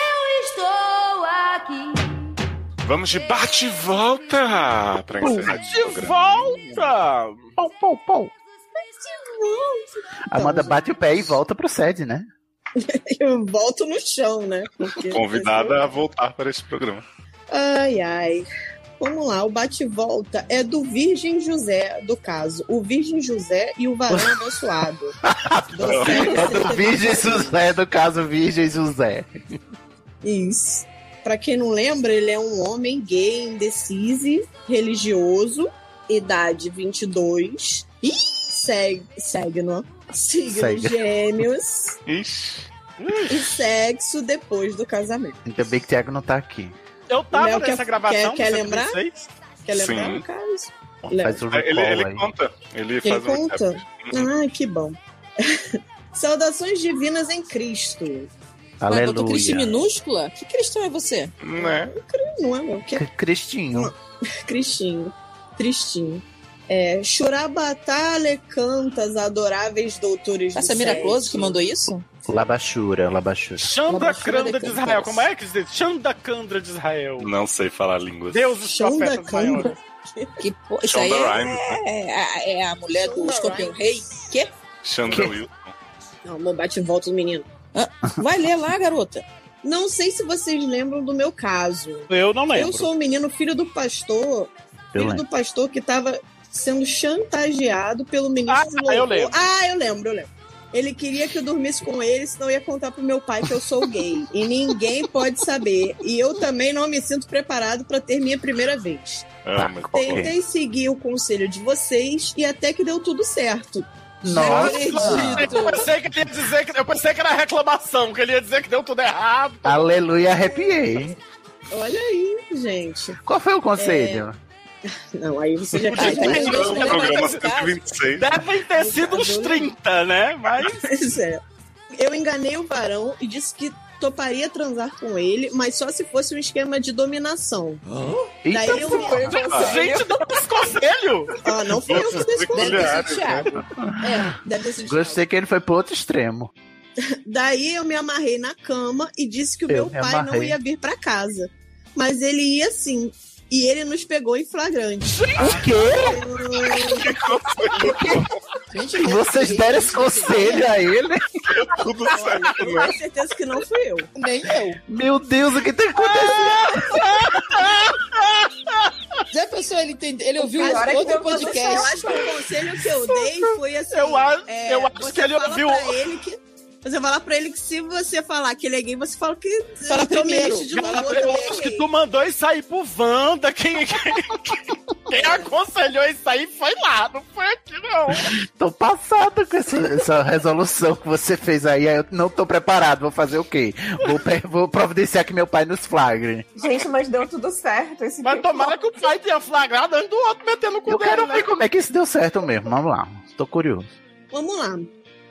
J: eu estou aqui.
A: Vamos de bate e volta pra encerrar esse
B: De
A: programa.
B: volta!
C: Pau, pau, pau. Amanda bate o pé e volta pro sede, né?
G: Eu volto no chão, né? Porque-
A: Convidada a voltar para esse programa.
G: Ai, ai. Vamos lá, o bate-volta é do Virgem José, do caso. O Virgem José e o varão abençoado.
C: É do Virgem José, do caso Virgem José.
G: Isso. Pra quem não lembra, ele é um homem gay, indeciso, religioso, idade 22. Ih, seg signo. Signo
C: Segue.
G: gêmeos
A: Ixi.
G: e sexo depois do casamento.
C: Ainda bem que o Thiago não tá aqui.
B: Eu tava
G: Léo,
B: nessa
G: quer-
B: gravação.
G: quer- quer
B: você
G: lembrar?
B: vocês?
G: Quer lembrar
A: Sim.
G: o caso?
C: Faz o recall
A: Ele, é ele
C: aí.
A: conta. Ele,
G: Ele
A: faz um
G: conta?
A: recap.
G: Ah, que bom. Saudações divinas em Cristo.
D: Mas é botou Cristo
C: Aleluia.
D: minúscula? Que cristão é você?
A: Né?
G: Não é meu, que é
C: C- Cristinho.
G: Cristinho. Tristinho. É, Churabatale cantas, adoráveis doutores
D: Essa
G: do
D: Miracoso
G: sexo.
D: que mandou isso?
C: Labachura, labachura.
B: Xanda Crandra de
D: Cantores.
B: Israel. Como é que se diz? Xanda Crandra de Israel.
A: Não sei falar línguas.
B: Deus dos
G: Xanda
B: profetas
G: Candra.
B: maiores.
D: Que po- Isso aí
A: Shonda
D: é,
A: Rhimes.
D: é a- é a mulher do
G: Shonda
D: escorpião rei?
G: Rhimes.
D: Quê?
A: Shonda
C: Que-
A: Wilson.
G: Não, meu bate-volta do menino.
D: Vai ler lá, garota.
G: Não sei se vocês lembram do meu caso.
B: Eu não lembro.
G: Eu sou um menino filho do pastor,
C: Eu
G: filho
C: lembro.
G: do pastor que estava sendo chantageado pelo ministro
B: Ah,
G: de louvor.
B: eu lembro.
G: Ah, eu lembro, eu lembro. Ele queria que eu dormisse com ele, senão eu ia contar pro meu pai que eu sou gay. e ninguém pode saber. E eu também não me sinto preparado para ter minha primeira vez.
A: Ah, mas
C: Ok.
G: Tentei seguir o conselho de vocês e até que deu tudo certo.
C: Nossa!
D: Acredito.
B: Eu pensei que ele ia dizer que. Eu pensei que era reclamação, que ele ia dizer que deu tudo errado.
C: Aleluia, arrepiei.
G: Olha aí, gente.
C: Qual foi o conselho?
G: Não, aí você já né?
D: Ai, tá
A: Esse
D: vendo?
A: é o
D: Não lembra
A: programa
D: desse caso?
A: 126.
B: Devem ter sido
G: tá
B: uns 30, né? Mas.
G: Pois é. Eu enganei o varão e disse que toparia transar com ele, mas só se fosse um esquema de dominação. Daí
C: Eita,
G: eu fui
B: Gente, deu esse conselho!
G: Ah, não fui eu que dei esse
D: Deve ter sido
G: conselho.
A: né?
D: Thiago. É, deve ter sido
C: gostei que ele foi pro outro extremo.
G: Daí eu me amarrei na cama e disse que o
C: Eu
G: meu
C: me
G: pai não
C: amarrei.
G: ia vir pra casa. Mas ele ia sim. E ele nos pegou em flagrante.
C: O quê?
D: Thiago. Gente,
C: E vocês deram esse conselho a ele?
A: Tudo
G: Olha,
A: certo,
G: eu
A: né?
G: tenho certeza que não fui eu.
D: Nem eu.
C: Meu Deus, o que tá acontecendo?
D: Já pensou ele entender? Ele
B: um
D: ouviu
E: Cara, olha que
D: outro
E: meu Deus do
G: Eu
D: podcast.
G: acho que o conselho que eu dei foi assim.
B: Eu acho-
G: é,
B: eu acho
G: você
B: que ele
G: fala
B: ouviu-
G: pra ele que- você fala pra ele que se você falar que ele é gay, você fala que.
D: Fala
G: eu tô
D: primeiro.
G: meio de
B: Cara,
G: louvor,
B: eu
G: também é
B: acho que
G: gay.
B: tu mandou isso sair pro Wanda. Quem, quem, Quem aconselhou isso aí foi lá, não foi aqui, não.
C: Tô passada com essa, essa resolução que você fez aí. aí Eu não tô preparado, vou fazer o quê? Vou, pe- vou providenciar que meu pai nos flagre.
E: Ah, Gente, mas deu tudo certo. Esse
B: Mas tomara que o pai tenha flagrado antes do outro metendo o cu
C: Eu
B: dele,
C: quero
B: né?
C: ver como é que isso deu certo mesmo. Vamos lá, tô curioso.
G: Vamos lá.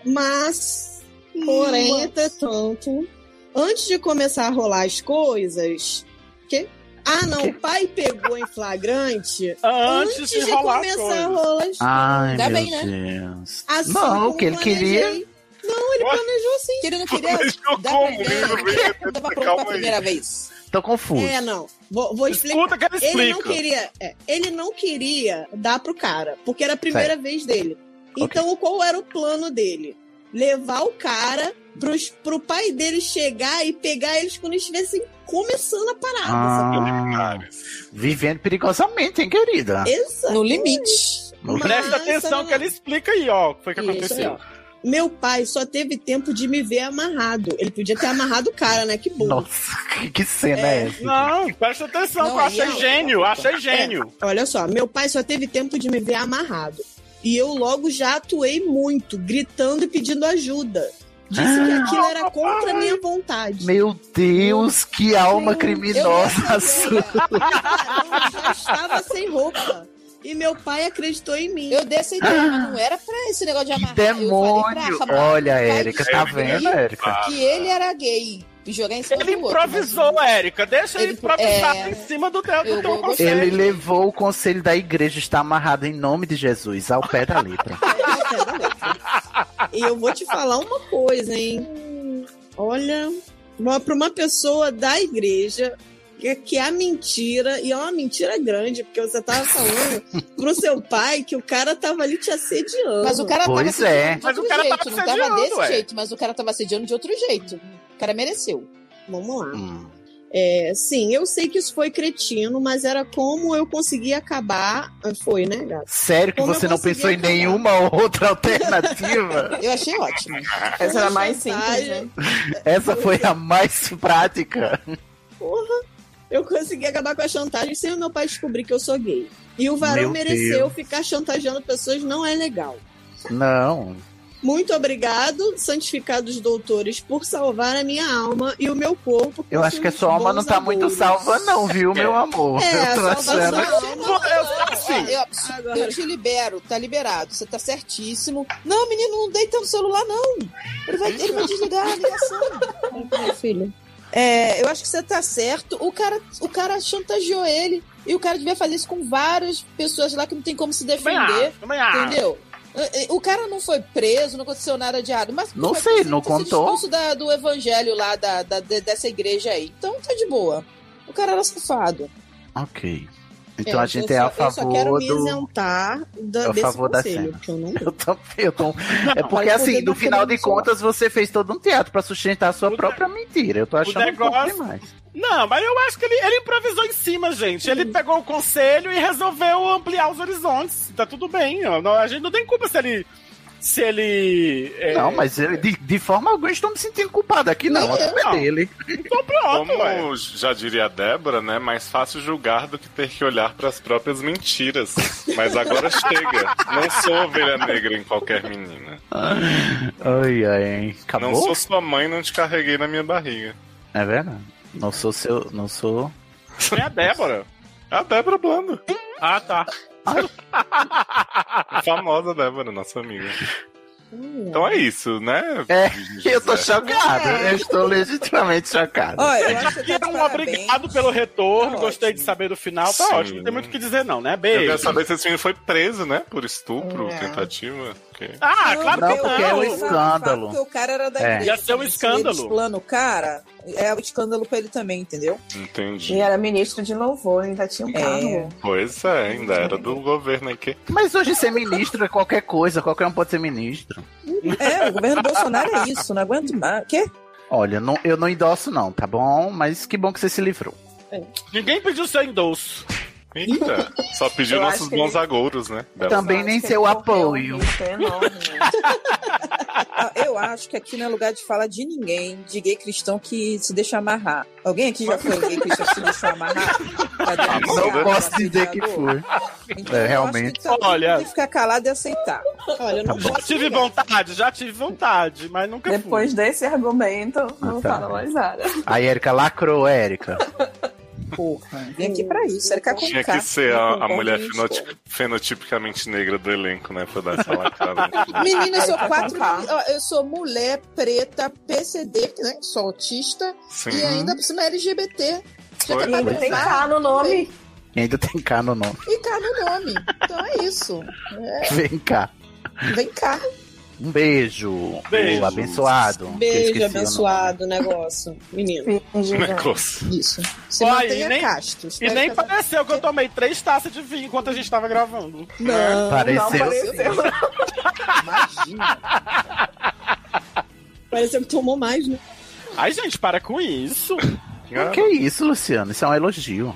G: Mas, porém, entretanto, antes de começar a rolar as coisas. Que? Ah, não, o pai pegou em flagrante
B: Antes
G: antes,
B: de
G: de,
B: rolar as
G: começar a
B: coisas.
G: rolar as
C: Ai,
G: Ainda
C: meu
G: bem, né?
C: Deus.
G: Assim
C: não, o
G: como
C: que ele queria.
G: planejei. Não, ele planejou assim.
D: Que ele não queria dar pra ideia, não tava pronto pra primeira vez.
C: Tô confuso.
G: É, não. Vou, vou explicar.
B: Escuta que ele explica.
G: Ele não queria, é, ele não queria dar pro cara, porque era a primeira vez dele. Então, qual era o plano dele? Levar o cara pros, pro pai dele chegar e pegar eles quando estivessem começando a parada.
C: Ah,
G: sabe?
C: vivendo perigosamente, hein, querida?
G: Exato.
D: No limite.
C: Mas-
B: Presta
G: Mas,
B: atenção
G: sabe-
D: é.
B: que ele explica aí, ó, o que foi que
G: Isso aí,
B: aconteceu.
G: Meu pai só teve tempo de me ver amarrado. Ele podia ter amarrado o cara, né? Que bom.
C: Nossa, que- que cena é, essa?
B: Não, presta atenção,
D: Não,
B: que eu achei
D: aí é-
B: gênio, achei gênio.
G: Olha só, meu pai só teve tempo de me ver amarrado. E eu logo já atuei muito, gritando e pedindo ajuda. Disse que aquilo era contra a minha vontade.
C: Meu Deus, que alma criminosa
G: Eu,
C: sua.
G: Cara, eu já estava sem roupa. E meu pai acreditou em mim.
D: Eu dei essa ideia, mas não era pra esse negócio de
C: Que
D: amarrar. Eu falei pra
C: demônio!
D: Rafa, mas
C: Olha,
D: vai
C: Érica, tá
D: descobrir
C: vendo, Érica?
D: Que ele era gay. E jogar em cima
B: Ele
D: do é outro, né? mas-
B: improvisou, Érica. Deixa ele
D: Ele-
B: improvisar
D: é.
B: em cima do teu, do
D: Eu
B: teu
D: vou-
B: conselho.
C: Ele levou o conselho da igreja, está amarrado em nome de Jesus, ao pé da letra.
G: "É, E eu vou te falar uma coisa, hein? Olha, para uma pessoa da igreja que- que é mentira, e é uma mentira grande, porque você tava falando pro seu pai que o cara tava ali te assediando.
D: Mas o cara
C: Pois
D: tava
C: é.
D: assediando de
B: Mas o
D: outro
B: cara
D: jeito.
B: tava
D: Não tava
B: assediando,
D: desse
B: ué.
D: jeito, mas o cara tava assediando de outro jeito. O cara mereceu.
G: Vamos lá.
C: Hum.
G: É, sim, eu sei que isso foi cretino, mas era como eu consegui acabar. Ah, Foi, né, gato?
C: Sério que
G: Como
C: você
G: eu
C: não pensou em
G: consegui acabar?
C: nenhuma outra alternativa?
D: Eu achei ótimo.
C: tá
E: Essa era
G: Uma
E: mais simples,
G: chantagem.
E: né?
C: Essa foi a mais prática.
G: Porra, eu consegui acabar com a chantagem sem o meu pai descobrir que eu sou gay. E o varão
C: Meu
G: mereceu
C: Deus.
G: ficar chantageando pessoas, não é legal.
C: Não.
G: Muito obrigado, santificados doutores, por salvar a minha alma e o meu corpo.
C: Eu acho que a sua alma não tá muito salva, não, viu, meu amor?
G: É,
C: eu tô
G: salva a
C: achando.
G: sua alma.
B: assim,
D: Ó, eu, eu te libero, tá liberado, você tá certíssimo. Não, menino, não deita no celular, não. Ele vai, ele vai desligar a ligação.
G: filho.
D: É, eu acho que você tá certo. O cara, o cara chantageou ele. E o cara devia fazer isso com várias pessoas lá que não tem como se
B: Também acho,
D: defender.
B: também
C: Ah,
B: acho.
D: Entendeu? É, é, O cara não foi preso, não aconteceu nada de errado. Mas
C: Não
D: vai
C: sei,
D: ter-
C: não
D: ter sido
C: contou.
D: expulso da, do evangelho lá, da, da- de- dessa igreja aí. Então tá de boa. O cara era safado.
C: Ok. Então
G: É,
C: a gente
G: eu
C: é
G: só-
C: a
G: Eu só quero
C: favor
G: me
C: do.
G: isentar da,
C: É a
G: desse
C: favor da
G: conselho,
C: cena.
G: que eu não
C: Eu tô, eu tô... É porque
G: pode poder
C: assim, no
G: defender
C: final de
G: a pessoa.
C: contas, você fez todo um teatro pra sustentar a sua
B: O
C: própria mentira. Eu tô achando um pouco
B: negócio-
C: demais.
B: Não, mas eu acho que ele, ele improvisou em cima, gente. Ele pegou o conselho e resolveu ampliar os horizontes. Tá tudo bem. ó. Não, a gente não tem culpa se ele. Se ele. é,
C: Não, mas eu, de, de forma alguma eu estou me sentindo culpado aqui, não.
B: Nem
C: A culpa
B: eu.
C: é dele.
B: Então pronto, ué.
A: Como já diria a Débora, né? Mais fácil julgar do que ter que olhar para as próprias mentiras. Mas agora chega. Não sou ovelha negra em qualquer menina.
C: Ai, ai, hein. Acabou?
A: Não sou sua mãe, não te carreguei na minha barriga.
C: É verdade. Não sou seu. Não sou.
B: É a Débora.
A: A Débora Blando.
B: Ah, tá.
A: A famosa Débora, nossa amiga. Então é isso, né?
C: É,
A: José?
C: Eu tô chocado. Eu estou legitimamente chocado.
D: Olha, eu acho
B: Já
D: que você tá
B: queira
D: de
B: um
D: parabéns.
B: obrigado pelo retorno.
D: Tá
B: Gostei de
D: ótimo.
B: saber do final. Tá
A: Sim.
B: ótimo. Não tem muito o que dizer, não, né?
A: Eu quero
B: Beijo.
A: saber se esse menino foi preso, né? Por estupro,
E: É.
A: tentativa. ok.
B: Ah, claro
C: Não,
B: que
C: porque é
B: não.
C: o escândalo.
D: Porque o cara era da
C: É.
D: igreja.
B: Ia ser um
D: Se
B: escândalo.
D: eles planam o cara, é um escândalo pra ele também, entendeu?
A: Entendi.
E: E era ministro de louvor, ainda tinha um
D: É.
E: carro.
A: Pois é, ainda era do governo aqui.
C: Mas hoje ser ministro é qualquer coisa, qualquer um pode ser ministro.
D: É, o governo Bolsonaro é isso, não aguento mais. Quê?
C: Olha, não- eu não endosso, não, tá bom? Mas que bom que você se livrou.
B: Ninguém pediu seu endosso.
A: Eita, só pediu
E: Eu
A: nossos
E: acho que ele-
A: bons agouros, né? Débora?
C: Também
E: Acho
C: nem
E: que
C: seu
E: ele correu
C: apoio.
E: um risco enorme, né?
D: Ah, Eu acho que aqui não é lugar de falar de ninguém, de gay cristão que se deixa amarrar. Alguém aqui já foi gay cristão que se deixou amarrar? Pra denunciar
C: Ah, Não
D: um
C: posso dizer
D: assediador?
C: que foi.
D: Então,
C: É,
G: Tem
C: realmente. Tá
G: que, saber,
B: Olha.
G: tem que ficar calado e aceitar. Olha, eu não
B: Já tive vontade, já tive vontade, mas nunca
E: Depois
B: fui.
E: desse argumento, não
C: tá.
E: fala mais nada.
C: A Erika lacrou, é, Erika.
G: Porra, vem aqui pra isso. Era com
A: Tinha que ser a,
B: É,
A: a mulher fenoti- fenotipicamente negra do elenco, né? Pra dar essa lacrada.
G: Menina, eu sou
E: Tá com
G: quatro.
E: K.
G: ó, Eu sou mulher, preta, PCD, né? Sou autista.
A: Sim.
G: E ainda por cima é LGBT. Já
A: Foi.
G: que é pra
E: Ainda tem
G: gozar,
E: K no nome.
C: E ainda tem cá no nome.
G: E cá no nome. Então é isso. É,
C: Vem cá.
G: vem cá.
C: Um beijo.
A: Beijo.
C: O abençoado. que eu esqueci
G: Beijo
C: o nome.
G: abençoado, negócio. Menino.
E: Finge, gente.
A: um Negócio.
G: Isso. Se
B: Ó,
G: mantenha né?
B: e nem-
G: casto.
B: E
G: Espero
B: nem
G: que-
B: pareceu que eu tomei três taças de vinho enquanto a gente tava gravando.
G: Não,
E: Não
C: Pareceu.
E: apareceu.
G: imagina. Pareceu que tomou mais, né?
B: Ai, gente, para com isso.
A: Ah,
C: Que isso, Luciano? Isso é um elogio.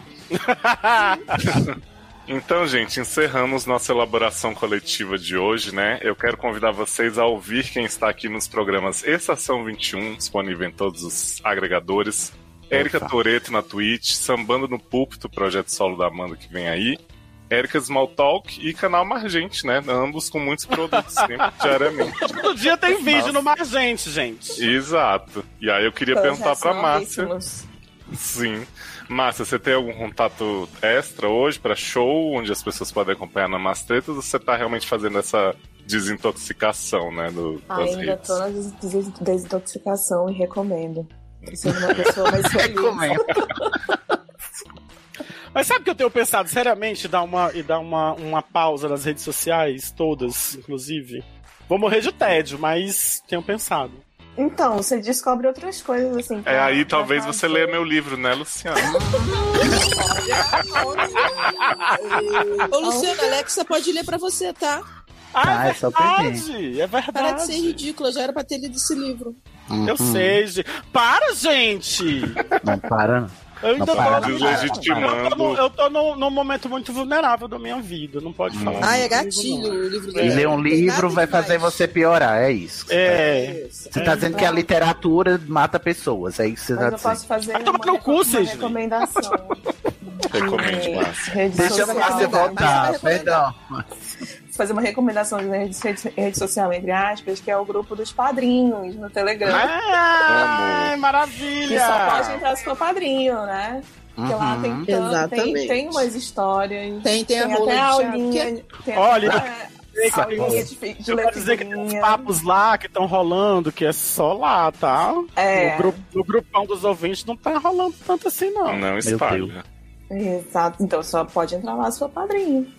A: Então, gente, encerramos nossa elaboração coletiva de hoje, né? Eu quero convidar vocês a ouvir quem está aqui nos programas Estação 21, disponível em todos os agregadores. Érica Toreto na Twitch, Sambando no Púlpito, projeto solo da Amanda que vem aí. Érica Smalltalk e canal Margente, né? Ambos com muitos produtos sempre, diariamente.
B: Todo dia tem vídeo no Margente, gente.
A: Exato. E aí eu
B: um
A: queria
E: Então,
A: perguntar
E: já
A: pra
D: é
E: são
A: Márcia.
E: riquíssimos.
A: Sim. Márcia, você tem algum contato extra hoje pra show, onde as pessoas podem acompanhar na Mastretas, ou você tá realmente fazendo essa desintoxicação, né, do, das
E: Ainda
A: redes?
E: tô na des- des- desintoxicação e recomendo. Ser uma pessoa mais feliz.
B: Mas sabe que eu tenho pensado seriamente em dar uma, e dar uma, uma pausa nas redes sociais, todas, inclusive? Vou morrer de tédio, mas tenho pensado.
E: Então, você descobre outras coisas assim.
A: É
E: pra-
A: aí
E: pra
A: talvez você
E: fazer.
A: leia meu livro, né, Luciano?
G: Ô, Luciano, Alexa pode ler pra você, tá?
B: Ah,
C: Ah,
B: é
C: é só
B: verdade! É
G: Para de ser
B: verdade.
G: ridícula, já era pra ter lido esse livro.
B: Eu sei, gente. Para, gente!
C: Uhum. Não para, não.
B: Eu ainda
C: Não, para,
B: tô,
C: não,
B: eu tô, num-
A: Deslegitimando.
B: eu tô num, num momento muito vulnerável da minha vida, não pode falar.
G: Ah, é
B: comigo,
G: gatilho o livro
D: É.
C: E ler um
G: Não tem
C: livro
G: nada
C: vai
G: demais.
C: fazer você piorar, é isso.
B: não. É.
G: Isso.
C: Você tá dizendo que a literatura mata pessoas, é isso que você tá
E: Mas eu
C: dizendo.
E: posso fazer
B: Vai tomar
E: uma,
B: no cu,
E: uma
B: Cisne.
E: recomendação.
A: Recomende,
E: de
A: Márcia.
E: rede
C: Deixa
E: social.
C: você voltar,
G: Mas você vai
C: perdão.
E: fazer uma recomendação de rede, rede, rede social, entre aspas, que é o grupo dos padrinhos no
C: É.
E: Telegram.
B: Ai,
E: Que só pode
B: maravilha!
E: entrar se for padrinho, né? Porque
C: Uhum.
E: lá tem, tanto, tem,
G: Exatamente.
E: tem umas histórias.
G: Tem, tem
E: Tem,
G: a rola
E: até
G: de
D: é
E: aulinha.
G: teatro.
E: Tem
B: Olha,
E: até aulinha de, fi- de
B: Eu quero dizer que tem uns
E: letrinha.
B: papos lá que estão rolando, que é só lá, tá?
E: É,
B: No, grupo, no grupão dos ouvintes não tá rolando tanto assim, não.
A: Não espalha.
E: exato. Então só pode entrar lá se for padrinho.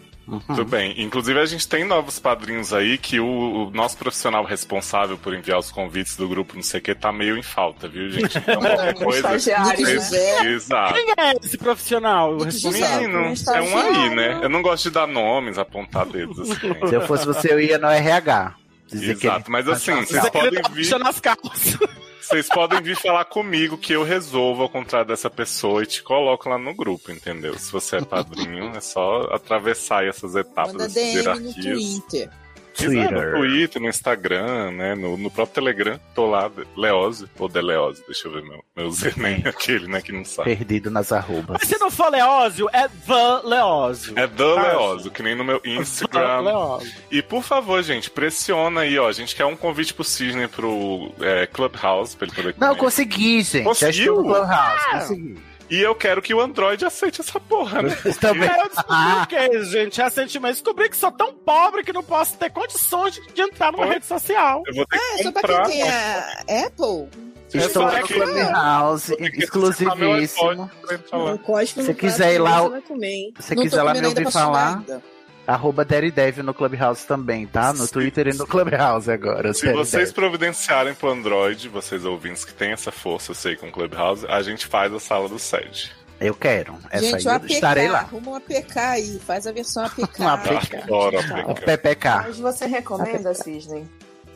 A: Tudo bem. Inclusive, a gente tem novos padrinhos aí que o, o nosso profissional responsável por enviar os convites do grupo, não sei o que, tá meio em falta, viu, gente? Então, qualquer
E: Um
A: coisa.
E: estagiário,
G: Pois
E: né?
G: é.
A: Exato.
B: Quem é esse profissional?
G: Gente,
B: responsável?
A: Menino, é um aí, né? Eu não gosto de dar nomes, apontar dedos assim.
C: Se eu fosse você, eu ia no RH. Dizer que é
A: Exato, mas assim,
C: Mas
A: vocês
B: Isso aqui ele
A: podem,
B: tá
A: vir,
B: puxando as calças.
A: vocês podem vir falar comigo que eu resolvo ao contrário dessa pessoa e te coloco lá no grupo, entendeu? Se você é padrinho, é só atravessar aí essas etapas,
G: Manda
A: essas
G: DM no
A: hierarquias.
G: Twitter.
A: Quiser, No
C: Twitter.
A: Twitter, no Instagram, né? No, no próprio Telegram, tô lá, Leose, ou Deleose, deixa eu ver meu, meu Zenem, aquele, né, que não sabe.
C: Perdido nas arrobas.
B: Mas se não for Leózio, é Van Leózio.
A: É do Leose, que nem no meu
B: Van
A: Instagram,
B: Leózio.
A: E por favor, gente, pressiona aí, ó. A gente quer um convite pro Cisne pro é, Clubhouse pra ele poder
C: Não, eu
A: comer.
C: consegui, gente. Já estou no
A: Conseguiu?
C: Clubhouse, consegui.
A: E eu quero que o Android aceite essa porra, né?
C: Também.
B: É, eu descobri o que, gente? Recentemente descobri que sou tão pobre que não posso ter condições de, de entrar numa
A: Pois.
B: rede social.
A: Eu vou ter que
G: É, só pra
A: comprar.
G: quem tem a Apple.
A: Estou
C: Estou
A: lá
C: no
A: aqui.
C: Clubhouse,
A: que meu
C: exclusivíssimo.
A: iPhone pra entrar lá.
G: Não cospe
C: Se
G: no
C: quiser
G: prato,
C: ir lá,
G: você
C: o-
G: vai comer,
C: Se
G: Não tô
C: quiser lá me
G: comendo ainda
C: ouvir
G: pra chorar
C: falar,
G: ainda.
C: arroba Daddy Dev no Clubhouse também, tá? No
A: Se-
C: Twitter e no Clubhouse agora.
A: Se
C: Daddy
A: vocês
C: Dev.
A: providenciarem pro Android, vocês ouvintes que tem essa força, eu sei, com o Clubhouse, a gente faz a sala do sede.
C: Eu quero. Essa
G: Gente, o
C: aí eu
G: APK,
C: estarei lá.
G: arruma um APK aí, faz a versão APK.
C: Um APK.
A: Adoro,
C: O
A: aplicar.
C: PPK.
E: Tá assim, Mas você recomenda, Cisne?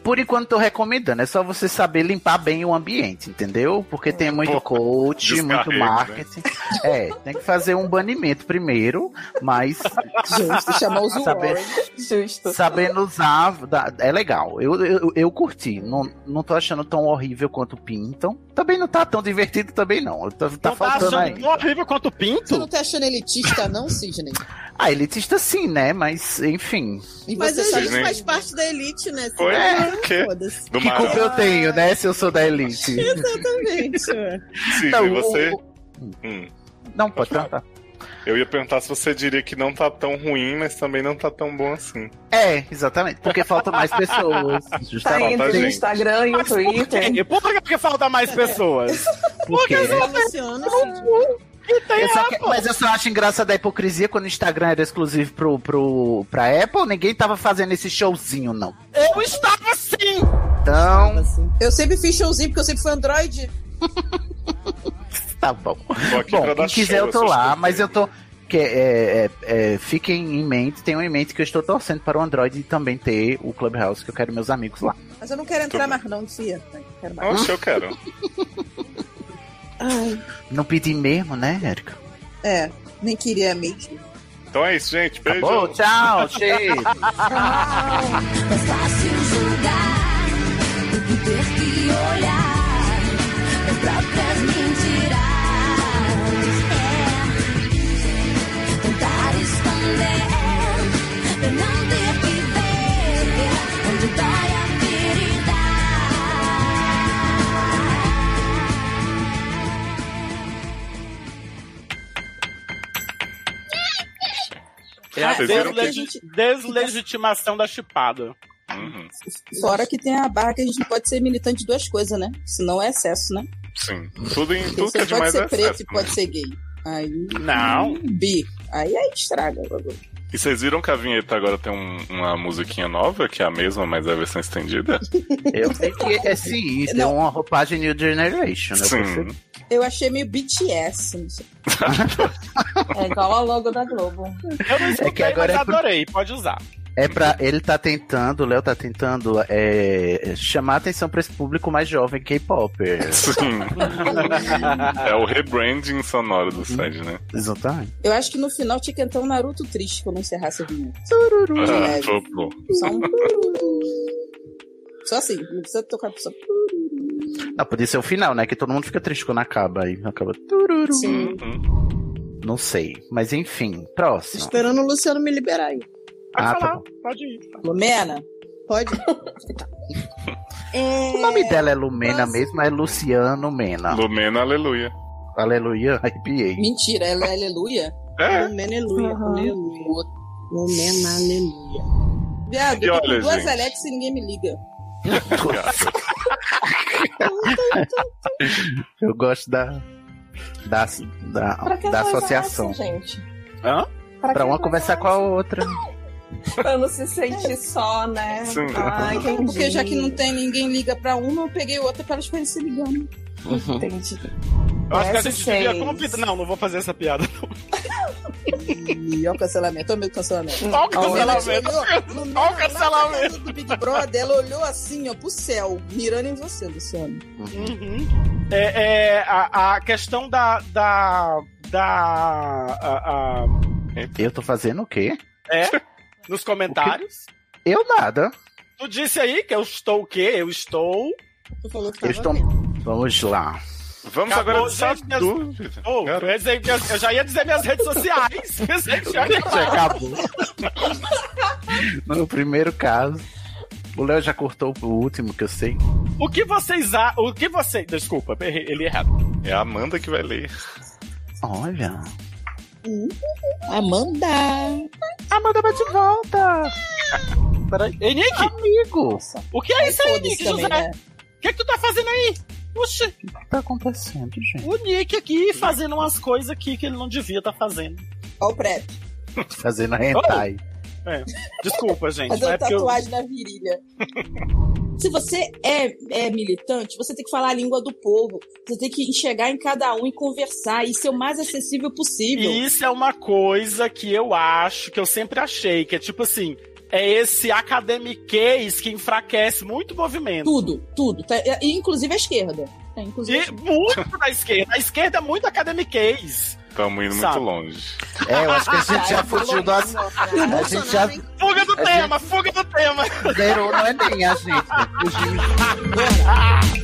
C: Por enquanto, tô recomendando. É só você saber limpar bem o ambiente, entendeu? Porque tem muito coach, muito
D: descarrego, né?
C: marketing. É, tem que fazer um banimento primeiro, mas.
E: Justo, chamar os
C: Saber-
E: Warren. Justo.
C: Sabendo usar, dá- é legal. Eu, eu, eu curti. Não, não tô achando tão horrível quanto pintam. Também não tá tão divertido, também não. Tá, tá
D: Não tá
C: faltando
D: achando
C: aí.
D: tão
B: horrível quanto
D: Você
B: pinto?
D: não tá achando elitista, não, Sidney?
C: Ah, elitista sim, né? Mas, enfim.
D: Mas a gente
C: Sidney.
D: faz parte da elite, né?
C: Foi? É.
D: Sidney?
C: O quê?
D: Foda-se.
C: que culpa eu tenho, né? Se eu sou da elite.
D: Exatamente. ué.
A: Sim,
C: Não,
A: e você.
C: o-
A: Hum.
C: Não, pode perguntar.
A: Eu ia perguntar se você diria que não tá tão ruim, mas também não tá tão bom assim.
C: É, exatamente. Porque faltam mais pessoas.
A: Tá entre o
E: Instagram e o Twitter.
B: E por que, por que falta
C: É.
B: mais pessoas?
C: Porque
D: Funciona,
C: Eu só que- mas eu só acho engraçada a hipocrisia quando o Instagram era exclusivo pro, pro, pra Apple, ninguém tava fazendo esse showzinho, não.
B: Eu estava assim!
C: Então,
D: Eu sempre fiz showzinho porque eu sempre fui Android.
C: tá bom.
A: aqui pra
C: Bom,
A: dar
C: quem quiser
A: show,
C: eu tô
A: essas
C: lá,
A: coisas. né?
C: mas eu tô. Que, é, é, é, fiquem em mente, tenham em mente que eu estou torcendo para o Android também ter o Clubhouse, que eu quero meus amigos lá.
D: Mas eu não quero entrar
C: Tudo
D: mais, não, Fia. Não Quero mais.
A: Oxe, eu quero.
D: Ai,
C: Não pedi mesmo, né, Érica?
D: é, nem queria mesmo.
A: Então é isso, gente. Beijo.
C: bom, tchau, cheiro.
J: É fácil julgar o poder que olhar das próprias mentiras. É tentar esconder, pra não ter que ver onde dói a ferida.
B: É,
A: Ah, vocês viram que-
B: Deslegi- Deslegitimação da chipada.
A: Uhum,
D: Fora que tem a barra que a gente não pode ser militante de duas coisas, né? Senão é excesso, né?
A: Sim. Tudo, em,
D: Porque
A: tudo que
D: você
A: é
D: pode
A: demais
D: ser
A: é
D: preto
A: excesso,
D: e pode
A: né?
D: ser gay. Aí.
A: Não.
D: Bi. Aí aí estraga o bagulho.
A: E vocês viram que a vinheta agora tem um- uma musiquinha nova, que é a mesma, mas é a versão estendida?
C: Eu sei que é sim, isso é uma roupagem New Generation, né?
A: Sim.
C: Você-
D: Eu achei meio BTS. não sei.
E: É igual ao logo da Globo.
B: Eu não
C: escutei, agora
B: mas
C: é pro-
B: adorei, pode usar.
C: É para ele tá tentando, o Léo tá tentando é, chamar atenção pra esse público mais jovem K-popper.
A: Sim. é o rebranding sonoro do site, né?
C: Exatamente.
D: Eu acho que no final tinha que entrar um Naruto triste quando encerrasse a vinheta. De
A: Ah,
D: Uhum. leve.
A: pô, pô.
D: Só um. Só assim, não precisa tocar só.
C: Não, podia ser o final, né? Que todo mundo fica triste quando acaba aí. Acaba.
D: Sim.
C: Não sei. Mas enfim, próximo.
D: Esperando o Luciano me liberar aí.
C: Ah, tá bom.
B: Pode ir.
D: Lumena? Pode.
C: O nome dela é Lumena mesmo, é Luciano Mena.
A: Lumena, aleluia.
C: Aleluia, arrepiei.
D: Mentira, ela é aleluia?
A: É.
D: Lumena, aleluia.
E: Aham.
D: Aleluia. Lumena, aleluia. Viado,
A: E
D: eu tô
A: olha,
D: com duas
A: gente.
D: Alex e ninguém me liga.
C: Eu gosto da. Da, da,
E: Pra que
C: da
E: as duas
C: associação.
E: Alexes, gente?
B: Hã?
E: Pra
C: Pra
E: que
C: uma
E: as
C: conversar com a outra.
E: duas- Pra não se sentir só, né?
C: Sim.
E: Ah, entendi.
D: Porque já que não tem ninguém liga pra uma, eu peguei outra pra elas ficarem se ligando.
E: Entendi.
B: Eu acho que a gente devia
D: S6.
B: convidar. Não, não vou fazer essa piada.
D: E olha o cancelamento, olha o meu cancelamento.
B: Olha o cancelamento.
D: Olha o cancelamento. do Big Brother, ela olhou assim, ó, pro céu, mirando em você, Luciano.
B: É, é, a, a questão da. da. da. a- a-
C: Eu tô fazendo o quê?
B: é, nos comentários.
C: Eu nada.
B: Tu disse aí que eu estou o quê? Eu estou.
D: Tu falou
E: Tá
D: que
C: Eu estou. Vamos lá.
A: Vamos agora só do.
B: Oh, eu, ia dizer que eu- eu já ia dizer minhas redes sociais. mas aí já
C: Já acabou. No primeiro caso. O Léo já cortou o último que eu sei.
B: O que vocês. A... O que vocês. Desculpa, errei- ele errado.
A: É a Amanda que vai ler.
C: Olha.
D: Amanda!
C: Amanda bate de volta! Peraí.
B: Ei, Nick!
C: Amigo!
B: O que é isso aí,
D: Ah, foda-se
B: Nick
D: também,
B: José?
D: né?
B: O que, é que tu tá fazendo aí? Oxi,
C: O que tá acontecendo, gente?
B: o Nick aqui fazendo umas coisas aqui que ele não devia tá fazendo.
D: Olha o preto.
C: Fazendo hentai.
B: É, Desculpa, gente. não
D: Fazendo
B: é porque eu-
D: tatuagem na virilha. Se você é, é militante, você tem que falar a língua do povo. Você tem que enxergar em cada um e conversar e ser o mais acessível possível.
B: E isso é uma coisa que eu acho, que eu sempre achei, que é tipo assim, é esse academiquez que enfraquece muito o movimento.
D: Tudo, tudo. Tá- e- inclusive a esquerda. É, inclusive a
B: E muito da esquerda. A esquerda é muito academiquez.
A: Estamos indo
B: Sabe.
A: muito longe.
C: É, eu acho que a gente já fugiu do assunto. A gente já
B: Fuga do tema, fuga do tema.
C: zerou, não é nem a gente. né? Fugimos.
J: Bora.